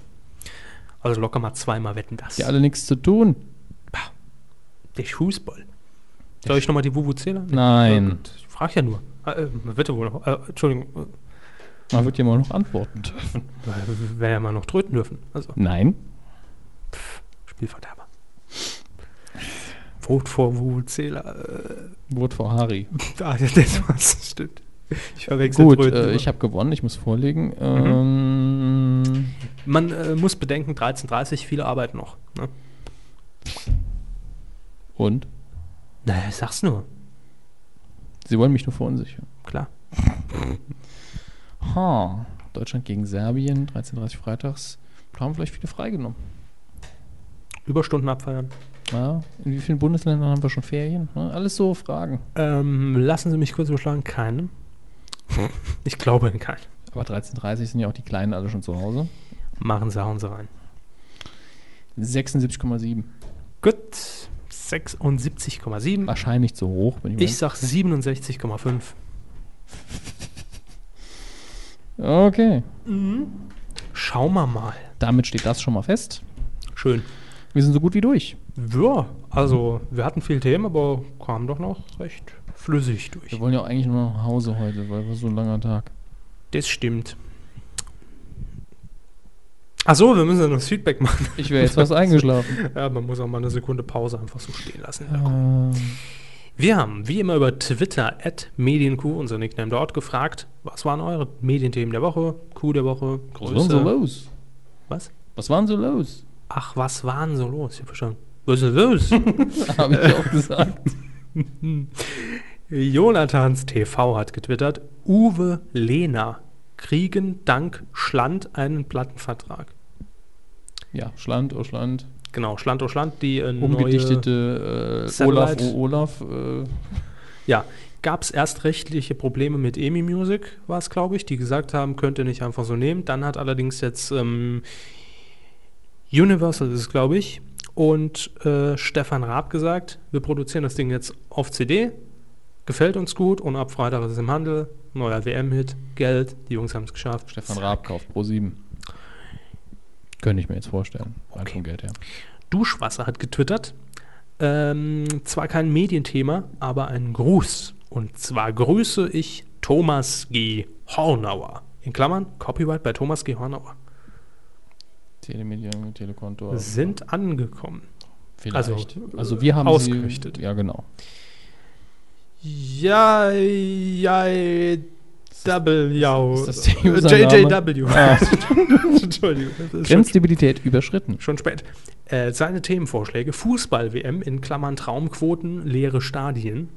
S1: Also locker mal zweimal wetten das.
S2: Die alle nichts zu tun.
S1: Der Fußball. Soll ich nochmal die Wubu-Zähler?
S2: Nein.
S1: Ich frage ja nur. Äh, äh, Wette wohl noch. Äh, Entschuldigung,
S2: Man wird ja mal noch antworten dürfen.
S1: äh, wäre ja mal noch tröten dürfen. Also,
S2: Nein.
S1: Spielverderber. Vote vor Wubu-Zähler. Äh, <laughs>
S2: Wort vor Harry.
S1: ah, ja, das war's. Stimmt. Ich verwechsel
S2: Gut,
S1: Tröten
S2: äh,
S1: immer.
S2: ich habe gewonnen, ich muss vorlegen. Ähm,
S1: Man äh, muss bedenken, 13.30 viele arbeiten noch. Ne?
S2: Und?
S1: Naja, ich sag's nur.
S2: Sie wollen mich nur verunsichern.
S1: Klar.
S2: Ha. Deutschland gegen Serbien, 13.30 Uhr freitags. Da haben vielleicht viele freigenommen.
S1: Überstunden abfeiern.
S2: Ja, in wie vielen Bundesländern haben wir schon Ferien? Ne? Alles so Fragen.
S1: Ähm, lassen Sie mich kurz überschlagen. Keinem. Ich glaube in keinen.
S2: Aber 13.30 sind ja auch die Kleinen alle schon zu Hause.
S1: Machen Sie, hauen Sie rein.
S2: 76,7.
S1: Gut. 76,7.
S2: Wahrscheinlich zu hoch, wenn ich,
S1: Ich sag 67,5.
S2: mein- Okay.
S1: Schauen wir mal.
S2: Damit steht das schon mal fest.
S1: Schön.
S2: Wir sind so gut wie durch.
S1: Ja, also wir hatten viel Themen, aber kamen doch noch recht flüssig durch.
S2: Wir wollen ja auch eigentlich nur nach Hause heute, weil war so ein langer Tag.
S1: Das stimmt. Achso, wir müssen ja noch <laughs> das Feedback machen.
S2: Ich wäre
S1: <laughs>
S2: jetzt fast eingeschlafen.
S1: Ja, man muss auch mal eine Sekunde Pause einfach so stehen lassen. Ja, komm.
S2: Ähm,
S1: Wir haben wie immer über Twitter @medienkuh unser Nickname dort gefragt, was waren eure Medienthemen der Woche, Kuh der Woche,
S2: Was war denn so
S1: Größe.
S2: los?
S1: Was?
S2: Was war denn so los? <laughs>
S1: Ach, was waren so los? Ich hab verstanden. Was ist los?
S2: <laughs> Habe ich auch gesagt.
S1: Jonathans TV hat getwittert, Uwe Lehner kriegen dank Schland einen Plattenvertrag.
S2: Ja, Schland, oh Schland.
S1: Genau, Schland, oh Schland, die äh, neue
S2: Umgedichtete äh, Olaf,
S1: Satellite.
S2: oh Olaf. Äh,
S1: Ja, gab es erst rechtliche Probleme mit EMI Music, war es, glaube ich, die gesagt haben, könnt ihr nicht einfach so nehmen. Dann hat allerdings jetzt ähm, Universal, ist es, glaube ich, und äh, Stefan Raab gesagt, wir produzieren das Ding jetzt auf CD, gefällt uns gut und ab Freitag ist es im Handel. Neuer WM-Hit, Geld, die Jungs haben es geschafft.
S2: Stefan Raab kauft Pro 7. Könnte ich mir jetzt vorstellen. Rein vom Geld her.
S1: Duschwasser hat getwittert. Ähm, zwar kein Medienthema, aber einen Gruß. Und zwar grüße ich Thomas G. Hornauer. In Klammern, Copyright bei Thomas G. Hornauer.
S2: Telemedien, Telekonto.
S1: Sind angekommen.
S2: vielleicht.
S1: also,
S2: Also,
S1: äh,
S2: wir haben
S1: ausgerichtet.
S2: Sie, ja, genau.
S1: Ja, ja, Double, ja.
S2: ist das der
S1: Äh,
S2: Username?
S1: JJW.
S2: Ah.
S1: <laughs> Entschuldigung. das ist schon
S2: Grenzstabilität überschritten.
S1: Schon spät. Äh, seine Themenvorschläge: Fußball-WM in Klammern Traumquoten, leere Stadien.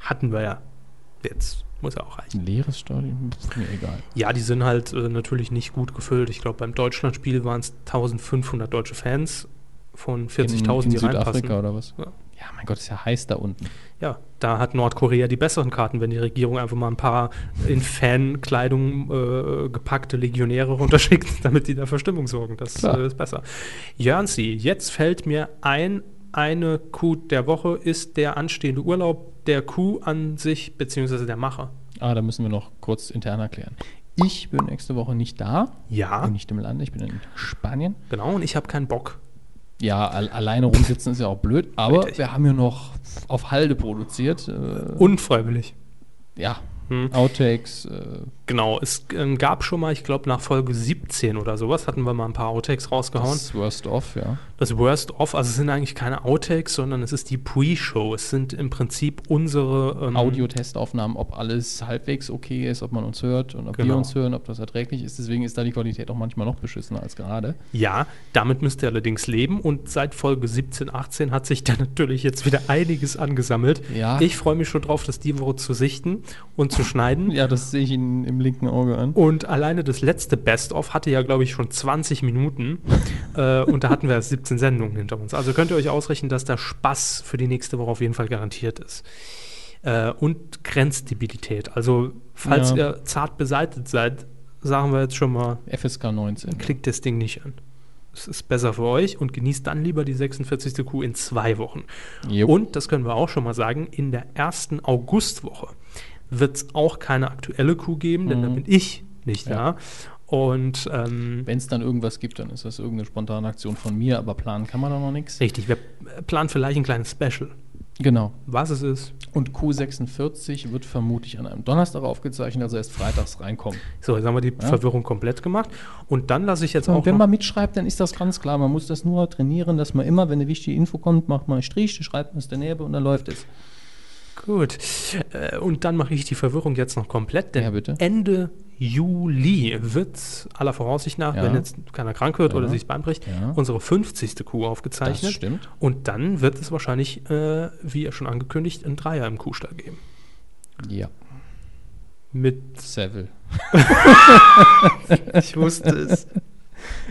S1: Hatten wir ja. Jetzt muss ja auch reichen.
S2: Ein leeres Stadion? Pff, Mir egal.
S1: Ja, die sind halt äh, natürlich nicht gut gefüllt. Ich glaube, beim Deutschlandspiel waren es 1500 deutsche Fans von
S2: In,
S1: 40.000,
S2: in
S1: die
S2: Südafrika
S1: reinpassen.
S2: oder was?
S1: Ja.
S2: Ja, mein Gott, ist ja heiß da unten.
S1: Ja, da hat Nordkorea die besseren Karten, wenn die Regierung einfach mal ein paar in Fankleidung äh, gepackte Legionäre <laughs> runterschickt, damit die da für Stimmung sorgen. Das
S2: Klar.
S1: äh, ist besser. Jörnsi, jetzt fällt mir ein, eine Kuh der Woche ist der anstehende Urlaub der Kuh an sich, beziehungsweise der Macher.
S2: Ah, da müssen wir noch kurz intern erklären. Ich bin nächste Woche nicht da.
S1: Ja.
S2: Und nicht im Lande. Ich bin in Spanien.
S1: Genau, und ich habe keinen Bock.
S2: Ja, al alleine rumsitzen ist ja auch blöd. Aber
S1: Richtig.
S2: wir haben ja noch auf Halde produziert. Äh,
S1: Unfreiwillig.
S2: ja.
S1: Hm.
S2: Outtakes. Äh,
S1: Genau, es ähm, gab schon mal, ich glaube, nach Folge 17 oder sowas hatten wir mal ein paar Outtakes rausgehauen.
S2: das Worst of, ja.
S1: Das Worst of, also es sind eigentlich keine Outtakes, sondern es ist die Pre-Show. Es sind im Prinzip unsere
S2: Mhm.
S1: ähm,
S2: Audio-Testaufnahmen, ob alles halbwegs okay ist, ob man uns hört und ob wir
S1: Genau.
S2: uns hören, ob das erträglich ist. Deswegen ist da die Qualität auch manchmal noch beschissener als gerade.
S1: Ja, damit müsst ihr allerdings leben. Und seit Folge 17, 18 hat sich da <laughs> natürlich jetzt wieder einiges angesammelt.
S2: Ja.
S1: Ich freue mich schon drauf, das die Woche zu sichten und zu schneiden.
S2: <laughs> Ja, das sehe ich Ihnen im linken Auge an.
S1: Und alleine das letzte Best-of hatte ja, glaube ich, schon 20 Minuten. äh, und da hatten wir erst 17 Sendungen hinter uns. Also könnt ihr euch ausrechnen, dass der Spaß für die nächste Woche auf jeden Fall garantiert ist. Äh, und Grenzdebilität. Also, falls
S2: Ja.
S1: ihr zart beseitet seid, sagen wir jetzt schon mal,
S2: FSK 19.
S1: klickt das Ding nicht an. Es ist besser für euch und genießt dann lieber die 46. Kuh in zwei Wochen.
S2: Jupp.
S1: Und, das können wir auch schon mal sagen, in der ersten Augustwoche wird es auch keine aktuelle Kuh geben, denn da bin ich nicht
S2: Mhm. Ja.
S1: da. Und ähm,
S2: Wenn es dann irgendwas gibt, dann ist das irgendeine spontane Aktion von mir, aber planen kann man da noch nichts.
S1: richtig, wir planen vielleicht ein kleines Special.
S2: Genau.
S1: Was es ist.
S2: Und Q46 wird vermutlich an einem Donnerstag aufgezeichnet, also erst freitags reinkommen.
S1: So, jetzt haben wir die
S2: Ja. genau.
S1: Verwirrung komplett gemacht. Und dann lasse ich jetzt
S2: Und
S1: auch.
S2: wenn
S1: noch-
S2: man mitschreibt, dann ist das ganz klar. Man muss das nur trainieren, dass man immer, wenn eine wichtige Info kommt, macht man einen Strich, schreibt man es daneben und dann läuft es.
S1: Gut. Äh, Und dann mache ich die Verwirrung jetzt noch komplett, denn
S2: Ja, bitte.
S1: Ende Juli wird aller Voraussicht nach,
S2: Ja.
S1: wenn jetzt keiner krank wird oder
S2: Ja.
S1: sich das Bein bricht,
S2: Ja.
S1: unsere 50. Kuh aufgezeichnet.
S2: Das stimmt.
S1: Und dann wird es wahrscheinlich, äh, wie ja schon angekündigt, ein Dreier im Kuhstall geben.
S2: Ja,
S1: Mit,
S2: Seville.
S1: <laughs> ich wusste es.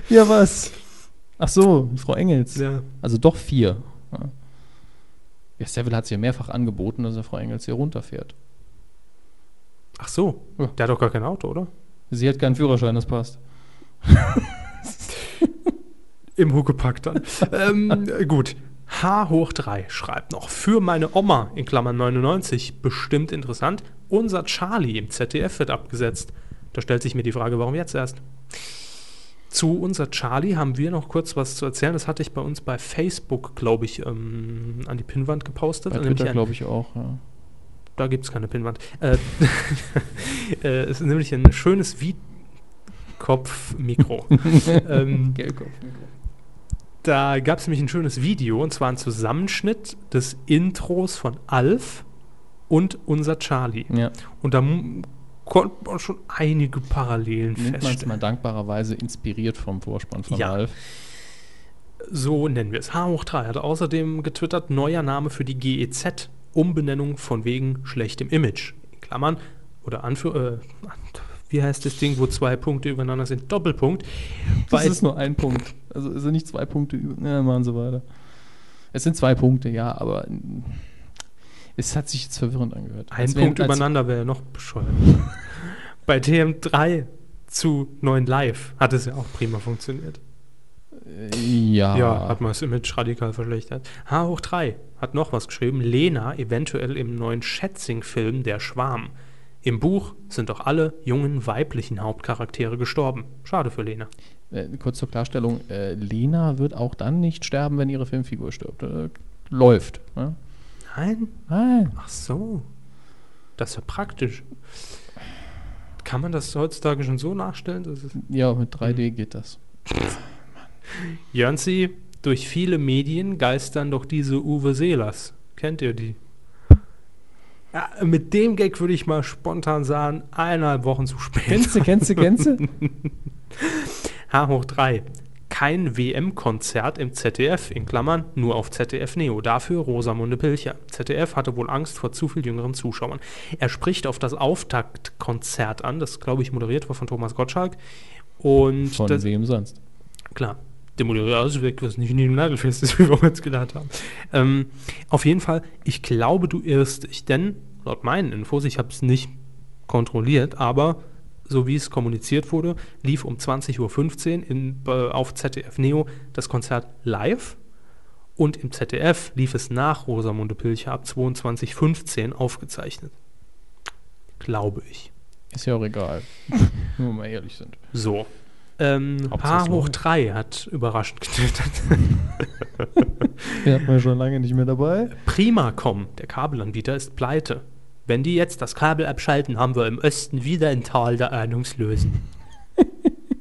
S2: Ja, was? Ach so, Frau Engels.
S1: Ja.
S2: Also doch vier. Ja, ja Seville hat es ja mehrfach angeboten, dass er Frau Engels hier runterfährt.
S1: Ach so,
S2: Ja.
S1: der hat doch gar kein Auto, oder?
S2: Sie hat keinen Führerschein, das passt.
S1: Im Huckepack
S2: <laughs>
S1: dann. ähm, äh, gut. H hoch 3 schreibt noch, für meine Oma in Klammern 99, bestimmt interessant, unser Charlie im ZDF wird abgesetzt. Da stellt sich mir die Frage, warum jetzt erst? Zu unser Charlie haben wir noch kurz was zu erzählen. Das hatte ich bei uns bei Facebook, glaube ich, ähm, an die Pinnwand gepostet.
S2: Bei
S1: Nämlich
S2: Twitter
S1: ein-
S2: glaube ich auch. Ja.
S1: da gibt es keine Pinnwand. Äh, <laughs> äh, es ist nämlich ein schönes wie
S2: <laughs>
S1: Kopfmikro. ähm, da gab es nämlich ein schönes Video und zwar ein Zusammenschnitt des Intros von Alf und unser Charlie.
S2: Ja.
S1: Und da mu- konnte man schon einige Parallelen
S2: Nennt man es
S1: feststellen.
S2: mal dankbarerweise inspiriert vom Vorspann von
S1: Ja.
S2: Ralf.
S1: So nennen wir es. H hoch 3 hat außerdem getwittert, neuer Name für die GEZ, Umbenennung von wegen schlechtem Image. In Klammern oder Anführ... Äh, wie heißt das Ding, wo zwei Punkte übereinander sind? Doppelpunkt.
S2: Das
S1: Bei-
S2: ist nur ein Punkt. Also es sind nicht zwei Punkte, üb- ja, machen sie weiter. Es sind zwei Punkte, ja, aber mm, es hat sich jetzt verwirrend angehört.
S1: Ein
S2: Als wenn-
S1: Punkt
S2: als-
S1: übereinander wäre ja noch bescheuert. Bei TM3 zu 9 Live hat es ja auch prima funktioniert.
S2: Ja,
S1: Ja, hat man das Image radikal verschlechtert. H hoch 3 hat noch was geschrieben. Lena eventuell im neuen Schätzing-Film Der Schwarm. Im Buch sind doch alle jungen weiblichen Hauptcharaktere gestorben. Schade für Lena.
S2: äh, kurz zur Klarstellung, äh, Lena wird auch dann nicht sterben, wenn ihre Filmfigur stirbt. Äh, läuft. Ne?
S1: Nein?
S2: Nein.
S1: Ach so. Das ist ja praktisch. Kann man das heutzutage schon so nachstellen? Das ist
S2: Ja, mit 3D geht das.
S1: Jörnsi, durch viele Medien geistern doch diese Uwe Seelers. Kennt ihr die? Ja, mit dem Gag würde ich mal spontan sagen, eineinhalb Wochen zu spät.
S2: Kennst du, kennst du, kennst du?
S1: <laughs> H hoch 3. Kein WM-Konzert im ZDF, in Klammern nur auf ZDF Neo. Dafür Rosamunde Pilcher. ZDF hatte wohl Angst vor zu viel jüngeren Zuschauern. Er spricht auf das Auftaktkonzert an, das glaube ich moderiert war von Thomas Gottschalk. Und
S2: <laughs> Von
S1: das,
S2: wem sonst?
S1: Klar, der Moderator ist weg, was nicht in dem Nagel fest ist, wie wir uns gedacht haben. Ähm, auf jeden Fall, ich glaube, du irrst dich, denn laut meinen Infos, ich habe es nicht kontrolliert, aber so wie es kommuniziert wurde, lief um 20.15 Uhr in, äh, auf ZDF Neo das Konzert live. Und im ZDF lief es nach Rosamunde Pilcher ab 22.15 Uhr aufgezeichnet. Glaube ich.
S2: Ist ja auch <laughs> egal. Wenn wir mal ehrlich sind.
S1: So. Ähm,
S2: Hauptsache
S1: H
S2: es
S1: hoch
S2: läuft.
S1: 3 hat überraschend getwittert.
S2: Den hat man schon lange nicht mehr dabei.
S1: Primacom, der Kabelanbieter, ist pleite. Wenn die jetzt das Kabel abschalten, haben wir im Osten wieder ein Tal der Ahnungslosen. <laughs>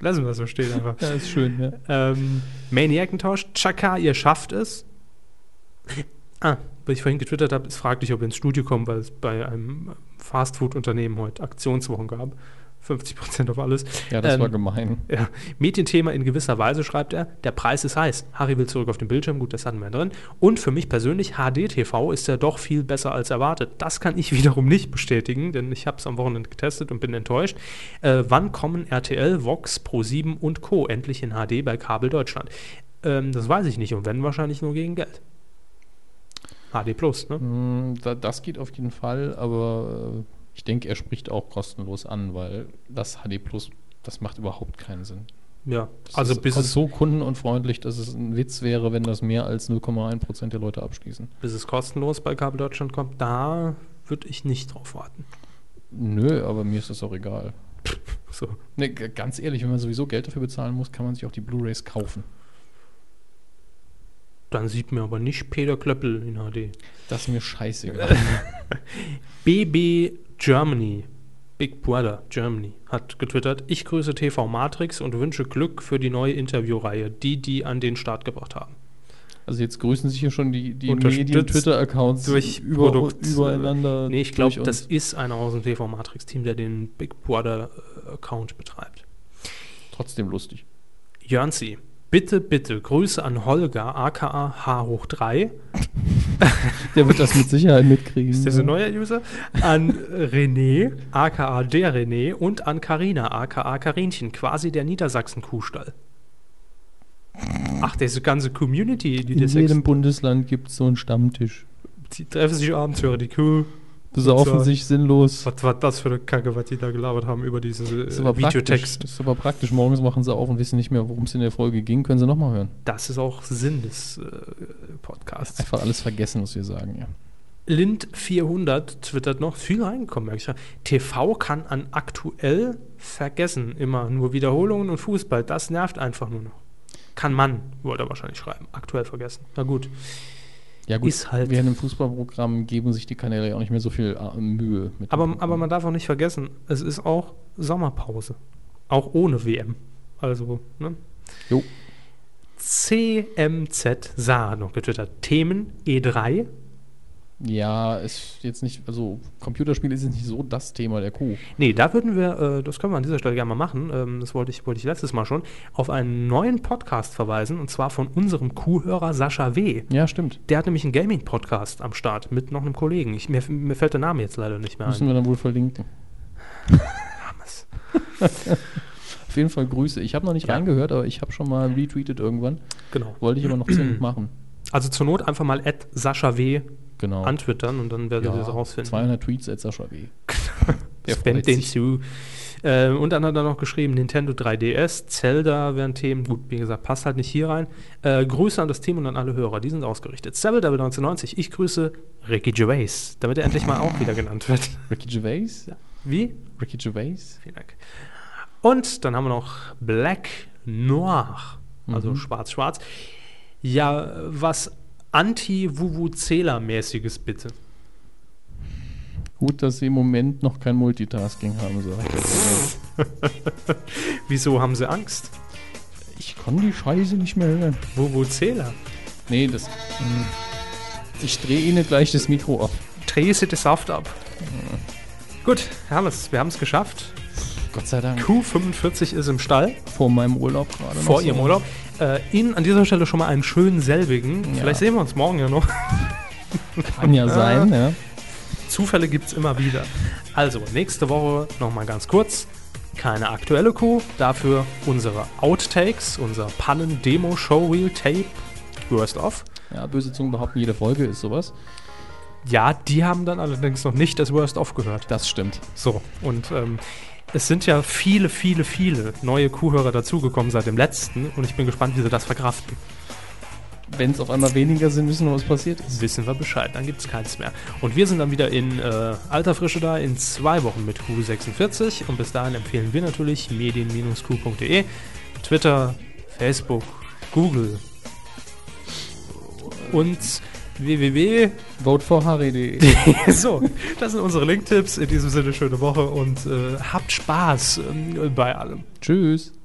S1: Lassen wir es so stehen einfach.
S2: Ja, ist schön, ja.
S1: Ähm, Maniacintosh, Chaka, ihr schafft es. Ah, was ich vorhin getwittert habe, ist fraglich, ob ihr ins Studio kommt, weil es bei einem Fastfood-Unternehmen heute Aktionswochen gab. 50% auf alles.
S2: Ja, das
S1: Ähm,
S2: war gemein.
S1: Ja. Medienthema in gewisser Weise, schreibt er. Der Preis ist heiß. Harry will zurück auf den Bildschirm. Gut, das hatten wir drin. Und für mich persönlich, HDTV ist ja doch viel besser als erwartet. Das kann ich <laughs> wiederum nicht bestätigen, denn ich habe es am Wochenende getestet und bin enttäuscht. Äh, wann kommen RTL, Vox, Pro7 und Co. endlich in HD bei Kabel Deutschland? Ähm, das weiß ich nicht und wenn wahrscheinlich nur gegen Geld. HD Plus, ne?
S2: Mm, Da, das geht auf jeden Fall, aber äh, ich denke, er spricht auch kostenlos an, weil das HD Plus, das macht überhaupt keinen Sinn.
S1: Ja.
S2: Das
S1: Also
S2: ist
S1: bis es
S2: so kundenunfreundlich, dass es ein Witz wäre, wenn das mehr als 0,1% der Leute abschließen.
S1: bis es kostenlos bei Kabel Deutschland kommt, da würde ich nicht drauf warten.
S2: Nö, aber mir ist das auch egal.
S1: So.
S2: Ne, g- ganz ehrlich, wenn man sowieso Geld dafür bezahlen muss, kann man sich auch die Blu-Rays kaufen.
S1: Dann sieht mir aber nicht Peter Klöppel in HD.
S2: Das ist mir scheißegal. <laughs>
S1: BB Germany, Big Brother Germany, hat getwittert: Ich grüße TV Matrix und wünsche Glück für die neue Interviewreihe, die die an den Start gebracht haben.
S2: Also jetzt grüßen sich hier schon die, die
S1: Unterstützt
S2: Medien-Twitter-Accounts
S1: durch
S2: über,
S1: Produkt-
S2: übereinander.
S1: nee, ich glaube,
S2: Äh, durch
S1: das
S2: uns.
S1: ist einer aus dem TV Matrix-Team, der den Big Brother-Account betreibt.
S2: trotzdem lustig.
S1: Jörnsi, bitte, bitte Grüße an Holger, aka H hoch 3.
S2: Der wird das mit Sicherheit mitkriegen. ne?
S1: Ist der so ein
S2: ja.
S1: neuer User? An René, aka der René, und an Karina, aka Karinchen, quasi der Niedersachsen-Kuhstall. Ach, diese ganze Community, die
S2: In
S1: das
S2: jedem Bundesland gibt es so einen Stammtisch.
S1: ex- Die treffen sich abends, hören die Kuh.
S2: Besaufen
S1: So.
S2: sich sinnlos.
S1: Was war das für eine Kacke, was die da gelabert haben über diesen
S2: Ist
S1: äh,
S2: aber praktisch.
S1: Videotext?
S2: Ist aber praktisch. Morgens machen sie auf und wissen nicht mehr, worum es in der Folge ging. Können sie nochmal hören.
S1: Das ist auch Sinn des äh, Podcasts.
S2: Einfach alles vergessen, was wir sagen. Ja.
S1: Lind400 twittert noch, viel reingekommen, merke ich. gerade. TV kann an aktuell vergessen. Immer nur Wiederholungen und Fußball. Das nervt einfach nur noch. Kann man, wollte er wahrscheinlich schreiben. Aktuell vergessen. Na gut.
S2: Ja gut,
S1: Ist halt-
S2: während dem Fußballprogramm geben sich die Kanäle ja auch nicht mehr so viel äh, Mühe. Mit dem
S1: Aber,
S2: Programm.
S1: aber man darf auch nicht vergessen, es ist auch Sommerpause. Auch ohne WM. Also, ne?
S2: Jo.
S1: CMZ Saar hat noch getwittert. Themen E E3.
S2: ja, ist jetzt nicht, also Computerspiel ist jetzt nicht so das Thema der Kuh.
S1: Nee, da würden wir, äh, das können wir an dieser Stelle gerne mal machen, ähm, das wollte ich, wollte ich letztes Mal schon, auf einen neuen Podcast verweisen, und zwar von unserem Kuhhörer Sascha W.
S2: Ja, stimmt.
S1: Der hat nämlich einen Gaming-Podcast am Start mit noch einem Kollegen. Ich, mir, mir fällt der Name jetzt leider nicht mehr
S2: Müssen
S1: ein.
S2: wir dann wohl verlinken. <laughs> Auf jeden Fall Grüße. Ich habe noch nicht
S1: Ja.
S2: reingehört, aber ich habe schon mal retweetet irgendwann.
S1: Genau.
S2: Wollte ich aber
S1: <clears throat>
S2: noch zwingend machen.
S1: Also zur Not einfach mal at Sascha W.
S2: Genau.
S1: antwittern und dann werdet ihr das rausfinden.
S2: 200 Tweets at Sascha <laughs> W. Der freut
S1: Spammt den
S2: sich.
S1: zu. Äh, und dann hat er noch geschrieben, Nintendo 3DS, Zelda wären Themen. Gut, wie gesagt, passt halt nicht hier rein. Äh, Grüße an das Team und an alle Hörer, die sind ausgerichtet. Seville 1990, ich grüße Ricky Gervais, damit er endlich mal auch wieder genannt wird.
S2: Ricky Gervais?
S1: Wie?
S2: Ricky Gervais?
S1: Vielen Dank. Und dann haben wir noch Black Noir, also
S2: Mhm.
S1: schwarz-schwarz. Ja, was Anti-Wuvuzela-mäßiges bitte.
S2: Gut, dass sie im Moment noch kein Multitasking haben, sag ich.
S1: Wieso haben sie Angst?
S2: Ich kann die Scheiße nicht mehr hören.
S1: Wuvuzela?
S2: Nee, das. mm. Ich drehe Ihnen gleich das Mikro ab.
S1: Trese das Saft ab. Gut, haben wir's. wir haben es geschafft.
S2: Gott sei Dank.
S1: Q45 ist im Stall,
S2: Vor meinem Urlaub gerade.
S1: vor
S2: noch
S1: ihrem Urlaub. Äh, Ihnen an dieser Stelle schon mal einen schönen selbigen.
S2: Ja.
S1: Vielleicht sehen wir uns morgen ja noch. <laughs>
S2: Kann ja sein, ne? ja.
S1: Zufälle gibt's immer wieder. Also, nächste Woche nochmal ganz kurz. Keine aktuelle Kuh, dafür unsere Outtakes, unser Pannen-Demo-Showreel-Tape, Worst Of.
S2: Ja, böse Zungen behaupten, jede Folge ist sowas.
S1: Ja, die haben dann allerdings noch nicht das Worst Of gehört.
S2: Das stimmt.
S1: So, und ähm, es sind ja viele, viele, viele neue Kuhhörer dazugekommen seit dem letzten und ich bin gespannt, wie sie das verkraften.
S2: Wenn es auf einmal weniger sind, wissen wir, was passiert ist.
S1: Wissen wir Bescheid, dann gibt es keins mehr. Und wir sind dann wieder in äh, alter Frische da in zwei Wochen mit Q46 und bis dahin empfehlen wir natürlich medien-q.de, Twitter, Facebook, Google und www.
S2: Vote for Harry.de.
S1: <laughs> So, das sind unsere Linktipps. In diesem Sinne schöne Woche und äh, habt Spaß ähm, bei allem.
S2: Tschüss.